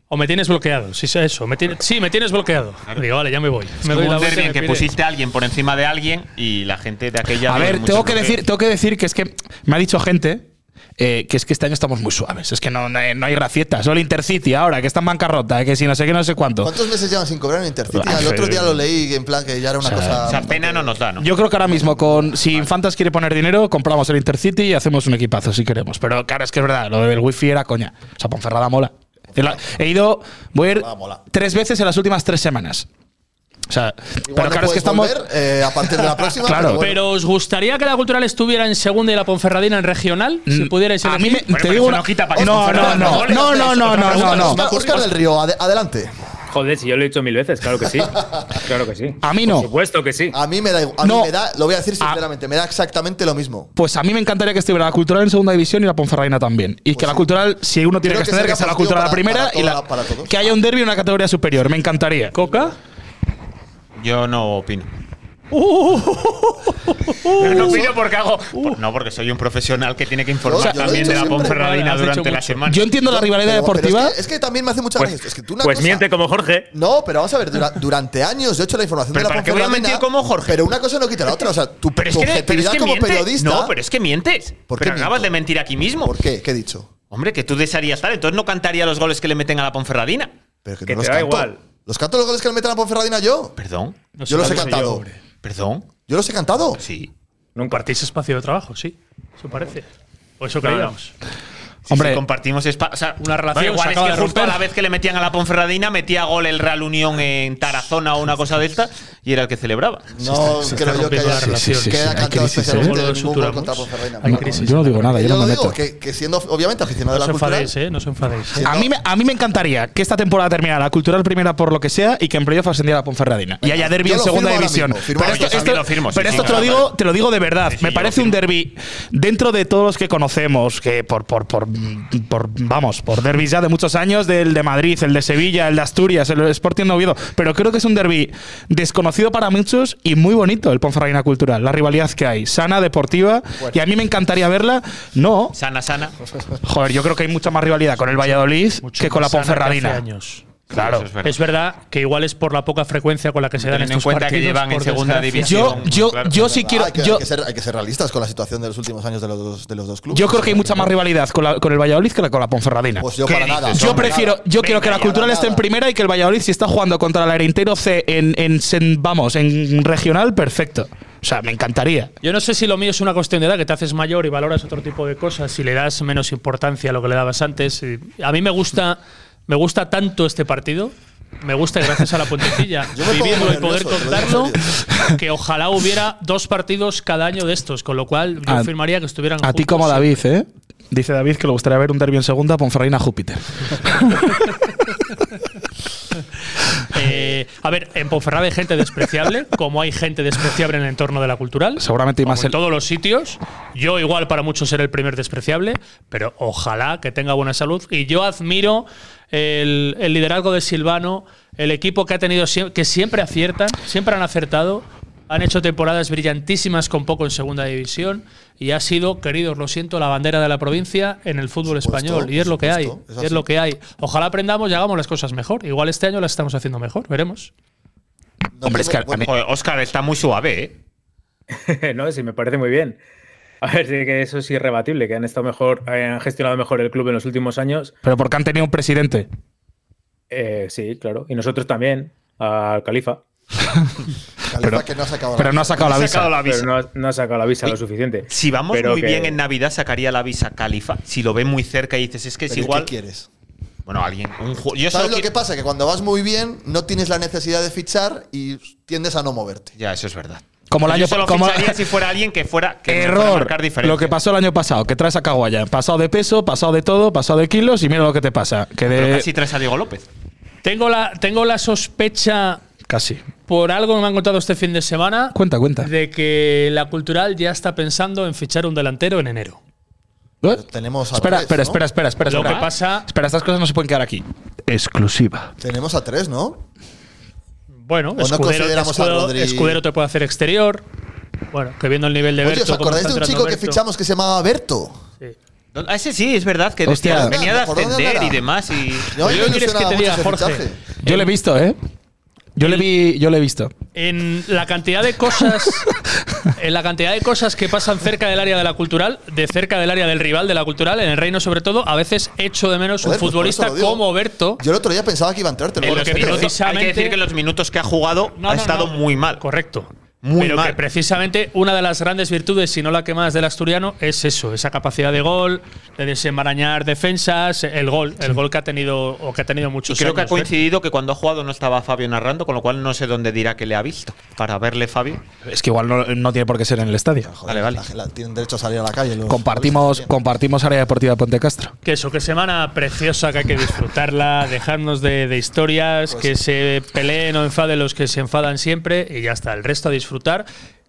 Speaker 2: O me tienes bloqueado, si es eso. Me tiene- sí, me tienes bloqueado. Digo, vale, ya me voy.
Speaker 4: Es
Speaker 2: me
Speaker 4: como
Speaker 2: doy la
Speaker 4: un
Speaker 2: vuelta y
Speaker 4: derbi en
Speaker 2: me
Speaker 4: que
Speaker 2: pide-
Speaker 4: pusiste a alguien por encima de alguien y la gente de aquella.
Speaker 5: A
Speaker 4: tiene
Speaker 5: ver,
Speaker 4: mucho
Speaker 5: tengo que,
Speaker 4: bloqueo.
Speaker 5: decir, tengo que decir que es que me ha dicho gente eh, que es que este año estamos muy suaves. Es que no, no hay- no hay gracietas. Solo Intercity ahora, que está en bancarrota, que si no sé qué, no sé cuánto.
Speaker 1: ¿Cuántos meses llevan sin cobrar en Intercity?
Speaker 5: Ah,
Speaker 1: El otro
Speaker 5: pero-
Speaker 1: día lo leí en plan que ya era una cosa.
Speaker 4: O sea, pena no nos da, ¿no?
Speaker 5: Yo creo que ahora mismo, con si Infantas quiere poner dinero, compramos el Intercity y hacemos un equipazo si queremos. Pero claro, es que es verdad, lo del wifi era coña. O sea, Ponferrada mola. He la- He ido, voy a ir
Speaker 1: Ponferrada mola.
Speaker 5: tres veces en las últimas tres semanas. O sea,
Speaker 1: Igual
Speaker 5: pero
Speaker 1: no
Speaker 5: claro, es que
Speaker 1: puedes
Speaker 5: estamos.
Speaker 1: volver, eh, a partir de la próxima.
Speaker 5: Claro.
Speaker 1: pero bueno.
Speaker 2: Pero ¿os gustaría que la cultural estuviera en segunda y la Ponferradina en regional? Si pudierais
Speaker 5: Mm, a mí
Speaker 2: elegir.
Speaker 5: me, te digo una. No, no, no, no, no, no, no, no, no.
Speaker 1: Oscar- Oscar del Río, ade- adelante.
Speaker 7: Joder, si yo lo he dicho mil veces, claro que sí. Claro que sí.
Speaker 5: A mí
Speaker 7: Por
Speaker 5: no.
Speaker 7: supuesto que sí.
Speaker 1: A mí me da igual. A mí
Speaker 5: No. Ah.
Speaker 1: me da, lo voy a decir sinceramente, me da exactamente lo mismo.
Speaker 5: Pues a mí me encantaría que estuviera la cultural en segunda división y la Ponferradina también. Y que la cultural, si uno tiene
Speaker 1: Pues Creo que
Speaker 5: que ascender,
Speaker 1: sería
Speaker 5: que sea la
Speaker 1: positivo
Speaker 5: cultural a la
Speaker 1: para-
Speaker 5: primera
Speaker 1: para
Speaker 5: y la,
Speaker 1: toda- para todos.
Speaker 5: que haya un derbi en una categoría superior. Me encantaría.
Speaker 2: ¿Coca?
Speaker 1: Uh.
Speaker 4: Yo no opino. Pero no opino porque hago. por- no, porque soy un profesional que tiene que informar
Speaker 1: Yo- yo lo he
Speaker 4: también
Speaker 1: dicho
Speaker 4: de la
Speaker 1: siempre.
Speaker 4: Ponferradina
Speaker 1: Has dicho
Speaker 4: durante la
Speaker 1: mucho.
Speaker 4: semana.
Speaker 5: Yo entiendo la rivalidad
Speaker 1: Pero- pero
Speaker 5: deportiva.
Speaker 1: Es que, es que también me hace mucha
Speaker 4: Pues-
Speaker 1: gracia. Es que tú una
Speaker 7: pues
Speaker 1: cosa-
Speaker 7: miente como Jorge.
Speaker 1: No, pero vamos a ver, dura- durante años yo he hecho la información
Speaker 4: Pero
Speaker 1: de la
Speaker 4: ¿para qué voy a
Speaker 1: Ponferradina,
Speaker 4: mentir como Jorge?
Speaker 1: Pero una cosa no quita la otra. O sea, tu,
Speaker 4: Pero es
Speaker 1: tu
Speaker 4: que, pero es
Speaker 1: objetividad
Speaker 4: que
Speaker 1: como
Speaker 4: miente.
Speaker 1: periodista.
Speaker 4: No, pero es que mientes.
Speaker 1: ¿Por qué
Speaker 4: pero acabas
Speaker 1: miento?
Speaker 4: de mentir aquí mismo.
Speaker 1: ¿Por qué? ¿Qué he dicho?
Speaker 4: Hombre, que tú desearías estar, entonces no cantaría los goles que le meten a la Ponferradina.
Speaker 1: Pero que,
Speaker 7: Que
Speaker 1: no
Speaker 7: te
Speaker 1: los
Speaker 7: da
Speaker 1: canto.
Speaker 7: igual.
Speaker 1: ¿Los canto los goles que le meten a la Ponferradina yo?
Speaker 4: Perdón.
Speaker 1: yo los he cantado.
Speaker 4: Perdón.
Speaker 1: Yo los he cantado.
Speaker 4: Sí.
Speaker 7: Nunca.
Speaker 2: Compartís espacio de trabajo, sí. Eso parece. O eso
Speaker 4: No, no.
Speaker 2: creíamos.
Speaker 4: Sí,
Speaker 5: Hombre.
Speaker 4: sí, compartimos espacio. O sea,
Speaker 2: Una relación
Speaker 4: no, igual
Speaker 2: se
Speaker 4: es
Speaker 2: acaba
Speaker 4: que
Speaker 2: de
Speaker 4: justo a
Speaker 2: romper.
Speaker 4: la vez que le metían a la Ponferradina metía gol el Real Unión en Tarazona o una cosa de esta y era el que celebraba.
Speaker 1: No
Speaker 2: se está
Speaker 1: creo yo que
Speaker 2: rompiendo la
Speaker 1: haya
Speaker 2: relación.
Speaker 5: Sí, sí,
Speaker 1: que
Speaker 5: sí,
Speaker 1: haya
Speaker 5: hay
Speaker 1: cantado
Speaker 5: crisis,
Speaker 1: especialmente
Speaker 2: ¿eh?
Speaker 1: ningún gol
Speaker 2: Suturamos.
Speaker 1: contra Ponferradina.
Speaker 2: Hay
Speaker 1: No.
Speaker 2: crisis.
Speaker 5: yo no digo nada,
Speaker 1: Yo
Speaker 5: yo no
Speaker 1: lo
Speaker 5: me
Speaker 1: digo,
Speaker 5: meto.
Speaker 1: que, que siendo obviamente aficionado a
Speaker 2: No os
Speaker 1: la cultura.
Speaker 2: enfadéis, ¿eh? No os enfadéis.
Speaker 5: A mí, me, a mí me encantaría que esta temporada terminara la cultural primera por lo que sea y que en playoff ascendiera la Ponferradina. Y haya derbi
Speaker 1: yo
Speaker 5: en
Speaker 1: lo
Speaker 5: segunda
Speaker 1: firmo ahora
Speaker 5: división.
Speaker 1: mismo, firmo
Speaker 5: Pero
Speaker 1: ahora
Speaker 5: esto,
Speaker 4: mismo.
Speaker 5: esto-
Speaker 4: Yo también lo firmo, sí,
Speaker 5: pero
Speaker 4: sí,
Speaker 5: esto te, lo
Speaker 4: claro,
Speaker 5: digo,
Speaker 4: claro.
Speaker 5: te lo digo de verdad.
Speaker 4: Sí, sí,
Speaker 5: me
Speaker 4: yo
Speaker 5: parece
Speaker 4: lo
Speaker 5: un
Speaker 4: firmo.
Speaker 5: derby dentro de todos los que conocemos, que por, por, por, por- vamos, por derbis ya de muchos años, del de Madrid, el de Sevilla, el de Asturias, el Sporting de Oviedo. Pero creo que es un derby desconocido para muchos y muy bonito el Ponferradina cultural. La rivalidad que hay, sana, deportiva. Y a mí me encantaría verla. No,
Speaker 4: Sana, sana.
Speaker 5: Joder, yo creo que hay mucha más rivalidad con el Valladolid
Speaker 2: Mucho
Speaker 5: que con la
Speaker 2: más sana que hace
Speaker 5: Ponferradina.
Speaker 2: años.
Speaker 5: Claro.
Speaker 4: Eso es verdad.
Speaker 2: Es verdad que igual es por la poca frecuencia con la que se dan
Speaker 4: Teniendo en
Speaker 2: estos
Speaker 4: cuenta que
Speaker 2: partidos,
Speaker 4: llevan en
Speaker 2: por
Speaker 4: segunda
Speaker 2: desgracia.
Speaker 4: división.
Speaker 5: Yo, yo,
Speaker 4: Claro,
Speaker 5: yo
Speaker 4: es
Speaker 5: sí
Speaker 1: Ah,
Speaker 5: quiero.
Speaker 1: hay, que,
Speaker 5: Yo,
Speaker 1: hay que ser, hay que ser realistas con la situación de los últimos años de los, dos- de los dos clubes.
Speaker 5: yo creo que hay mucha más rivalidad con, la- con el Valladolid que la- con la Ponferradina.
Speaker 1: Pues yo
Speaker 4: ¿Qué
Speaker 1: para
Speaker 4: dices,
Speaker 1: nada.
Speaker 5: Yo
Speaker 4: hombre,
Speaker 5: prefiero, yo quiero que la
Speaker 4: ya,
Speaker 5: cultural
Speaker 1: nada.
Speaker 5: esté en primera y que el Valladolid, si está jugando contra el Arenteiro C en, en sen- vamos, en regional, perfecto. O sea, me encantaría.
Speaker 2: Yo no sé si lo mío es una cuestión de edad, que te haces mayor y valoras otro tipo de cosas y le das menos importancia a lo que le dabas antes. Y a mí me gusta, me gusta tanto este partido. Me gusta, y gracias a la puentecilla,
Speaker 1: Yo me pongo
Speaker 2: vivirlo
Speaker 1: muy
Speaker 2: y poder
Speaker 1: nervioso, ¿eh? te lo digo
Speaker 2: contarlo,
Speaker 1: en
Speaker 2: que ojalá hubiera dos partidos cada año de estos, con lo cual yo
Speaker 5: A-
Speaker 2: firmaría que estuvieran
Speaker 5: Ah, A ti
Speaker 2: juntos.
Speaker 5: como David, ¿eh? Dice David que le gustaría ver un derbi en segunda Ponferradina-Júpiter.
Speaker 2: Eh, a ver, en Ponferrada hay gente despreciable, como hay gente despreciable en el entorno de la cultural.
Speaker 5: Seguramente hay
Speaker 2: como
Speaker 5: más
Speaker 2: en
Speaker 5: el-
Speaker 2: todos los sitios. Yo igual para muchos seré el primer despreciable, pero ojalá que tenga buena salud. Y yo admiro el, el liderazgo de Silvano, el equipo que ha tenido siem- que siempre aciertan, siempre han acertado. Han hecho temporadas brillantísimas con poco en segunda división y ha sido, queridos, lo siento, la bandera de la provincia en el fútbol
Speaker 1: supuesto,
Speaker 2: español. Y es
Speaker 1: por
Speaker 2: lo que hay.
Speaker 1: supuesto, es
Speaker 2: y
Speaker 1: así.
Speaker 2: es lo que hay. Ojalá aprendamos y hagamos las cosas mejor. Igual este año las estamos haciendo mejor, veremos.
Speaker 1: No
Speaker 5: Hombre, es que
Speaker 1: tengo-
Speaker 5: a- a mí-
Speaker 4: Joder, Óscar está muy suave, ¿eh?
Speaker 7: no, sí, me parece muy bien. A ver, sí que eso es irrebatible, que han estado mejor, eh, han gestionado mejor el club en los últimos años.
Speaker 5: Pero porque han tenido un presidente.
Speaker 7: Eh, sí, claro. Y nosotros también, Ah, al Califa.
Speaker 1: Califa
Speaker 5: pero-
Speaker 1: que no ha sacado la-
Speaker 5: Pero no ha sacado la visa.
Speaker 4: Sacado la visa.
Speaker 7: Pero no ha, no ha sacado la visa lo suficiente.
Speaker 4: Si vamos
Speaker 7: Pero
Speaker 4: muy
Speaker 7: que-
Speaker 4: bien en Navidad, sacaría la visa Califa. Si lo ve muy cerca y dices, es que
Speaker 1: Pero
Speaker 4: es
Speaker 1: ¿y
Speaker 4: igual.
Speaker 1: ¿Qué quieres?
Speaker 4: Bueno, alguien. Un ju-
Speaker 1: ¿Sabes
Speaker 4: yo solo
Speaker 1: lo que
Speaker 4: quiero-
Speaker 1: pasa? Que cuando vas muy bien, no tienes la necesidad de fichar y tiendes a no moverte.
Speaker 4: Ya, eso es verdad.
Speaker 5: Como el
Speaker 4: Yo
Speaker 5: año
Speaker 4: solo
Speaker 5: pa- como-
Speaker 4: ficharía si fuera alguien que fuera. Que me fuera a
Speaker 5: Error.
Speaker 4: marcar diferencia.
Speaker 5: Lo que pasó el año pasado, que traes a Caguaya. Pasado de peso, pasado de todo, pasado de kilos y mira lo que te pasa. Que de-
Speaker 4: Pero casi traes a Diego López.
Speaker 2: Tengo la, tengo la sospecha
Speaker 5: casi.
Speaker 2: por algo que me han contado este fin de semana
Speaker 5: Cuenta, cuenta. ¿Eh?
Speaker 2: de que la cultural ya está pensando en fichar un delantero en enero.
Speaker 5: ¿Eh?
Speaker 1: Pues Tenemos a
Speaker 5: Espera,
Speaker 1: tres,
Speaker 5: espera,
Speaker 1: ¿no?
Speaker 5: espera, espera, espera.
Speaker 2: Lo
Speaker 5: espera.
Speaker 2: que pasa-
Speaker 5: Espera, estas cosas no se pueden quedar aquí. Exclusiva.
Speaker 1: Tenemos a tres, ¿no?
Speaker 2: Bueno,
Speaker 1: no
Speaker 2: escudero,
Speaker 1: consideramos a
Speaker 2: Escudero-
Speaker 1: Rodri-
Speaker 2: Escudero te puede hacer exterior. Bueno, que viendo el nivel de
Speaker 1: Oye,
Speaker 2: Berto,
Speaker 1: ¿os
Speaker 2: cómo
Speaker 1: acordáis
Speaker 2: está
Speaker 1: de un
Speaker 2: entrando
Speaker 1: chico que
Speaker 2: Berto?
Speaker 1: fichamos que se llamaba Berto?
Speaker 2: Sí.
Speaker 4: Ah, ese sí, es verdad que
Speaker 5: Hostia.
Speaker 4: decía- venía de
Speaker 1: ¿Por dónde
Speaker 4: ascender y
Speaker 1: andará?
Speaker 4: demás. Y
Speaker 1: No,
Speaker 2: Oye,
Speaker 1: me
Speaker 2: ¿quieres
Speaker 1: ilusionaba
Speaker 2: que te
Speaker 1: mucho
Speaker 2: diga,
Speaker 1: ese
Speaker 2: Jorge?
Speaker 1: fichaje.
Speaker 5: Yo le he visto, ¿eh? Yo le vi, yo le he visto.
Speaker 2: En la cantidad de cosas. en la cantidad de cosas que pasan cerca del área de la cultural, de cerca del área del rival de la cultural, en el reino sobre todo, a veces echo de menos
Speaker 1: Joder, pues
Speaker 2: un
Speaker 1: por eso
Speaker 2: futbolista
Speaker 1: lo digo.
Speaker 2: como Berto.
Speaker 1: Yo el otro día pensaba que iba a entrarte.
Speaker 2: En
Speaker 1: luego
Speaker 2: lo
Speaker 1: no
Speaker 2: que
Speaker 1: sé,
Speaker 2: vino
Speaker 1: ¿eh?
Speaker 2: precisamente-
Speaker 4: Hay que decir que los minutos que ha jugado
Speaker 2: No,
Speaker 4: ha
Speaker 2: no,
Speaker 4: estado
Speaker 2: no.
Speaker 4: muy mal.
Speaker 2: Correcto.
Speaker 4: Muy
Speaker 2: Pero
Speaker 4: mal.
Speaker 2: que precisamente una de las grandes virtudes, si no la que más del asturiano, es eso, esa capacidad de gol, de desenmarañar defensas, el gol, el gol que ha tenido o que ha tenido
Speaker 4: Y
Speaker 2: muchos
Speaker 4: creo que ha
Speaker 2: años, ¿eh?
Speaker 4: coincidido que cuando ha jugado no estaba Fabio narrando, con lo cual no sé dónde dirá que le ha visto. Para verle, Fabio.
Speaker 5: Es que igual no, no tiene por qué ser en el estadio.
Speaker 1: Joder,
Speaker 4: Vale,
Speaker 1: la-
Speaker 4: vale.
Speaker 1: la- tienen derecho a salir a la calle. los
Speaker 5: Compartimos,
Speaker 1: futbolistas
Speaker 5: compartimos área deportiva de Ponte Castro.
Speaker 2: Que eso, que semana preciosa, que hay que disfrutarla, dejarnos de, de historias,
Speaker 4: Pues
Speaker 2: que se peleen o enfaden los que se enfadan siempre y ya está, el resto a disfrutar.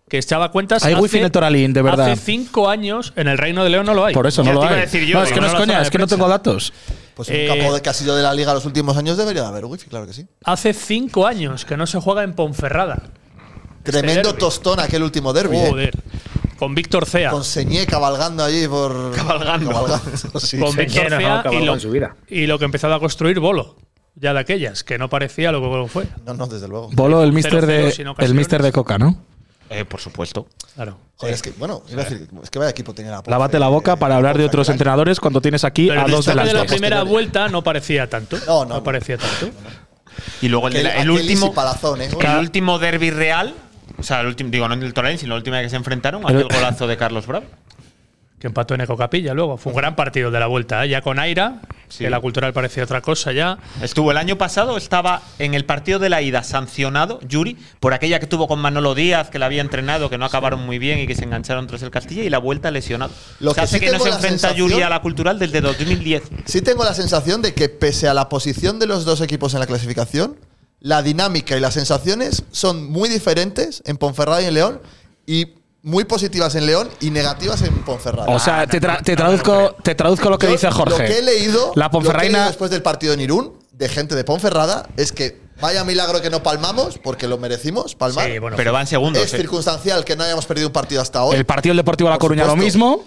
Speaker 2: Que echaba cuentas.
Speaker 5: Hay wifi en el Toralín, de verdad.
Speaker 2: Hace cinco años en el Reino de León no lo hay.
Speaker 5: Por eso
Speaker 4: Ya
Speaker 5: no lo
Speaker 4: te iba
Speaker 5: hay.
Speaker 4: a decir yo,
Speaker 5: no, es
Speaker 4: digo,
Speaker 5: que no
Speaker 4: no
Speaker 5: es
Speaker 4: la
Speaker 5: coña,
Speaker 4: zona
Speaker 5: es
Speaker 4: de
Speaker 5: que no tengo datos.
Speaker 1: también. Pues un
Speaker 2: Eh,
Speaker 1: capo de- que ha sido de la liga los últimos años debería de haber wifi, claro que sí.
Speaker 2: Hace cinco años que no se juega en Ponferrada.
Speaker 1: Tremendo
Speaker 2: derbi.
Speaker 1: tostón aquel último derby. ¿eh?
Speaker 2: Joder. Con Víctor Cea.
Speaker 1: Con Señé cabalgando allí por. Cabalgando. sí.
Speaker 2: con Víctor
Speaker 7: no,
Speaker 2: Cea
Speaker 7: acababa
Speaker 2: y, lo,
Speaker 7: en su vida.
Speaker 2: y lo que empezaba a construir Bolo. Ya de aquellas, que no parecía lo que luego fue.
Speaker 1: No, no, desde luego.
Speaker 5: Bolo, el
Speaker 2: Cero,
Speaker 5: mister
Speaker 2: cero,
Speaker 5: de,
Speaker 2: sin ocasiones.
Speaker 5: el mister de Coca, ¿no?
Speaker 4: Eh, por supuesto.
Speaker 2: Claro.
Speaker 1: Joder, es que, bueno, iba a decir, es que vaya equipo tenía la eh,
Speaker 5: Lávate la boca para hablar de otros entrenadores cuando tienes aquí
Speaker 2: Pero
Speaker 5: a
Speaker 2: el
Speaker 5: dos de
Speaker 2: destape
Speaker 5: las
Speaker 2: de la
Speaker 5: dos.
Speaker 2: primera
Speaker 1: posteriores.
Speaker 2: vuelta no parecía tanto.
Speaker 1: No, no, no.
Speaker 2: parecía tanto.
Speaker 4: Y luego el, de la- el último.
Speaker 1: Palazón, ¿eh?
Speaker 4: El último derby real. O sea, el último, digo, no el del Torrent, sino la última que se enfrentaron,
Speaker 5: El-
Speaker 4: aquel golazo de Carlos Bravo.
Speaker 2: Que empató en Ecocapilla luego. Fue un gran partido el de la vuelta. ¿eh? Ya con Aira,
Speaker 4: Sí.
Speaker 2: que la cultural parecía otra cosa ya.
Speaker 4: Estuvo el año pasado, estaba en el partido de la ida sancionado, Yuri, por aquella que tuvo con Manolo Díaz, que la había entrenado, que no acabaron muy bien y que se engancharon tras el Castilla, y la vuelta lesionado.
Speaker 1: Lo
Speaker 4: O sea,
Speaker 1: que
Speaker 4: hace
Speaker 1: sí
Speaker 4: que no
Speaker 1: tengo
Speaker 4: se
Speaker 1: la
Speaker 4: enfrenta
Speaker 1: sensación-
Speaker 4: Yuri a la cultural desde 2010.
Speaker 1: Sí tengo la sensación de que pese a la posición de los dos equipos en la clasificación, la dinámica y las sensaciones son muy diferentes en Ponferrada y en León y muy positivas en León y negativas en Ponferrada.
Speaker 5: O sea, te, tra- te traduzco, te traduzco lo que
Speaker 1: Yo
Speaker 5: dice Jorge.
Speaker 1: Lo que he leído,
Speaker 5: La
Speaker 1: lo que he
Speaker 5: Ponferraina.
Speaker 1: leído después del partido en Irún de gente de Ponferrada es que vaya milagro que no palmamos porque lo merecimos palmar.
Speaker 2: Sí, bueno,
Speaker 4: Pero van segundos.
Speaker 1: es
Speaker 4: eh.
Speaker 1: circunstancial que no hayamos perdido un partido hasta hoy.
Speaker 5: el partido del Deportivo La
Speaker 1: Por
Speaker 5: Coruña lo
Speaker 1: supuesto.
Speaker 5: mismo.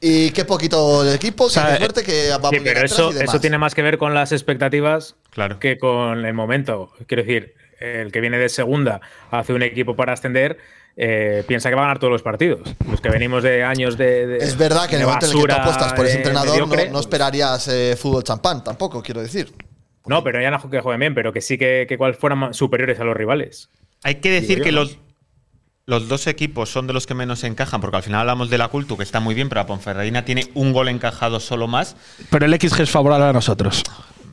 Speaker 1: y qué poquito el equipo, qué
Speaker 5: sea, eh,
Speaker 1: suerte que va
Speaker 7: Sí,
Speaker 1: muy bien
Speaker 7: pero
Speaker 1: atrás
Speaker 7: eso,
Speaker 1: y demás.
Speaker 7: eso tiene más que ver con las expectativas
Speaker 4: Claro.
Speaker 7: que con el momento. Quiero decir, el que viene de segunda hace un equipo para ascender, eh, piensa que va a ganar todos los partidos. Los que venimos de años de. de-
Speaker 1: Es verdad que
Speaker 7: de
Speaker 1: en el momento en el que tú
Speaker 7: basura,
Speaker 1: apuestas por ese
Speaker 7: eh,
Speaker 1: entrenador
Speaker 7: mediocre.
Speaker 1: no, no esperarías eh, fútbol champán tampoco, quiero decir.
Speaker 7: No, pero ya no que jueguen bien, pero que sí que, que cual fueran más superiores a los rivales.
Speaker 4: Hay que decir que los, los dos equipos son de los que menos se encajan, porque al final hablamos de la Cultu, que está muy bien, pero la Ponferradina tiene un gol encajado solo más.
Speaker 5: Pero el XG es favorable a nosotros.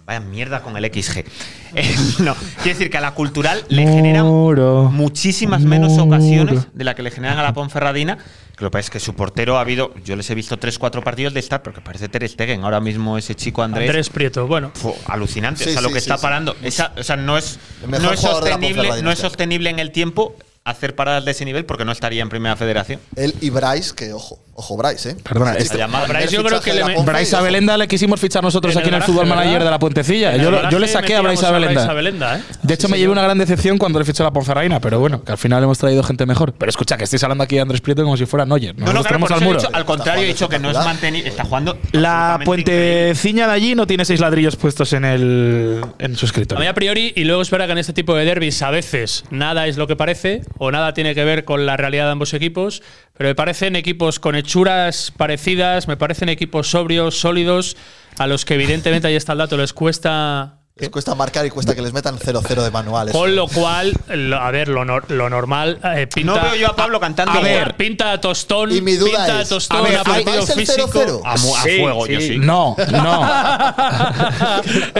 Speaker 4: Vaya mierda con el XG. Eh, no, quiere decir que a la cultural le generan
Speaker 5: Muro.
Speaker 4: muchísimas menos
Speaker 5: Muro.
Speaker 4: ocasiones de la que le generan a la Ponferradina. Que lo que pasa es que su portero ha habido, yo les he visto 3-4 partidos de estar, porque parece Ter Stegen. Ahora mismo ese chico Andrés.
Speaker 2: Andrés Prieto, bueno.
Speaker 4: Fu, alucinante,
Speaker 1: Sí,
Speaker 4: o sea, lo
Speaker 1: sí,
Speaker 4: que
Speaker 1: sí,
Speaker 4: está
Speaker 1: sí.
Speaker 4: parando. Esa- o sea, no es,
Speaker 1: El mejor
Speaker 4: no es,
Speaker 1: jugador de la
Speaker 4: sostenible,
Speaker 1: Ponferradina
Speaker 4: no es
Speaker 1: este año.
Speaker 4: sostenible en el tiempo hacer paradas de ese nivel porque no estaría en primera federación.
Speaker 1: Él y Bryce, que ojo, ojo Bryce, ¿eh?
Speaker 5: Perdona,
Speaker 1: Ese
Speaker 5: es-
Speaker 1: chico,
Speaker 4: La llamada-
Speaker 5: Pues
Speaker 1: primer
Speaker 2: Bryce yo creo
Speaker 1: fichaje
Speaker 2: que
Speaker 1: de
Speaker 2: le
Speaker 1: la
Speaker 2: me-
Speaker 1: Ponfe,
Speaker 5: Bryce
Speaker 1: y ojo.
Speaker 5: Abelenda le quisimos fichar nosotros
Speaker 2: En el
Speaker 5: aquí en el
Speaker 2: garaje,
Speaker 5: Fútbol Manager
Speaker 2: ¿verdad?
Speaker 5: de la Puentecilla.
Speaker 2: En el
Speaker 5: Yo, lo- yo le
Speaker 2: garaje
Speaker 5: saqué a
Speaker 2: metíamos
Speaker 5: Bryce Abelenda.
Speaker 2: Bryce Abelenda, ¿eh?
Speaker 5: De hecho, me llevé una gran decepción cuando le fichó la Ponferraina, pero bueno, que al final hemos traído gente mejor. Pero escucha, que estáis hablando aquí de Andrés Prieto como si fuera Neuer.
Speaker 4: No,
Speaker 5: Nosotros
Speaker 4: no, claro,
Speaker 5: tenemos
Speaker 4: por eso
Speaker 5: al
Speaker 4: he
Speaker 5: muro.
Speaker 4: dicho- al contrario, he dicho que no es
Speaker 1: espectacular.
Speaker 4: mantenido. Está jugando.
Speaker 5: La
Speaker 4: absolutamente increíble.
Speaker 5: puenteciña de allí no tiene seis ladrillos puestos en el en
Speaker 2: A mí
Speaker 5: su escritorio.
Speaker 2: a priori, y luego es verdad que en este tipo de derbis a veces nada es lo que parece, o nada tiene que ver con la realidad de ambos equipos, pero me parecen equipos con hechuras parecidas, me parecen equipos sobrios, sólidos, a los que evidentemente ahí está el dato, les cuesta
Speaker 1: Les cuesta marcar y cuesta que les metan 0-0 de manuales.
Speaker 2: Con lo cual, lo- a ver, lo, nor- lo normal eh, pinta.
Speaker 4: No veo yo a Pablo cantando
Speaker 2: A
Speaker 4: igual.
Speaker 2: ver, pinta a tostón.
Speaker 1: Y mi duda
Speaker 2: pinta
Speaker 1: es,
Speaker 2: a tostón,
Speaker 1: a
Speaker 2: a,
Speaker 1: ver,
Speaker 2: partido
Speaker 1: ¿vais Ah, el
Speaker 2: físico.
Speaker 1: 0-0?
Speaker 4: A, mu- a
Speaker 7: Sí,
Speaker 4: fuego, yo
Speaker 7: sí.
Speaker 4: pues, sí.
Speaker 5: No, no.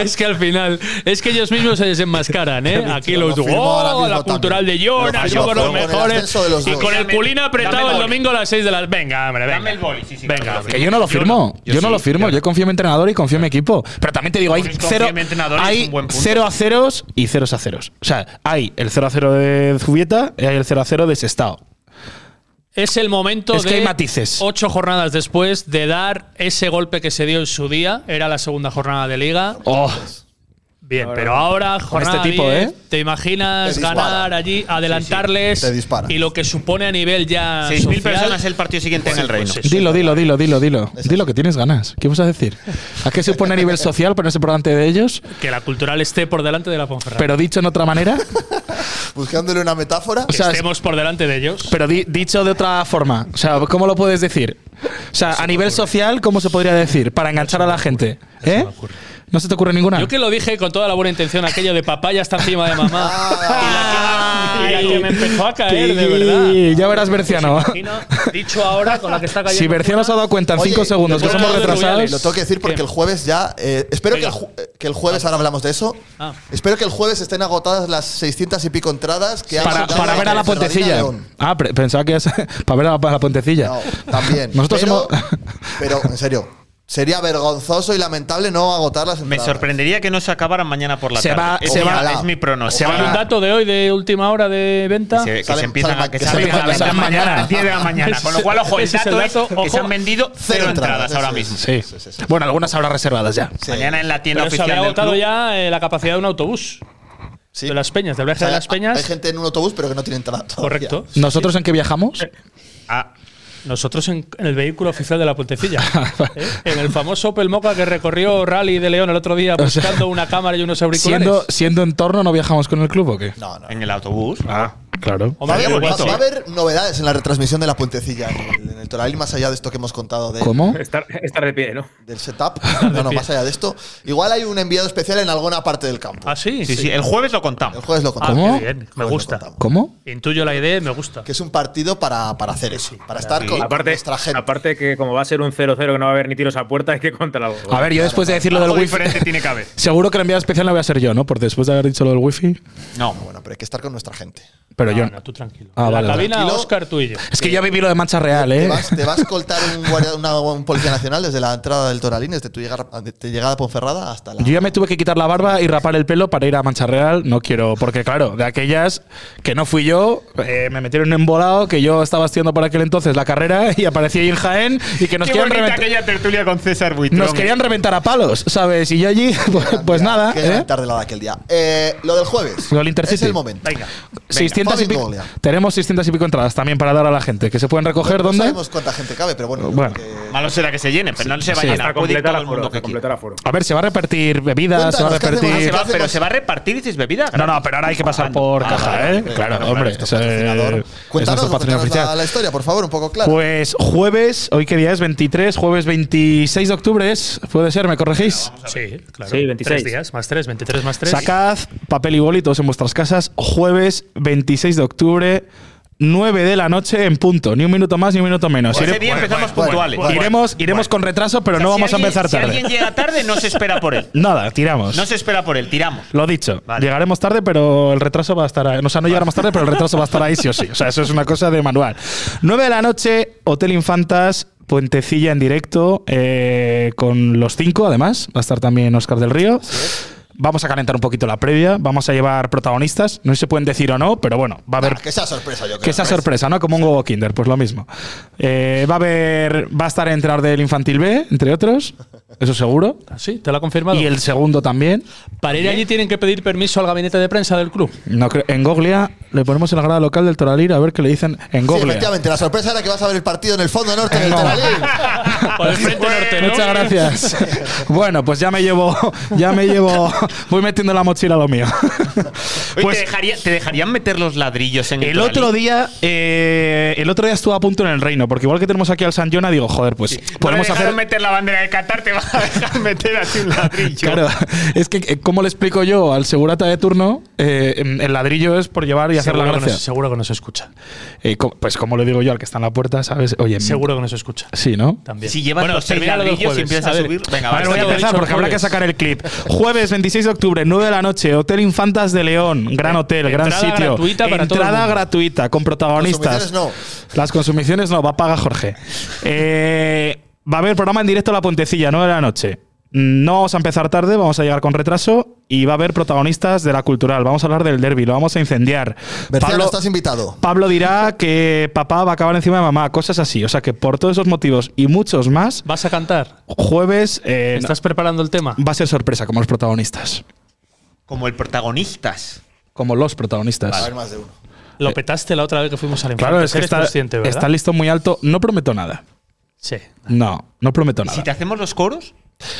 Speaker 2: es que al final, es que ellos mismos se desenmascaran, ¿eh? Aquí
Speaker 1: Lo
Speaker 2: los
Speaker 1: firmo ahora
Speaker 2: ¡Oh,
Speaker 1: mismo
Speaker 2: la
Speaker 1: también.
Speaker 2: cultural de York,
Speaker 1: Lo
Speaker 2: aquí
Speaker 1: firmo
Speaker 2: con los
Speaker 1: con el
Speaker 2: mejores.
Speaker 1: ascenso de los
Speaker 2: y
Speaker 1: dos.
Speaker 2: con el
Speaker 4: Dame-
Speaker 2: culín
Speaker 4: dame
Speaker 2: apretado
Speaker 4: el
Speaker 2: el
Speaker 4: boli.
Speaker 2: domingo a las 6 de las. Venga, hombre, venga.
Speaker 4: Dame el boli, sí, sí,
Speaker 2: Venga,
Speaker 4: claro,
Speaker 2: hombre.
Speaker 5: Que yo no lo firmo. Yo,
Speaker 4: Yo
Speaker 5: no
Speaker 4: sí,
Speaker 5: lo firmo.
Speaker 4: yo
Speaker 5: Yo,
Speaker 4: no.
Speaker 5: confío en mi entrenador y confío en mi equipo. Pero también te digo, hay
Speaker 4: Confío en
Speaker 5: cero,
Speaker 4: mi entrenador y es
Speaker 5: hay
Speaker 4: un buen punto.
Speaker 5: cero a ceros y ceros a ceros. O sea, hay el 0 a 0 de Zubieta y hay el 0 a 0 de Sestao.
Speaker 2: Es el momento
Speaker 5: Es que
Speaker 2: de
Speaker 5: hay matices.
Speaker 2: ocho jornadas después de dar ese golpe que se dio en su día. Era la segunda jornada de liga.
Speaker 5: Oh,
Speaker 2: Bien, pero ahora, jornada
Speaker 5: este tipo,
Speaker 2: 10,
Speaker 5: ¿eh?
Speaker 2: te imaginas
Speaker 1: Te dispara.
Speaker 2: ganar allí, adelantarles
Speaker 1: Te dispara.
Speaker 2: y lo que supone a nivel ya
Speaker 4: 6.000
Speaker 2: social,
Speaker 4: personas el partido siguiente en el reino.
Speaker 2: pues
Speaker 5: dilo, dilo, dilo, dilo, dilo. Dilo que tienes ganas. ¿Qué vas a decir? ¿A qué se pone a nivel social ponerse por delante de ellos?
Speaker 2: que la cultural esté por delante de la Ponferrada.
Speaker 5: Pero dicho en otra manera.
Speaker 1: Buscándole una metáfora.
Speaker 5: o
Speaker 2: que
Speaker 5: sea, es-
Speaker 2: estemos por delante de ellos.
Speaker 5: Pero di- dicho de otra forma, o sea, ¿cómo lo puedes decir? O sea, a nivel social, ¿cómo se podría decir? Para enganchar a la gente. ¿Eh? ¿No se te ocurre ninguna?
Speaker 2: Yo que lo dije con toda la buena intención, aquello de papá ya está encima de mamá. y, la que, y la que me empezó a caer, de
Speaker 5: Sí,
Speaker 2: verdad. Pues
Speaker 5: Ya verás, Berciano.
Speaker 2: Imagino, dicho ahora, con la que está cayendo.
Speaker 5: Si Berciano se ha dado cuenta en
Speaker 1: Oye,
Speaker 5: 5 segundos que
Speaker 2: lo
Speaker 5: somos
Speaker 2: ponemos de
Speaker 5: retrasados.
Speaker 2: Rubiales.
Speaker 1: Lo tengo que decir porque el jueves ya. eh, espero que el,
Speaker 2: Venga.
Speaker 1: ju- eh, que el jueves, ahora hablamos de eso.
Speaker 2: Ah.
Speaker 1: Espero que el jueves estén agotadas las 600 y pico entradas que han
Speaker 5: Para,
Speaker 1: mandado
Speaker 5: para ver a la
Speaker 1: Ponferradina
Speaker 5: puentecilla.
Speaker 1: León.
Speaker 5: Ah, pre- pensaba que es para ver a la, a la puentecilla.
Speaker 1: No, también.
Speaker 5: Nosotros
Speaker 1: pero,
Speaker 5: hemos.
Speaker 1: pero, en serio, sería vergonzoso y lamentable no agotarlas.
Speaker 4: Me sorprendería que no se acabaran mañana por la
Speaker 5: Se
Speaker 4: tarde.
Speaker 5: va-
Speaker 4: es,
Speaker 5: se
Speaker 4: mi,
Speaker 1: va-
Speaker 4: es mi pronóstico.
Speaker 5: se
Speaker 2: Hay un dato de hoy, de última hora de venta.
Speaker 4: Que se, que
Speaker 1: Salen-
Speaker 4: se empiezan
Speaker 1: salen-
Speaker 4: a que
Speaker 1: que
Speaker 4: se
Speaker 1: salen
Speaker 4: abren a
Speaker 5: mañana.
Speaker 4: las 10 de la mañana,
Speaker 5: Mañana.
Speaker 4: 10 de la mañana. Con lo cual, ojo, el
Speaker 2: Ese es el
Speaker 4: dato es
Speaker 2: dato,
Speaker 4: que se
Speaker 2: ojo.
Speaker 4: han vendido cero entradas ahora mismo.
Speaker 5: Sí. Bueno, algunas habrá reservadas ya.
Speaker 4: Mañana en la tienda
Speaker 2: Pero se
Speaker 4: oficial
Speaker 2: había
Speaker 4: del
Speaker 2: agotado
Speaker 4: club.
Speaker 2: ya eh, la capacidad de un autobús. De las peñas, del viaje
Speaker 1: O sea,
Speaker 2: de las peñas.
Speaker 1: Hay gente en un autobús, pero que no tiene entrada. todavía.
Speaker 2: Correcto.
Speaker 5: ¿Nosotros en qué viajamos?
Speaker 2: Nosotros en, en el vehículo oficial de la Puentecilla. ¿eh? En el famoso Opel Moca que recorrió Rally de León el otro día buscando una cámara y unos auriculares.
Speaker 5: Siendo, siendo en torno, ¿no viajamos con el club o qué?
Speaker 1: No, no.
Speaker 4: En el autobús.
Speaker 5: Ah, claro.
Speaker 1: Va a, haber,
Speaker 2: bonito.
Speaker 1: va- va a haber novedades en la retransmisión de la puentecilla en el, en el Toralín, más allá de esto que hemos contado de,
Speaker 5: ¿Cómo?
Speaker 7: Estar, estar de pie, ¿no?
Speaker 1: del setup. No, no, más allá de esto. Igual hay un enviado especial en alguna parte del campo.
Speaker 2: Ah, sí.
Speaker 4: Sí, sí, el jueves lo contamos.
Speaker 1: El jueves lo
Speaker 2: Ah,
Speaker 1: contamos.
Speaker 5: ¿Cómo?
Speaker 2: qué bien. Me
Speaker 1: Jueves lo
Speaker 2: gusta.
Speaker 1: contamos.
Speaker 5: ¿Cómo?
Speaker 2: Intuyo la idea y me gusta.
Speaker 1: Que es un partido para, para hacer eso, para estar con, con
Speaker 7: Aparte,
Speaker 1: nuestra gente.
Speaker 7: aparte que como va a ser un 0-0 que no va a haber ni tiros a puerta, hay que contar algo.
Speaker 5: A ver, yo después de decir lo del
Speaker 4: Algo
Speaker 5: wifi.
Speaker 4: diferente tiene que haber.
Speaker 5: Seguro que el enviado especial no voy a ser yo, ¿no? Por después de haber dicho lo del wifi.
Speaker 4: No.
Speaker 1: Ah, Bueno, pero hay que estar con nuestra gente.
Speaker 5: Pero yo.
Speaker 2: No, no, tú tranquilo.
Speaker 5: Ah,
Speaker 2: En
Speaker 5: vale,
Speaker 2: la
Speaker 5: vale.
Speaker 2: cabina,
Speaker 1: Tranquilo.
Speaker 2: Oscar, tú y yo.
Speaker 5: Es que yo viví lo de mancha real,
Speaker 1: Te
Speaker 5: ¿eh?
Speaker 1: vas, te vas a escoltar un, guardia- una- un policía nacional desde la entrada del Toralín, desde tu llegar, de tu llegada a Ponferrada hasta la.
Speaker 5: Yo ya me tuve que quitar la barba y rapar el pelo para ir a Mancha Real. No quiero, porque claro, de aquellas que no fui yo, eh, me metieron en volado, que yo estaba haciendo por aquel entonces la carrera y aparecí ahí en Jaén y que nos,
Speaker 4: Qué
Speaker 5: querían,
Speaker 4: bonita
Speaker 5: reventar,
Speaker 4: aquella tertulia con César Buitrón.
Speaker 5: nos querían reventar a palos, ¿sabes? Y yo allí, pues, pues nada.
Speaker 1: Qué gran
Speaker 5: ¿eh?
Speaker 1: tarde la de aquel día. Eh, lo del jueves.
Speaker 5: Lo del Intercity.
Speaker 1: Es el momento.
Speaker 4: Venga.
Speaker 5: 600 y
Speaker 1: Fabio
Speaker 5: pico-
Speaker 1: Goglia.
Speaker 5: tenemos 600 y pico entradas también para dar a la gente, que se pueden recoger.
Speaker 1: No
Speaker 5: ¿Dónde?
Speaker 4: pues
Speaker 1: sabemos cuánta gente cabe, pero bueno. yo
Speaker 5: Bueno.
Speaker 1: creo que-
Speaker 4: Malo será que se llene, pero no se va
Speaker 5: sí.
Speaker 4: a
Speaker 7: Para
Speaker 4: llenar.
Speaker 7: completar
Speaker 4: Todo el
Speaker 7: aforo.
Speaker 4: mundo que
Speaker 7: Para completar aforo.
Speaker 5: A ver, se va a repartir bebidas, se va a
Speaker 1: Cuéntanos, ¿qué
Speaker 5: repartir.
Speaker 1: hacemos?
Speaker 4: Ah, Se va-
Speaker 1: hacemos?
Speaker 4: pero se va a repartir, dices, bebida.
Speaker 5: No, no, pero ahora hay que pasar
Speaker 4: Ah,
Speaker 5: por
Speaker 4: ah,
Speaker 5: caja,
Speaker 4: vale,
Speaker 5: ¿eh?
Speaker 4: vale.
Speaker 5: claro, hombre.
Speaker 1: nuestro
Speaker 5: eso es-
Speaker 1: patrocinador.
Speaker 5: eso es
Speaker 1: Cuéntanos,
Speaker 5: nuestro patrocinador
Speaker 1: cuéntanos
Speaker 5: oficial.
Speaker 1: la, la historia, por favor, un poco clara.
Speaker 5: Pues jueves, hoy qué día es 23, jueves 26 de octubre es, puede ser, me corregís.
Speaker 2: Sí, eh, claro.
Speaker 7: Sí, 26.
Speaker 2: Tres días, más tres, 23 más tres.
Speaker 5: Sacad papel y boli todos en vuestras casas, jueves 26 de octubre, 9 de la noche en punto, ni un minuto más ni un minuto menos.
Speaker 4: Ese
Speaker 5: Ire-
Speaker 4: día empezamos puntuales.
Speaker 5: iremos iremos con retraso, pero
Speaker 4: O sea,
Speaker 5: no
Speaker 4: si
Speaker 5: vamos
Speaker 4: alguien-
Speaker 5: a empezar
Speaker 4: Si
Speaker 5: tarde.
Speaker 4: alguien llega tarde, no se espera por él.
Speaker 5: Nada, tiramos.
Speaker 4: No se espera por él, tiramos.
Speaker 5: Lo dicho,
Speaker 4: Vale.
Speaker 5: llegaremos tarde, pero el retraso va a estar ahí. O sea, no llegaremos tarde, pero el retraso va a estar ahí sí o sí. O sea, eso es una cosa de manual. 9 de la noche, Hotel Infantas, Puentecilla en directo, eh, con los cinco, además. Va a estar también Oscar del Río. Vamos a calentar un poquito la previa, vamos a llevar protagonistas. No sé si se pueden decir o no, pero bueno, va a haber
Speaker 1: Ah, que sea sorpresa, yo creo.
Speaker 5: que esa
Speaker 1: ¿no?
Speaker 5: sorpresa, ¿no? Como un huevo Kinder, pues lo mismo. Eh, va a haber, va a estar entrenador del infantil B, entre otros, eso seguro.
Speaker 2: Ah, Sí, te lo ha confirmado.
Speaker 5: Y el segundo también.
Speaker 2: Para ir allí tienen que pedir permiso al gabinete de prensa del club.
Speaker 5: No creo- En Goglia le ponemos en la grada local del Toralín a ver qué le dicen en
Speaker 1: Sí,
Speaker 5: Goglia.
Speaker 1: efectivamente, la sorpresa era que vas a ver el partido en el fondo norte del
Speaker 5: No.
Speaker 1: Toralín.
Speaker 2: Por el frente norte, ¿no?
Speaker 5: Muchas gracias. bueno, pues ya me llevo, ya me llevo, voy metiendo en la mochila lo mío.
Speaker 4: Oye,
Speaker 5: Pues-
Speaker 4: te, dejaría- te dejarían meter los ladrillos en el
Speaker 5: El otro día, eh, el otro día estuve a punto en el reino, porque igual que tenemos aquí al San Jona, digo, joder, pues podemos hacer.
Speaker 4: meter la bandera de Qatar, te vas a dejar meter así un ladrillo.
Speaker 5: Claro, es que, eh, ¿cómo le explico yo al segurata de turno? eh, em, el ladrillo es por llevar y hacer la
Speaker 2: Seguro que, no,
Speaker 5: gracia.
Speaker 2: se- seguro que no se escucha.
Speaker 5: Eh, co- pues, como le digo yo al que está en la puerta, ¿sabes? Oye,
Speaker 2: Seguro que no se escucha.
Speaker 5: Sí, ¿no?
Speaker 2: También.
Speaker 4: Si llevas los seis
Speaker 2: termina lo del
Speaker 4: ladrillos y
Speaker 2: jueves.
Speaker 4: empiezas a,
Speaker 2: ver,
Speaker 4: subir. Venga,
Speaker 5: A ver, voy a
Speaker 2: Todo
Speaker 5: empezar
Speaker 2: hecho
Speaker 5: porque habrá que
Speaker 2: jueves.
Speaker 5: sacar el clip. Jueves 26 de octubre, 9 de la noche, Hotel Infantas de León, gran hotel, gran
Speaker 2: Eh, Entrada
Speaker 5: sitio.
Speaker 2: gratuita para todo el
Speaker 5: Entrada
Speaker 2: mundo.
Speaker 5: gratuita con protagonistas.
Speaker 1: Consumiciones no.
Speaker 5: Las consumiciones no, va a pagar Jorge. Eh, va a haber programa en directo a La Puentecilla, 9 de la noche. No vamos a empezar tarde, vamos a llegar con retraso y va a haber protagonistas de la cultural. Vamos a hablar del derby, lo vamos a incendiar.
Speaker 1: Berciano,
Speaker 5: Pablo-
Speaker 1: estás invitado.
Speaker 5: Pablo dirá que papá va a acabar encima de mamá, cosas así. O sea que por todos esos motivos y muchos más,
Speaker 2: ¿Vas a cantar?
Speaker 5: jueves eh,
Speaker 2: ¿Estás preparando el tema?
Speaker 5: va a ser sorpresa como los protagonistas.
Speaker 4: Como el protagonistas.
Speaker 5: Como los protagonistas.
Speaker 1: A ver, más de uno.
Speaker 2: Lo petaste la otra vez que fuimos al infante.
Speaker 5: Claro, es que
Speaker 2: Eres
Speaker 5: está,
Speaker 2: consciente, ¿verdad?
Speaker 5: está listo muy alto. No prometo nada.
Speaker 2: Sí.
Speaker 5: No, no prometo
Speaker 4: Si
Speaker 5: nada.
Speaker 4: te hacemos los coros,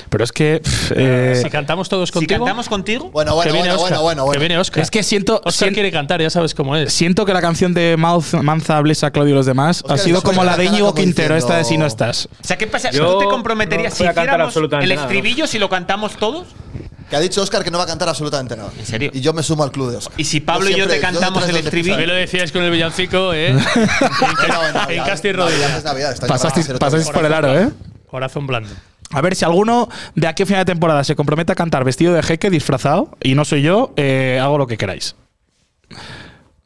Speaker 5: Pero es que. pff, eh,
Speaker 2: si cantamos todos
Speaker 4: si
Speaker 2: contigo.
Speaker 4: cantamos contigo,
Speaker 1: Bueno,
Speaker 2: que
Speaker 1: bueno,
Speaker 2: viene
Speaker 1: bueno,
Speaker 2: Oscar.
Speaker 1: bueno, bueno,
Speaker 2: Que
Speaker 1: bueno.
Speaker 2: viene Oscar.
Speaker 5: es que siento.
Speaker 2: Oscar
Speaker 5: sien-
Speaker 2: quiere cantar, ya sabes cómo es.
Speaker 5: Siento que la canción de Mouth, Manza, Blesa, Claudio y los demás
Speaker 1: Oscar,
Speaker 5: ha sido
Speaker 1: estás
Speaker 5: como la
Speaker 1: con
Speaker 5: de
Speaker 1: la cara
Speaker 5: Íñigo
Speaker 1: como
Speaker 5: Quintero,
Speaker 1: diciendo-
Speaker 5: esta de si no estás.
Speaker 4: o sea, ¿qué pasa?
Speaker 7: Yo
Speaker 4: ¿Tú te
Speaker 7: no
Speaker 4: comprometerías
Speaker 7: voy
Speaker 4: si
Speaker 7: a cantar
Speaker 4: hiciéramos
Speaker 7: absolutamente
Speaker 4: el
Speaker 7: nada,
Speaker 4: estribillo, si lo cantamos todos?
Speaker 1: Que ha dicho Oscar que no va a cantar absolutamente nada.
Speaker 4: ¿En serio?
Speaker 1: Y yo me sumo al club de Oscar.
Speaker 4: Y si Pablo y yo te cantamos el estribillo.
Speaker 2: También lo decías con el villancico, ¿eh? en casti y rodilla.
Speaker 5: Pasasteis, pasasteis por el aro, ¿eh?
Speaker 2: Corazón blando.
Speaker 5: A ver, si alguno de aquí a final de temporada se compromete a cantar vestido de jeque, disfrazado, y no soy yo, eh, hago lo que queráis.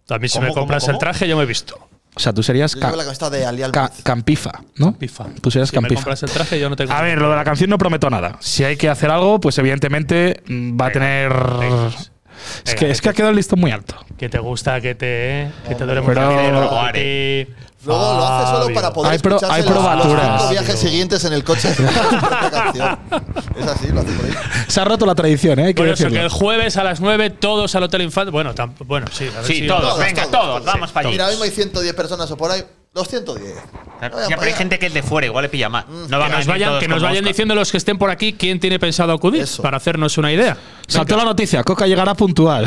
Speaker 2: A mí si
Speaker 4: ¿Cómo,
Speaker 2: me
Speaker 4: cómo,
Speaker 2: compras
Speaker 4: cómo?
Speaker 2: el traje yo me he visto.
Speaker 5: O sea, tú serías ca-
Speaker 1: la cabeza de Ali
Speaker 5: ca-
Speaker 1: Almaz.
Speaker 5: campifa, ¿no?
Speaker 2: Pifa.
Speaker 5: Tú serías
Speaker 2: si me
Speaker 5: campifa.
Speaker 2: compras el traje yo no te
Speaker 5: A ver, lo de la canción no prometo nada. Si hay que hacer algo, pues evidentemente mm, va a tener. Es que, es que ha quedado el listón muy alto.
Speaker 2: ¿eh? Que ¿eh? te gusta, que te, que te duele
Speaker 5: Pero-
Speaker 2: mucho. Que te-
Speaker 1: Luego lo hace
Speaker 4: Ah,
Speaker 1: solo para poder
Speaker 5: Hay pro-
Speaker 1: escucharse
Speaker 5: hay
Speaker 1: los-
Speaker 5: probaturas.
Speaker 1: los cinco viajes siguientes en el coche. es así, lo hace por ahí.
Speaker 5: Se ha roto la tradición, ¿eh? Hay que
Speaker 2: Por eso, que
Speaker 5: decirlo.
Speaker 2: el jueves a las 9 todos al Hotel Infante. Bueno, tam- bueno sí. a ver
Speaker 4: Sí,
Speaker 2: si-
Speaker 4: todos, venga, todos, vamos para allí.
Speaker 1: Mira, ahora mismo hay 110 personas o por ahí. 210.
Speaker 4: Claro, siempre hay gente que es de fuera, igual le pilla más. No
Speaker 2: Que
Speaker 4: van a
Speaker 2: nos
Speaker 4: venir
Speaker 2: vayan,
Speaker 4: todos
Speaker 2: que nos
Speaker 4: con
Speaker 2: vayan
Speaker 4: Oscar.
Speaker 2: diciendo los que estén por aquí quién tiene pensado acudir para hacernos una idea.
Speaker 5: Saltó la noticia, Coca llegará puntual.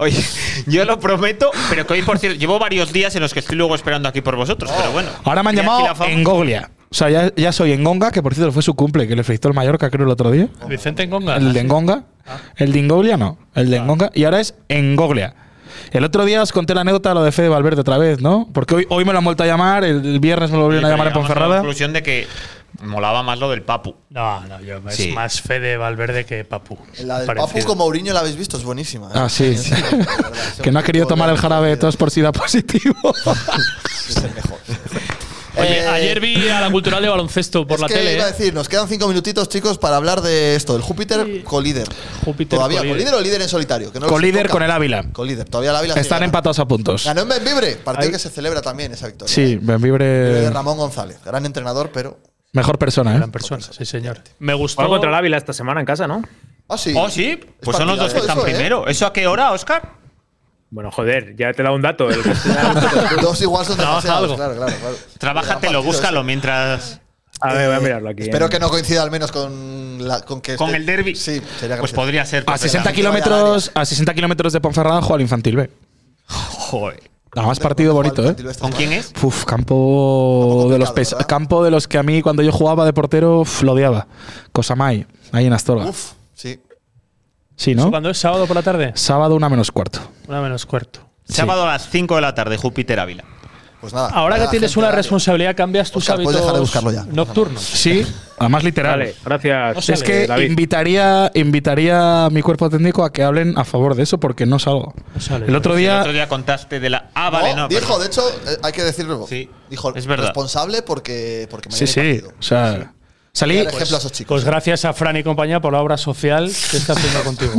Speaker 4: Oye, yo lo prometo, pero que hoy, por cierto, llevo varios días en los que estoy luego esperando aquí por vosotros, pero bueno.
Speaker 5: Ahora me han
Speaker 4: Tenía aquí la
Speaker 5: llamado
Speaker 4: fama.
Speaker 5: Engoglia. O sea, ya, ya soy Engonga, que por cierto fue su cumple, que le felicitó el Mallorca, creo, el otro día.
Speaker 2: Vicente Engonga.
Speaker 5: El de Engonga. El de Ingoglia no. El de Engonga. Y ahora es Engoglia. El otro día os conté la anécdota lo de Fede Valverde otra vez, ¿no? Porque hoy, hoy me lo han vuelto a llamar, el, el viernes me lo volvieron a
Speaker 4: Pero
Speaker 5: llamar a
Speaker 4: llegamos La
Speaker 5: Ponferrada.
Speaker 4: conclusión de que molaba más lo del Papu.
Speaker 2: No, no, yo, es
Speaker 4: Sí.
Speaker 2: más fe de Valverde que Papu.
Speaker 1: La del Papu
Speaker 2: Parecido.
Speaker 1: con Mourinho la habéis visto, es buenísima. ¿eh?
Speaker 5: Ah, sí. que no ha querido tomar el jarabe de tos por si da positivo.
Speaker 2: Oye,
Speaker 1: Eh,
Speaker 2: ayer vi a la cultural de baloncesto por
Speaker 1: Es
Speaker 2: la
Speaker 1: que
Speaker 2: tele.
Speaker 1: iba a
Speaker 2: ¿eh?
Speaker 1: decir, nos quedan cinco minutitos, chicos, para hablar de esto, el Júpiter colíder.
Speaker 2: Júpiter
Speaker 1: Todavía,
Speaker 2: Colíder.
Speaker 1: ¿colíder o líder en solitario? Que no lo
Speaker 5: Colíder
Speaker 1: toca.
Speaker 5: con el Ávila.
Speaker 1: Colíder, todavía el Ávila sigue
Speaker 5: Están
Speaker 1: ganando.
Speaker 5: empatados a puntos.
Speaker 1: Ganó en Benvibre, partido
Speaker 5: Ahí-
Speaker 1: que se celebra también esa victoria.
Speaker 5: Sí, eh.
Speaker 1: De
Speaker 5: Benvibre,
Speaker 1: Ramón González, gran entrenador, pero.
Speaker 5: mejor persona, ¿eh?
Speaker 2: Gran persona, sí, señor. Me
Speaker 7: Juega
Speaker 2: gustó.
Speaker 7: contra el Ávila esta semana en casa, ¿no?
Speaker 1: Ah, sí.
Speaker 4: Oh, sí, pues son los dos
Speaker 1: partidazo
Speaker 4: que están
Speaker 1: eso, ¿eh?
Speaker 4: primero. ¿Eso a qué hora, Oscar?
Speaker 7: Bueno, joder, ya te he dado un dato. El
Speaker 1: Dos igual son
Speaker 4: Trabaja
Speaker 1: demasiados,
Speaker 4: algo.
Speaker 1: claro, claro, claro. Gran
Speaker 4: Trabájatelo,
Speaker 1: partido ese.
Speaker 4: búscalo mientras.
Speaker 7: a ver, voy a mirarlo aquí.
Speaker 1: Espero
Speaker 7: eh.
Speaker 1: que no coincida al menos con, la, con que.
Speaker 4: Con
Speaker 1: esté-
Speaker 4: el derby.
Speaker 1: este, Sí, sería
Speaker 4: Pues
Speaker 1: gracioso.
Speaker 4: podría ser.
Speaker 5: A 60
Speaker 1: que vaya al
Speaker 5: kilómetros, a 60 kilómetros de Ponferrada juega al infantil B.
Speaker 4: Joder.
Speaker 5: Nada más partido
Speaker 1: Juega el
Speaker 5: bonito,
Speaker 1: Infantil
Speaker 5: ¿eh?
Speaker 1: Oeste.
Speaker 4: ¿Con quién es?
Speaker 5: Uf, campo de los pes-
Speaker 1: complicado, ¿verdad?
Speaker 5: campo de los que a mí cuando yo jugaba de portero uf, lo odiaba. Cosamay, ahí en Astorga.
Speaker 1: Uf, sí.
Speaker 5: sí, ¿no?
Speaker 2: ¿Cuándo es sábado por la tarde?
Speaker 5: Sábado una menos cuarto.
Speaker 2: Una menos cuarto.
Speaker 4: Sábado a las 5 de la tarde, Júpiter Ávila.
Speaker 1: Pues nada.
Speaker 2: Ahora que
Speaker 1: nada,
Speaker 2: tienes
Speaker 1: gente,
Speaker 2: una
Speaker 1: horario.
Speaker 2: responsabilidad, cambias tus
Speaker 1: Oscar, puedes
Speaker 2: hábitos
Speaker 1: dejar de buscarlo ya.
Speaker 2: nocturnos. Ah,
Speaker 5: Sí, además literal.
Speaker 7: Vale, gracias.
Speaker 2: No sé,
Speaker 5: Es que
Speaker 7: David.
Speaker 5: invitaría, invitaría a mi cuerpo técnico a que hablen a favor de eso porque no salgo.
Speaker 2: No sale.
Speaker 5: el otro
Speaker 4: El
Speaker 5: día,
Speaker 4: otro día contaste de la. Ah, vale, no.
Speaker 1: dijo,
Speaker 4: perdón.
Speaker 1: de hecho, eh, hay que decirlo.
Speaker 4: Sí,
Speaker 1: dijo,
Speaker 4: es verdad.
Speaker 1: responsable porque, porque mañana
Speaker 5: sí,
Speaker 1: hay
Speaker 5: sí,
Speaker 1: partido.
Speaker 5: o sea, salí.
Speaker 1: Dar ejemplo a esos chicos.
Speaker 2: Pues gracias a Fran y compañía por la obra social que está haciendo contigo.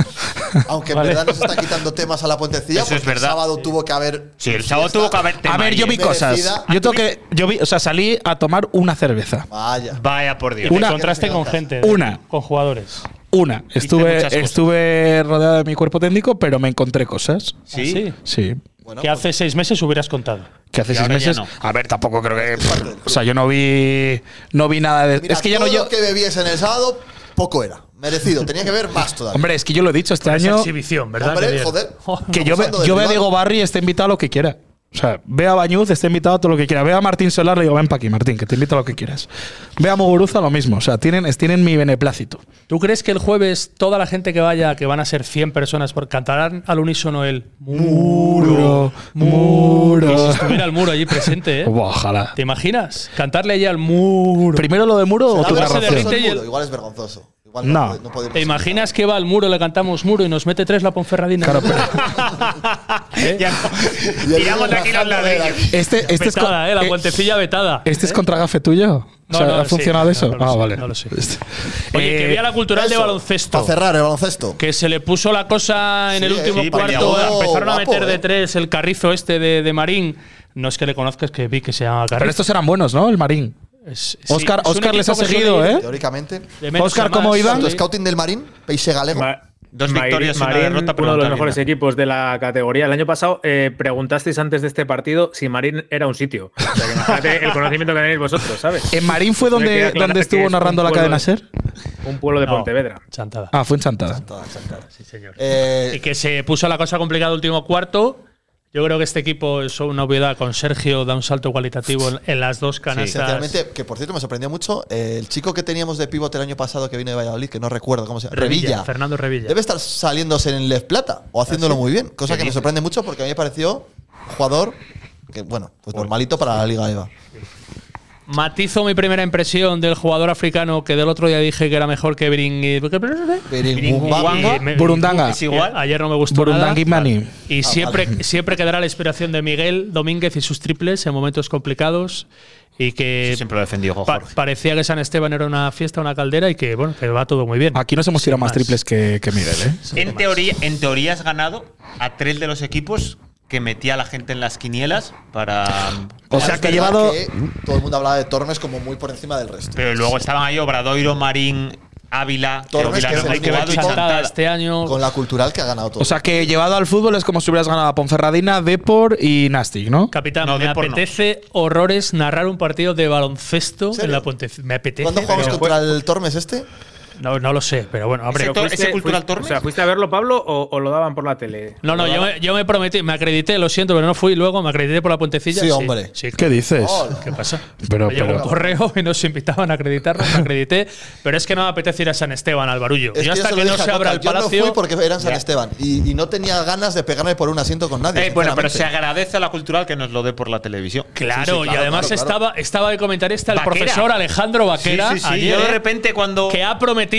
Speaker 1: Aunque en
Speaker 2: vale.
Speaker 1: verdad nos está quitando temas a la puentecilla,
Speaker 4: Eso
Speaker 1: porque
Speaker 4: es verdad.
Speaker 1: el sábado tuvo que haber.
Speaker 4: Sí, el sábado
Speaker 1: fiesta.
Speaker 4: tuvo que haber tema
Speaker 5: A ver, yo
Speaker 4: ahí,
Speaker 5: vi
Speaker 4: ¿eh?
Speaker 5: cosas.
Speaker 1: Merecida.
Speaker 5: Yo tengo que, yo vi, o sea, salí a tomar una cerveza.
Speaker 1: Vaya.
Speaker 4: Vaya por Dios.
Speaker 2: Te
Speaker 5: Una-
Speaker 2: encontraste con
Speaker 1: ¿eh?
Speaker 2: gente.
Speaker 5: Una.
Speaker 2: Con jugadores.
Speaker 5: Una.
Speaker 4: muchas
Speaker 5: Estuve,
Speaker 4: cosas.
Speaker 5: estuve rodeado de mi cuerpo técnico, pero me encontré cosas.
Speaker 4: Sí.
Speaker 2: Así.
Speaker 5: Sí.
Speaker 1: Bueno,
Speaker 2: que
Speaker 1: pues,
Speaker 2: hace seis meses hubieras contado.
Speaker 5: Que hace
Speaker 4: Y
Speaker 5: seis
Speaker 4: ahora ya
Speaker 5: meses.
Speaker 4: no.
Speaker 5: A ver, tampoco creo que. o sea, yo no vi. No vi nada de.
Speaker 1: mira,
Speaker 5: es que ya no
Speaker 1: todo
Speaker 5: yo.
Speaker 1: lo que bebies en el sábado, poco era. Merecido. Tenía que ver más todavía.
Speaker 5: Hombre, es que yo lo he dicho este
Speaker 2: Esa
Speaker 5: año.
Speaker 2: exhibición, ¿verdad?
Speaker 1: Hombre,
Speaker 2: de ayer?
Speaker 1: joder.
Speaker 5: Que yo, ve-
Speaker 1: Abusando del
Speaker 5: yo veo a
Speaker 1: rival.
Speaker 5: Diego Barry está invitado a lo que quiera. O sea, ve a Bañuz, está invitado a todo lo que quiera. Ve a Martín Solar, le digo, ven para aquí, Martín, que te invito a lo que quieras. Ve a Muguruza, lo mismo. O sea, tienen, tienen mi beneplácito.
Speaker 2: ¿Tú crees que el jueves toda la gente que vaya, que van a ser 100 personas, por cantarán al unísono el muro,
Speaker 5: muro.
Speaker 2: Y si estuviera el muro allí presente, ¿eh?
Speaker 5: Buah, ojalá.
Speaker 2: ¿Te imaginas? Cantarle allí al muro.
Speaker 5: Primero lo de muro o
Speaker 1: Será
Speaker 2: base
Speaker 5: tu
Speaker 2: de
Speaker 5: narración.
Speaker 1: vergonzoso
Speaker 2: Rita
Speaker 1: el
Speaker 2: y el-
Speaker 1: muro, Igual es vergonzoso. Igual
Speaker 5: No.
Speaker 1: puede- puede ir
Speaker 2: ¿Te
Speaker 1: más
Speaker 2: imaginas que va al muro, le cantamos muro y nos mete tres la Ponferradina?
Speaker 5: Claro, pero-
Speaker 4: Ya no.
Speaker 1: Y el
Speaker 4: Tiramos de aquí los
Speaker 1: rajando de la-
Speaker 4: ladrillos.
Speaker 5: Este, este es con-
Speaker 2: vetada, ¿eh? La
Speaker 5: eh,
Speaker 2: puentecilla vetada.
Speaker 5: ¿Este es contra gafe tuyo?
Speaker 2: No,
Speaker 5: o sea,
Speaker 2: no,
Speaker 5: ¿Ha
Speaker 2: sí,
Speaker 5: funcionado
Speaker 2: no,
Speaker 5: eso?
Speaker 2: no lo
Speaker 5: ah,
Speaker 2: sé,
Speaker 5: vale.
Speaker 2: no lo sé. Oye,
Speaker 5: Oye,
Speaker 2: que vi a la cultural de
Speaker 1: Eso,
Speaker 2: baloncesto.
Speaker 1: Para cerrar el baloncesto.
Speaker 2: Que se le puso la cosa en
Speaker 1: Sí,
Speaker 2: el último
Speaker 4: sí,
Speaker 2: cuarto.
Speaker 4: peleaguda.
Speaker 2: Empezaron a
Speaker 1: Guapo,
Speaker 2: meter de
Speaker 1: eh.
Speaker 2: tres el carrizo este de, de Marín. No es que le conozcas, que vi que se llama Carrizo.
Speaker 5: Pero estos eran buenos, ¿no? El Marín.
Speaker 2: Es- sí,
Speaker 5: Oscar,
Speaker 2: es un
Speaker 5: Oscar les ha
Speaker 2: equipo que
Speaker 5: seguido,
Speaker 2: suele ir
Speaker 5: ¿eh?
Speaker 1: Teóricamente.
Speaker 2: de menos
Speaker 5: Oscar,
Speaker 2: a
Speaker 5: ¿cómo
Speaker 2: más.
Speaker 5: iban?
Speaker 1: Tu scouting del Marín, Peixe Galego.
Speaker 7: Ma-
Speaker 4: Dos
Speaker 7: Marín-
Speaker 4: victorias y una
Speaker 7: Marín,
Speaker 4: derrota, pero
Speaker 7: uno de los
Speaker 4: no
Speaker 7: mejores
Speaker 4: termina.
Speaker 7: equipos de la categoría. El año pasado eh, preguntasteis antes de este partido si Marín era un sitio. O sea, que imagínate el conocimiento que tenéis vosotros, ¿sabes?
Speaker 5: ¿En Marín
Speaker 2: Pues
Speaker 5: fue
Speaker 7: Tiene que
Speaker 5: donde,
Speaker 7: aclarar
Speaker 5: donde
Speaker 7: que es
Speaker 5: estuvo
Speaker 7: un
Speaker 5: narrando la
Speaker 7: pueblo
Speaker 5: cadena
Speaker 7: de-
Speaker 5: Ser?
Speaker 7: Un pueblo de
Speaker 2: No,
Speaker 7: Pontevedra.
Speaker 2: Chantada.
Speaker 5: Ah, fue en Chantada.
Speaker 1: Todas chancadas.
Speaker 2: Y
Speaker 1: Eh,
Speaker 2: que se puso la cosa complicada el último cuarto. Yo creo que este equipo es una obviedad. Con Sergio da un salto cualitativo en, en las dos canastas.
Speaker 1: Esencialmente, que por cierto me sorprendió mucho, eh, el chico que teníamos de pivote el año pasado que vino de Valladolid, que no recuerdo cómo se llama, Revilla.
Speaker 2: Fernando Revilla.
Speaker 1: Debe estar saliéndose en Left Plata o haciéndolo muy bien, cosa que me sorprende mucho porque a mí me pareció un jugador que, bueno, pues normalito para la Liga EVA.
Speaker 2: Matizo mi primera impresión del jugador africano que del otro día dije que era mejor que Bring.
Speaker 1: Beringumbanga.
Speaker 2: me-
Speaker 5: Burundanga.
Speaker 4: Es igual.
Speaker 2: Ayer no me gustó
Speaker 5: Burundangui
Speaker 2: nada.
Speaker 5: Mani.
Speaker 2: Y siempre,
Speaker 1: vale.
Speaker 2: siempre quedará la inspiración de Miguel Domínguez y sus triples en momentos complicados. Y que
Speaker 4: Eso siempre lo defendió
Speaker 2: pa-
Speaker 4: Jorge.
Speaker 2: parecía que San Esteban era una fiesta, una caldera y que bueno, que va todo muy bien.
Speaker 5: Aquí nos hemos tirado más
Speaker 2: más.
Speaker 5: triples que, que Miguel, ¿eh?
Speaker 4: En teoría, en teoría has ganado a tres de los equipos que metía a la gente en las quinielas para.
Speaker 1: O sea, que ha llevado. todo el mundo hablaba de Tormes como muy por encima del resto.
Speaker 4: Pero luego estaban ahí Obradoiro, Marín, Ávila, que
Speaker 1: Tormes,
Speaker 4: Ávila
Speaker 1: que
Speaker 4: no
Speaker 1: es el
Speaker 4: hay
Speaker 1: único
Speaker 4: quedado y
Speaker 1: equipo
Speaker 4: Chantada.
Speaker 1: este año. Con la cultural que ha ganado todo.
Speaker 5: O sea que llevado al fútbol es como si hubieras ganado a Ponferradina, Depor y Nastic, ¿no?
Speaker 2: Capitán,
Speaker 5: No,
Speaker 2: me
Speaker 5: Depor no.
Speaker 2: apetece horrores narrar un partido de baloncesto en la Pontevedra. Me apetece.
Speaker 1: ¿Cuándo jugamos
Speaker 2: pero-
Speaker 1: contra el Tormes este?
Speaker 2: No, no lo sé, pero bueno, hombre.
Speaker 7: Tormes? O sea, ¿fuiste a verlo, Pablo, o, o lo daban por la tele?
Speaker 2: No, no, yo me, yo me prometí, me acredité, lo siento, pero no fui luego, me acredité por la puentecilla.
Speaker 1: Sí, hombre.
Speaker 2: sí,
Speaker 5: ¿Qué
Speaker 2: claro.
Speaker 5: dices?
Speaker 2: ¿Qué pasa?
Speaker 5: Pero-
Speaker 2: me llegó
Speaker 5: pero-
Speaker 2: un correo y nos invitaban a acreditarlo, me acredité, pero es que no me apetece ir a San Esteban, al barullo.
Speaker 1: Es
Speaker 2: yo hasta
Speaker 1: se lo
Speaker 2: que, no
Speaker 1: dije a
Speaker 2: se abra
Speaker 1: Coca,
Speaker 2: el
Speaker 1: yo
Speaker 2: palacio.
Speaker 1: no fui porque era en San
Speaker 2: Ya.
Speaker 1: Esteban y, y no tenía ganas de pegarme por un asiento con nadie.
Speaker 4: Eh, bueno, pero se
Speaker 1: sinceramente.
Speaker 4: agradece a la cultural que nos lo dé por la televisión.
Speaker 2: Claro,
Speaker 4: Sí,
Speaker 2: y
Speaker 4: sí,
Speaker 2: además
Speaker 4: claro, claro.
Speaker 2: estaba estaba de comentarista el
Speaker 4: Vaquera.
Speaker 2: profesor Alejandro Vaquera.
Speaker 4: Sí, sí, sí,
Speaker 2: ayer,
Speaker 4: yo de repente cuando-
Speaker 2: Que ha prometido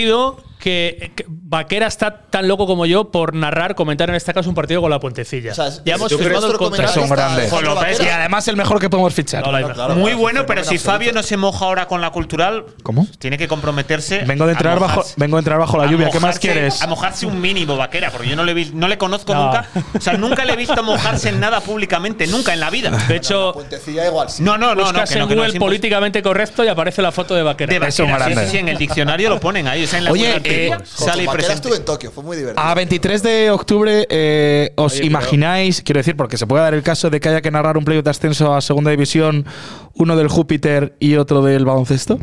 Speaker 2: que, que Vaquera está tan loco como yo por narrar, comentar en este caso un partido con la puentecilla.
Speaker 1: O sea, es-
Speaker 2: ya
Speaker 1: es
Speaker 2: hemos
Speaker 1: nuestro
Speaker 2: firmado el
Speaker 1: comentarista,
Speaker 2: contrato.
Speaker 5: Son grandes.
Speaker 1: Alejandro
Speaker 4: Con
Speaker 5: Y
Speaker 4: López.
Speaker 1: Vaquera.
Speaker 5: además el mejor que podemos fichar.
Speaker 2: No, la imagen.
Speaker 1: Claro,
Speaker 4: Muy
Speaker 1: es un
Speaker 4: bueno, pero
Speaker 1: fenómeno
Speaker 4: si
Speaker 1: absoluto.
Speaker 4: Fabio no se moja ahora con la cultural,
Speaker 5: ¿Cómo?
Speaker 4: tiene que comprometerse.
Speaker 5: Vengo de
Speaker 4: a
Speaker 5: entrar bajo,
Speaker 4: mojarse.
Speaker 5: vengo de entrar bajo la
Speaker 4: A
Speaker 5: lluvia. ¿Qué más
Speaker 4: mojarse-
Speaker 5: quieres?
Speaker 4: A mojarse un mínimo, vaquera, porque yo no le, vi- no le conozco
Speaker 2: No.
Speaker 4: nunca. O sea, nunca le he visto mojarse en nada públicamente, nunca en la vida.
Speaker 2: De hecho,
Speaker 1: Puentecilla igual. sí.
Speaker 4: No, no, no, no,
Speaker 2: buscas
Speaker 4: que no,
Speaker 2: en
Speaker 4: que no,
Speaker 2: Google
Speaker 4: es imposible.
Speaker 2: políticamente correcto y aparece la foto de Vaquera.
Speaker 4: De
Speaker 5: Es un
Speaker 4: vaquera, sí,
Speaker 5: grande.
Speaker 4: sí, sí, en el diccionario lo ponen ahí. O sea, en la
Speaker 5: Oye,
Speaker 4: cultural
Speaker 5: eh,
Speaker 4: trivia
Speaker 1: Con
Speaker 4: sale
Speaker 1: Vaquera
Speaker 4: presente.
Speaker 1: estuve en Tokio, fue muy divertido.
Speaker 5: A 23 de octubre, eh, ¿os imagináis, quiero decir, porque se puede dar el caso de que haya que narrar un playoff de ascenso a segunda división, uno del Júpiter y otro del baloncesto?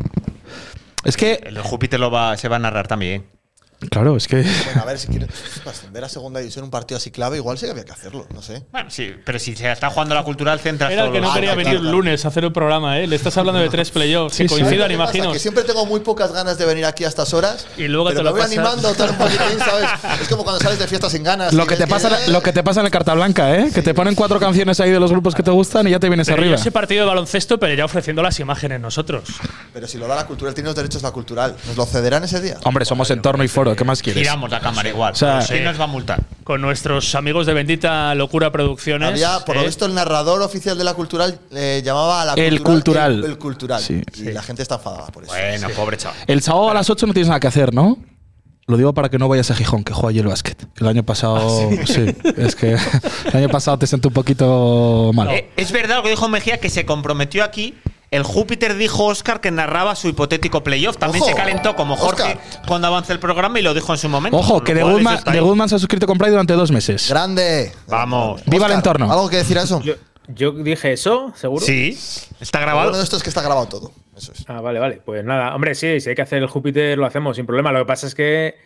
Speaker 5: Es que,
Speaker 4: El Júpiter lo va, se va a narrar también.
Speaker 5: claro, es que.
Speaker 1: Bueno, a ver, si quieres para ascender a segunda división un partido así clave, igual sí que había que hacerlo, no sé.
Speaker 4: Bueno, sí, pero si se está jugando la cultural, centra
Speaker 2: Era el que no
Speaker 1: Ah,
Speaker 2: quería
Speaker 1: no,
Speaker 2: venir
Speaker 1: claro,
Speaker 2: un
Speaker 1: claro.
Speaker 2: lunes a hacer un programa, ¿eh? Le estás hablando de tres playoffs
Speaker 5: Sí,
Speaker 2: que
Speaker 5: sí.
Speaker 2: coincidan,
Speaker 1: ¿Qué pasa?
Speaker 2: imagino.
Speaker 1: Que siempre tengo muy pocas ganas de venir aquí a estas horas.
Speaker 2: Y luego
Speaker 1: pero
Speaker 2: te lo
Speaker 1: me voy
Speaker 2: pasas.
Speaker 1: animando a estar un poquitín, ¿sabes? Es como cuando sales de fiesta sin ganas.
Speaker 5: Lo
Speaker 1: y
Speaker 5: que, te
Speaker 1: ves
Speaker 5: pasa, lo que te pasa en el Carta Blanca, ¿eh? Que te ponen cuatro canciones ahí de los grupos que te gustan y ya te vienes
Speaker 2: Pero yo
Speaker 5: arriba.
Speaker 2: ese partido de baloncesto, pero ya ofreciendo las imágenes nosotros.
Speaker 1: Pero si lo da la cultural, tiene los derechos la cultural. ¿Nos lo cederán ese día?
Speaker 5: Hombre, somos entorno y foro, ¿qué más quieres?
Speaker 4: Giramos la cámara igual.
Speaker 5: sea,
Speaker 4: Pero sí
Speaker 2: sí.
Speaker 4: nos va a multar?
Speaker 2: Con nuestros amigos de Bendita Locura Producciones.
Speaker 1: Había, por lo
Speaker 2: ¿eh?
Speaker 1: visto, el narrador oficial de la cultural eh, llamaba a la
Speaker 5: El
Speaker 1: cultural.
Speaker 5: cultural.
Speaker 1: El, cultural.
Speaker 5: Sí.
Speaker 1: y la gente está enfadada por eso.
Speaker 4: Bueno, pobre chaval.
Speaker 5: El sábado a las 8 no tienes nada que hacer, ¿no? Lo digo para que no vayas a Gijón, que juega allí el básquet. El año pasado. sí? es que el año pasado te sentí un poquito mal.
Speaker 4: Eh, es verdad lo que dijo Mejía, que se comprometió aquí. El Júpiter dijo Oscar que narraba su hipotético playoff. También
Speaker 1: Ojo,
Speaker 4: se calentó como Jorge
Speaker 1: Óscar.
Speaker 4: cuando avanza el programa y lo dijo en su momento.
Speaker 5: Ojo,
Speaker 4: Con
Speaker 5: que
Speaker 4: lo
Speaker 5: de
Speaker 4: cual,
Speaker 5: Goodman,
Speaker 4: eso está
Speaker 5: de
Speaker 4: ahí.
Speaker 5: Goodman se ha suscrito con Pride durante dos meses.
Speaker 1: Grande.
Speaker 4: Vamos.
Speaker 5: Viva el
Speaker 1: Óscar,
Speaker 5: entorno.
Speaker 1: ¿Algo que decir a eso?
Speaker 7: Yo, yo dije eso, seguro.
Speaker 4: Sí, está
Speaker 1: Uno
Speaker 4: grabado.
Speaker 1: de estos que está grabado todo. Eso es.
Speaker 7: Ah, vale, vale. Pues nada, hombre, sí, si hay que hacer el Júpiter, lo hacemos sin problema. Lo que pasa es que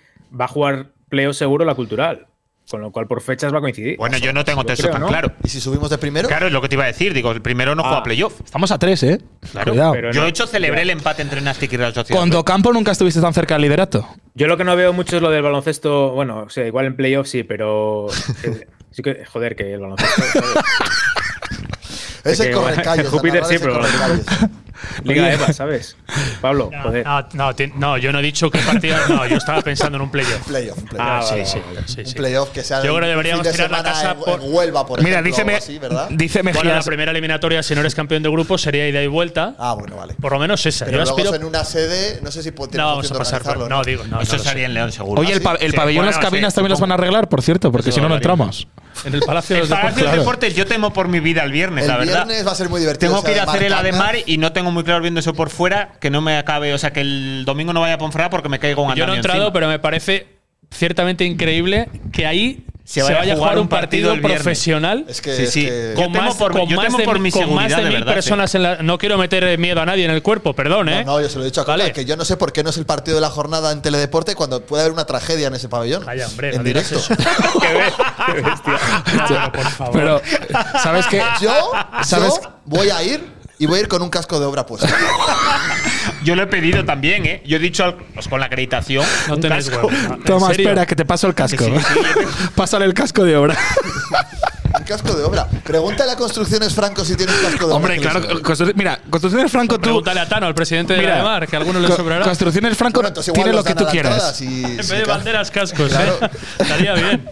Speaker 7: va a jugar pleo seguro la cultural, con lo cual por fechas va a coincidir.
Speaker 4: Bueno, yo no tengo
Speaker 7: Yo
Speaker 4: eso
Speaker 7: creo,
Speaker 4: tan
Speaker 7: ¿no?
Speaker 4: claro.
Speaker 1: ¿Y si subimos de primero?
Speaker 4: Claro, es lo que te iba a decir. Digo, el primero no juega
Speaker 7: Ah.
Speaker 4: playoff.
Speaker 5: Estamos a tres, ¿eh?
Speaker 4: Claro,
Speaker 5: Cuidado.
Speaker 7: pero
Speaker 4: Yo,
Speaker 7: no.
Speaker 4: de hecho, celebré el empate entre Nastic y Real Sociedad.
Speaker 5: Con Docampo nunca estuviste tan cerca del liderato.
Speaker 7: Yo lo que no veo mucho es lo del baloncesto. Bueno, o sea, igual en playoffs sí, pero. eh, sí que, joder, que el baloncesto. joder.
Speaker 1: Ese
Speaker 7: que,
Speaker 1: corre
Speaker 7: bueno,
Speaker 1: calles.
Speaker 7: Júpiter sí, pero- Liga Eva, ¿sabes? Pablo,
Speaker 2: No,
Speaker 7: joder.
Speaker 2: no, no, ti- no, yo no he dicho qué partido. No, yo estaba pensando en un playoff.
Speaker 1: Playoff, un playoff.
Speaker 2: Ah,
Speaker 7: Sí,
Speaker 2: vale,
Speaker 7: sí.
Speaker 2: vale, vale, sí,
Speaker 1: Un
Speaker 2: sí.
Speaker 1: playoff que sea
Speaker 2: Yo creo que
Speaker 1: el
Speaker 2: deberíamos
Speaker 1: fin de
Speaker 2: tirar la
Speaker 1: semana
Speaker 2: casa
Speaker 1: en,
Speaker 2: por-
Speaker 1: en Huelva, por
Speaker 5: Mira,
Speaker 1: ejemplo,
Speaker 5: dice,
Speaker 1: o
Speaker 5: Me-
Speaker 1: así, ¿verdad?
Speaker 5: dice
Speaker 2: Bueno, la
Speaker 5: Mejías.
Speaker 2: primera eliminatoria, si no eres campeón de grupo, sería ida y vuelta.
Speaker 1: Ah, bueno, vale.
Speaker 2: Por lo menos esa.
Speaker 1: Pero
Speaker 2: yo
Speaker 1: luego
Speaker 2: aspiro.
Speaker 1: en una sede, no sé si po-
Speaker 2: No
Speaker 1: tenemos
Speaker 2: vamos
Speaker 1: opción
Speaker 2: a
Speaker 1: de
Speaker 2: pasar.
Speaker 1: organizarlo,
Speaker 2: por- No, digo, no.
Speaker 4: Eso
Speaker 2: no lo
Speaker 4: sería
Speaker 2: sé.
Speaker 4: en León, seguro.
Speaker 5: Oye, el, pa- el
Speaker 4: Ah, Sí,
Speaker 5: pabellón,
Speaker 4: bueno,
Speaker 5: las
Speaker 4: sí,
Speaker 5: cabinas también las van a
Speaker 4: supongo.
Speaker 5: arreglar, por cierto, porque
Speaker 4: Eso
Speaker 5: si no, no
Speaker 4: lo haríamos.
Speaker 5: entramos.
Speaker 2: En el Palacio de los
Speaker 4: El Palacio
Speaker 2: Deportes.
Speaker 4: de
Speaker 5: claro.
Speaker 4: Deportes, yo temo por mi vida el viernes,
Speaker 1: El
Speaker 4: la verdad.
Speaker 1: viernes va a ser muy divertido,
Speaker 4: Tengo
Speaker 1: o sea,
Speaker 4: que ir a hacer el
Speaker 1: Marcana.
Speaker 4: Ademar y no tengo muy claro viendo eso por fuera que no me acabe, o sea, que el domingo no vaya a Ponferrada porque me caigo un andamio
Speaker 2: Yo no he entrado,
Speaker 4: encima.
Speaker 2: pero me parece ciertamente increíble que ahí se vaya, a jugar un partido,
Speaker 4: el viernes.
Speaker 2: profesional.
Speaker 1: Es que,
Speaker 4: Sí,
Speaker 1: es
Speaker 4: sí.
Speaker 1: que-
Speaker 4: Yo
Speaker 2: Con
Speaker 4: temo
Speaker 2: más,
Speaker 4: por mi-
Speaker 2: con
Speaker 4: yo
Speaker 2: más
Speaker 4: temo
Speaker 2: de,
Speaker 4: por mi
Speaker 2: mil- con más
Speaker 4: seguridad,
Speaker 2: de
Speaker 4: de
Speaker 2: mil
Speaker 4: verdad, sí.
Speaker 2: personas en la. No quiero meter eh, miedo a nadie en el cuerpo, perdón, ¿eh?
Speaker 1: No, yo se lo he dicho a Coca,
Speaker 2: Vale.
Speaker 1: que yo no sé por qué no es el partido de la jornada en Teledeporte cuando puede haber una tragedia en ese pabellón.
Speaker 2: Calla, hombre,
Speaker 1: en
Speaker 2: no dirás
Speaker 1: directo.
Speaker 2: Qué bestia. No, pero por favor.
Speaker 5: Pero, ¿sabes qué?
Speaker 1: Yo,
Speaker 5: ¿Sabes?
Speaker 1: yo voy a ir y voy a ir con un casco de obra puesto.
Speaker 4: Yo lo he pedido también, ¿eh? Yo he dicho al- pues, con la acreditación.
Speaker 2: no
Speaker 4: un
Speaker 2: tenéis
Speaker 4: casco.
Speaker 2: huevo. No, ¿en
Speaker 5: Toma,
Speaker 2: serio?
Speaker 5: espera, que te paso el casco.
Speaker 4: Sí, sí,
Speaker 5: Pásale el casco de obra.
Speaker 1: un casco de obra. Pregúntale a Construcciones Franco si tiene un casco de obra.
Speaker 5: Hombre, claro. Constru- Mira, Construcciones Franco, tú.
Speaker 2: Pregúntale a Tano, al presidente de
Speaker 5: Mira,
Speaker 2: la Mar, que a alguno le
Speaker 5: Co-
Speaker 2: sobrará.
Speaker 5: Construcciones Franco
Speaker 1: Bueno, entonces igual
Speaker 5: tiene
Speaker 1: nos
Speaker 5: lo que
Speaker 1: dan a
Speaker 5: tú
Speaker 1: la entrada
Speaker 5: quieras.
Speaker 1: si-
Speaker 2: En
Speaker 1: si
Speaker 2: vez de
Speaker 1: ca-
Speaker 2: banderas, cascos,
Speaker 1: Claro.
Speaker 2: ¿eh? Estaría bien.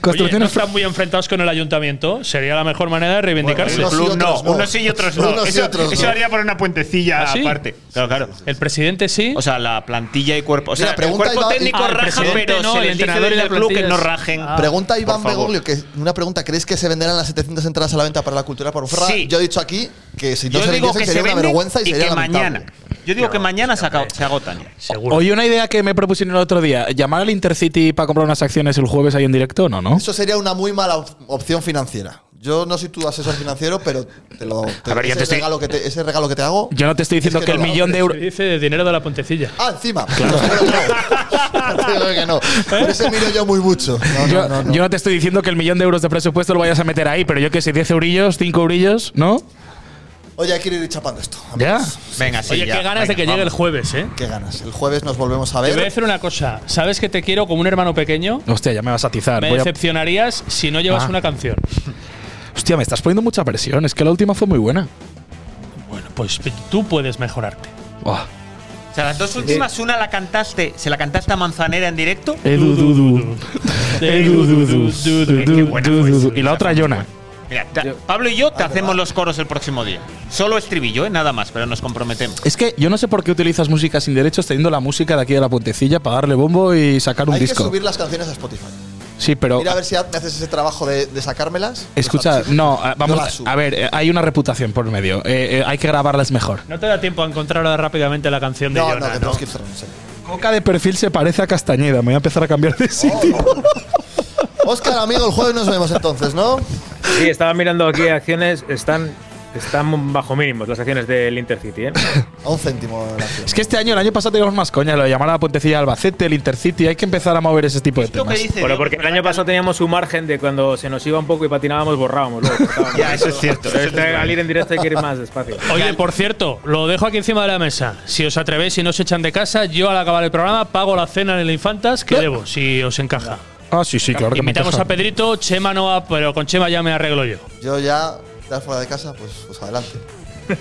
Speaker 5: Construcciones
Speaker 2: Oye, no
Speaker 5: fra-
Speaker 2: están muy enfrentados con el ayuntamiento. Sería la mejor manera de reivindicarse.
Speaker 4: El
Speaker 1: Unos y
Speaker 4: club no,
Speaker 1: otros no.
Speaker 4: unos sí y otros no.
Speaker 1: Unos y
Speaker 4: eso
Speaker 1: otros
Speaker 4: eso
Speaker 1: no.
Speaker 4: haría por una puentecilla
Speaker 2: ¿Ah, sí?
Speaker 4: aparte. Claro, claro.
Speaker 2: el presidente sí.
Speaker 4: O sea, la plantilla y cuerpo. O sea,
Speaker 1: Mira,
Speaker 4: el
Speaker 1: pregunta
Speaker 4: cuerpo
Speaker 1: Iván-
Speaker 4: técnico
Speaker 1: Ah,
Speaker 2: el
Speaker 4: raja,
Speaker 2: presidente
Speaker 4: pero
Speaker 2: no,
Speaker 4: se
Speaker 2: el
Speaker 4: les dice
Speaker 2: entrenador y
Speaker 4: desde
Speaker 2: la
Speaker 4: el club que
Speaker 2: plantilla
Speaker 4: no
Speaker 2: es-
Speaker 4: rajen.
Speaker 2: Ah.
Speaker 1: Pregunta a Iván
Speaker 4: por favor.
Speaker 1: Begoglio, que una pregunta, ¿crees que se venderán las 700 entradas a la venta para la cultura por Ferrara.
Speaker 4: Sí.
Speaker 1: Yo he dicho aquí que si no
Speaker 4: Yo
Speaker 1: se
Speaker 4: digo
Speaker 1: vendiesen
Speaker 4: que
Speaker 1: sería
Speaker 4: se
Speaker 1: una
Speaker 4: venden
Speaker 1: vergüenza y,
Speaker 4: y
Speaker 1: sería
Speaker 4: que
Speaker 1: lamentable.
Speaker 4: mañana. Yo digo que mañana se, aca- se agotan.
Speaker 5: Oye, una idea que me propusieron el otro día, llamar al Intercity para comprar unas acciones el jueves ahí en directo, ¿no? ¿no?
Speaker 1: Eso sería una muy mala op- opción financiera. Yo no soy tu asesor financiero, pero te lo te-
Speaker 5: A ver, yo
Speaker 1: ese,
Speaker 5: te estoy-
Speaker 1: regalo que te, ese regalo que te hago.
Speaker 5: Yo no te estoy diciendo
Speaker 1: Es que
Speaker 5: que, el
Speaker 1: no lo
Speaker 5: millón de euros.
Speaker 2: Dice de dinero de la puentecilla.
Speaker 1: Ah, encima. Te digo que no. Por ese miro yo muy mucho. No,
Speaker 5: ¿Eh? yo,
Speaker 1: no, no, no.
Speaker 5: yo no te estoy diciendo que el millón de euros de presupuesto lo vayas a meter ahí, pero yo que sé, 10 eurillos, 5 eurillos, ¿no?
Speaker 1: Oye, hay que ir chapando esto.
Speaker 5: Ya.
Speaker 4: Venga, sí.
Speaker 2: Oye,
Speaker 4: ya,
Speaker 2: qué ganas
Speaker 4: venga,
Speaker 2: de que llegue el
Speaker 4: vamos.
Speaker 2: jueves, ¿eh?
Speaker 1: Qué ganas. El jueves nos volvemos a
Speaker 2: Te voy a
Speaker 1: ver.
Speaker 2: decir una cosa. Sabes que te quiero como un hermano pequeño.
Speaker 5: Hostia, ya me vas a atizar.
Speaker 2: Me
Speaker 5: Voy a-
Speaker 2: decepcionarías si no llevas
Speaker 5: Ah.
Speaker 2: una canción.
Speaker 5: Hostia, me estás poniendo mucha presión. Es que la última fue muy buena.
Speaker 2: Bueno, pues tú puedes mejorarte.
Speaker 5: Buah.
Speaker 4: O sea, las dos últimas, una la cantaste, se la cantaste a Manzanera en directo.
Speaker 5: Edu, du, du. Edu, Eh, du, du. Du,
Speaker 4: Qué
Speaker 5: du,
Speaker 4: buena
Speaker 5: du,
Speaker 4: fue
Speaker 5: du.
Speaker 4: esa,
Speaker 5: Y la
Speaker 4: esa
Speaker 5: otra,
Speaker 4: fue
Speaker 5: Jonah.
Speaker 4: Mira, ta- Pablo y yo
Speaker 2: Ah,
Speaker 4: te hacemos los coros el próximo día. Solo estribillo, ¿eh? nada más, pero nos comprometemos.
Speaker 5: Es que yo no sé por qué utilizas música sin derechos teniendo la música de aquí de la puentecilla para darle bombo y sacar un
Speaker 1: Hay que
Speaker 5: disco.
Speaker 1: subir las canciones a Spotify.
Speaker 5: Sí, pero.
Speaker 1: Mira a ver si ha- me haces ese trabajo de, de sacármelas.
Speaker 5: Escucha,
Speaker 1: Los archivos.
Speaker 5: no, ah,
Speaker 1: Yo las
Speaker 5: vamos.
Speaker 1: subo.
Speaker 5: A ver, eh, hay una reputación por medio. Eh, eh, hay que grabarlas mejor.
Speaker 2: No te da tiempo a encontrar ahora rápidamente la canción de
Speaker 1: No, no,
Speaker 2: Jonah,
Speaker 1: que
Speaker 2: ¿no?
Speaker 1: tenemos que ir cerrando. sí.
Speaker 5: Boca de perfil se parece a Castañeda. Me voy a empezar a cambiar
Speaker 1: Oh.
Speaker 5: de sitio.
Speaker 1: Oscar, amigo, el jueves nos vemos entonces, ¿no?
Speaker 7: Sí, estaba mirando aquí acciones, están, están bajo mínimos las acciones del Intercity, ¿eh?
Speaker 1: A un céntimo. la acción.
Speaker 5: Es que este año, el año pasado teníamos más coña. Lo de llamar a la puentecilla de Albacete, el Intercity. Hay que empezar a mover ese tipo de
Speaker 4: ¿Esto
Speaker 5: temas.
Speaker 4: que dice?
Speaker 7: Bueno,
Speaker 4: Diego,
Speaker 7: porque
Speaker 4: que
Speaker 7: el año
Speaker 4: saca-
Speaker 7: pasado teníamos un margen de cuando se nos iba un poco y patinábamos, borrábamos. Luego, cortábamos.
Speaker 4: Ya, eso es cierto.
Speaker 7: Pero
Speaker 4: eso es
Speaker 7: este,
Speaker 4: verdad.
Speaker 7: al ir en directo hay que ir más despacio.
Speaker 2: Oye, por cierto, lo dejo aquí encima de la mesa. Si os atrevéis y no os echan de casa, yo al acabar el programa pago la cena en el Infantas que debo, si os encaja.
Speaker 5: Ah, sí, sí, claro que me
Speaker 2: Invitamos
Speaker 5: encaja.
Speaker 2: a Pedrito, Chema no va, pero con Chema ya me arreglo yo.
Speaker 1: Yo ya, ya fuera de casa, pues, pues adelante.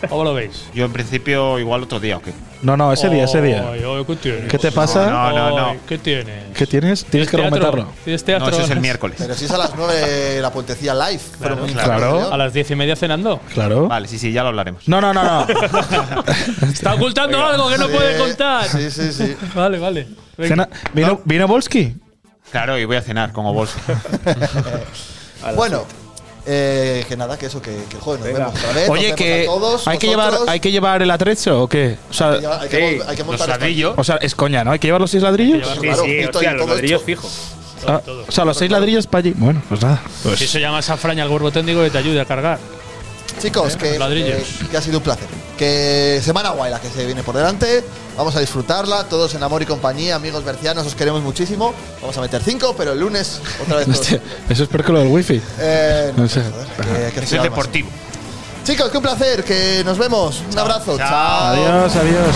Speaker 2: ¿Cómo lo veis?
Speaker 4: Yo en principio igual otro día, ¿o qué?
Speaker 5: No, no, ese día, ese día.
Speaker 2: Ay, ay, ¿Qué tiene?
Speaker 5: ¿Qué te pasa?
Speaker 4: No, no, no.
Speaker 2: Ay, ¿Qué tiene?
Speaker 5: ¿Qué tienes? Tienes que argumentarlo.
Speaker 2: ¿Tienes teatro?
Speaker 4: No, eso es el miércoles.
Speaker 1: Pero si es a las 9 la puentecía live. pero muy
Speaker 4: claro.
Speaker 1: infame,
Speaker 5: Claro.
Speaker 1: ¿no?
Speaker 2: A las diez y media cenando.
Speaker 5: Claro.
Speaker 4: Vale, sí, sí, ya lo hablaremos.
Speaker 5: No, no, no, no.
Speaker 2: Está ocultando algo que no puede
Speaker 1: Sí,
Speaker 2: contar.
Speaker 1: Sí, sí, sí.
Speaker 2: Vale, vale. Venga.
Speaker 5: Cena- ¿Vino, vino Volsky?
Speaker 4: Claro, y voy a cenar con Obolsky.
Speaker 1: Bueno, eh, que nada, que eso, que, que el jueves nos vemos otra vez.
Speaker 5: Oye,
Speaker 1: nos vemos
Speaker 5: que
Speaker 1: a todos,
Speaker 5: hay que llevar,
Speaker 1: vosotros.
Speaker 5: hay que llevar el atrecho o qué? O
Speaker 1: Hay que
Speaker 5: sea,
Speaker 1: llevar- hay que
Speaker 7: Sí.
Speaker 1: vol- hay que
Speaker 4: Los
Speaker 1: montar esto.
Speaker 4: ladrillos.
Speaker 5: o sea, es coña, ¿no? Hay que llevar los seis ladrillos.
Speaker 7: Sí,
Speaker 1: Claro,
Speaker 7: sí,
Speaker 1: esto y
Speaker 7: hostia, los
Speaker 1: todo
Speaker 7: ladrillos
Speaker 1: esto.
Speaker 7: fijos.
Speaker 5: Ah, o sea, los seis ladrillos para allí. Bueno, pues nada.
Speaker 2: Si eso llamas a Fraña al gorbo técnico que te ayude a cargar.
Speaker 4: ¿Eh?
Speaker 1: Chicos, que, eh,
Speaker 2: ladrillos.
Speaker 1: que- que ha sido un placer. Que semana guay la que se viene por delante. Vamos a disfrutarla, todos en amor y compañía, amigos bercianos, os queremos muchísimo. Vamos a meter cinco, pero el lunes otra vez. todos.
Speaker 5: Hostia, eso es peor que lo del wifi.
Speaker 1: Eh, no,
Speaker 5: No sé.
Speaker 1: joder, que- que
Speaker 4: Es el
Speaker 1: estudiar más.
Speaker 4: deportivo.
Speaker 1: Chicos, que un placer, que nos vemos. Un abrazo.
Speaker 4: Chao.
Speaker 1: Chao.
Speaker 5: Adiós, adiós.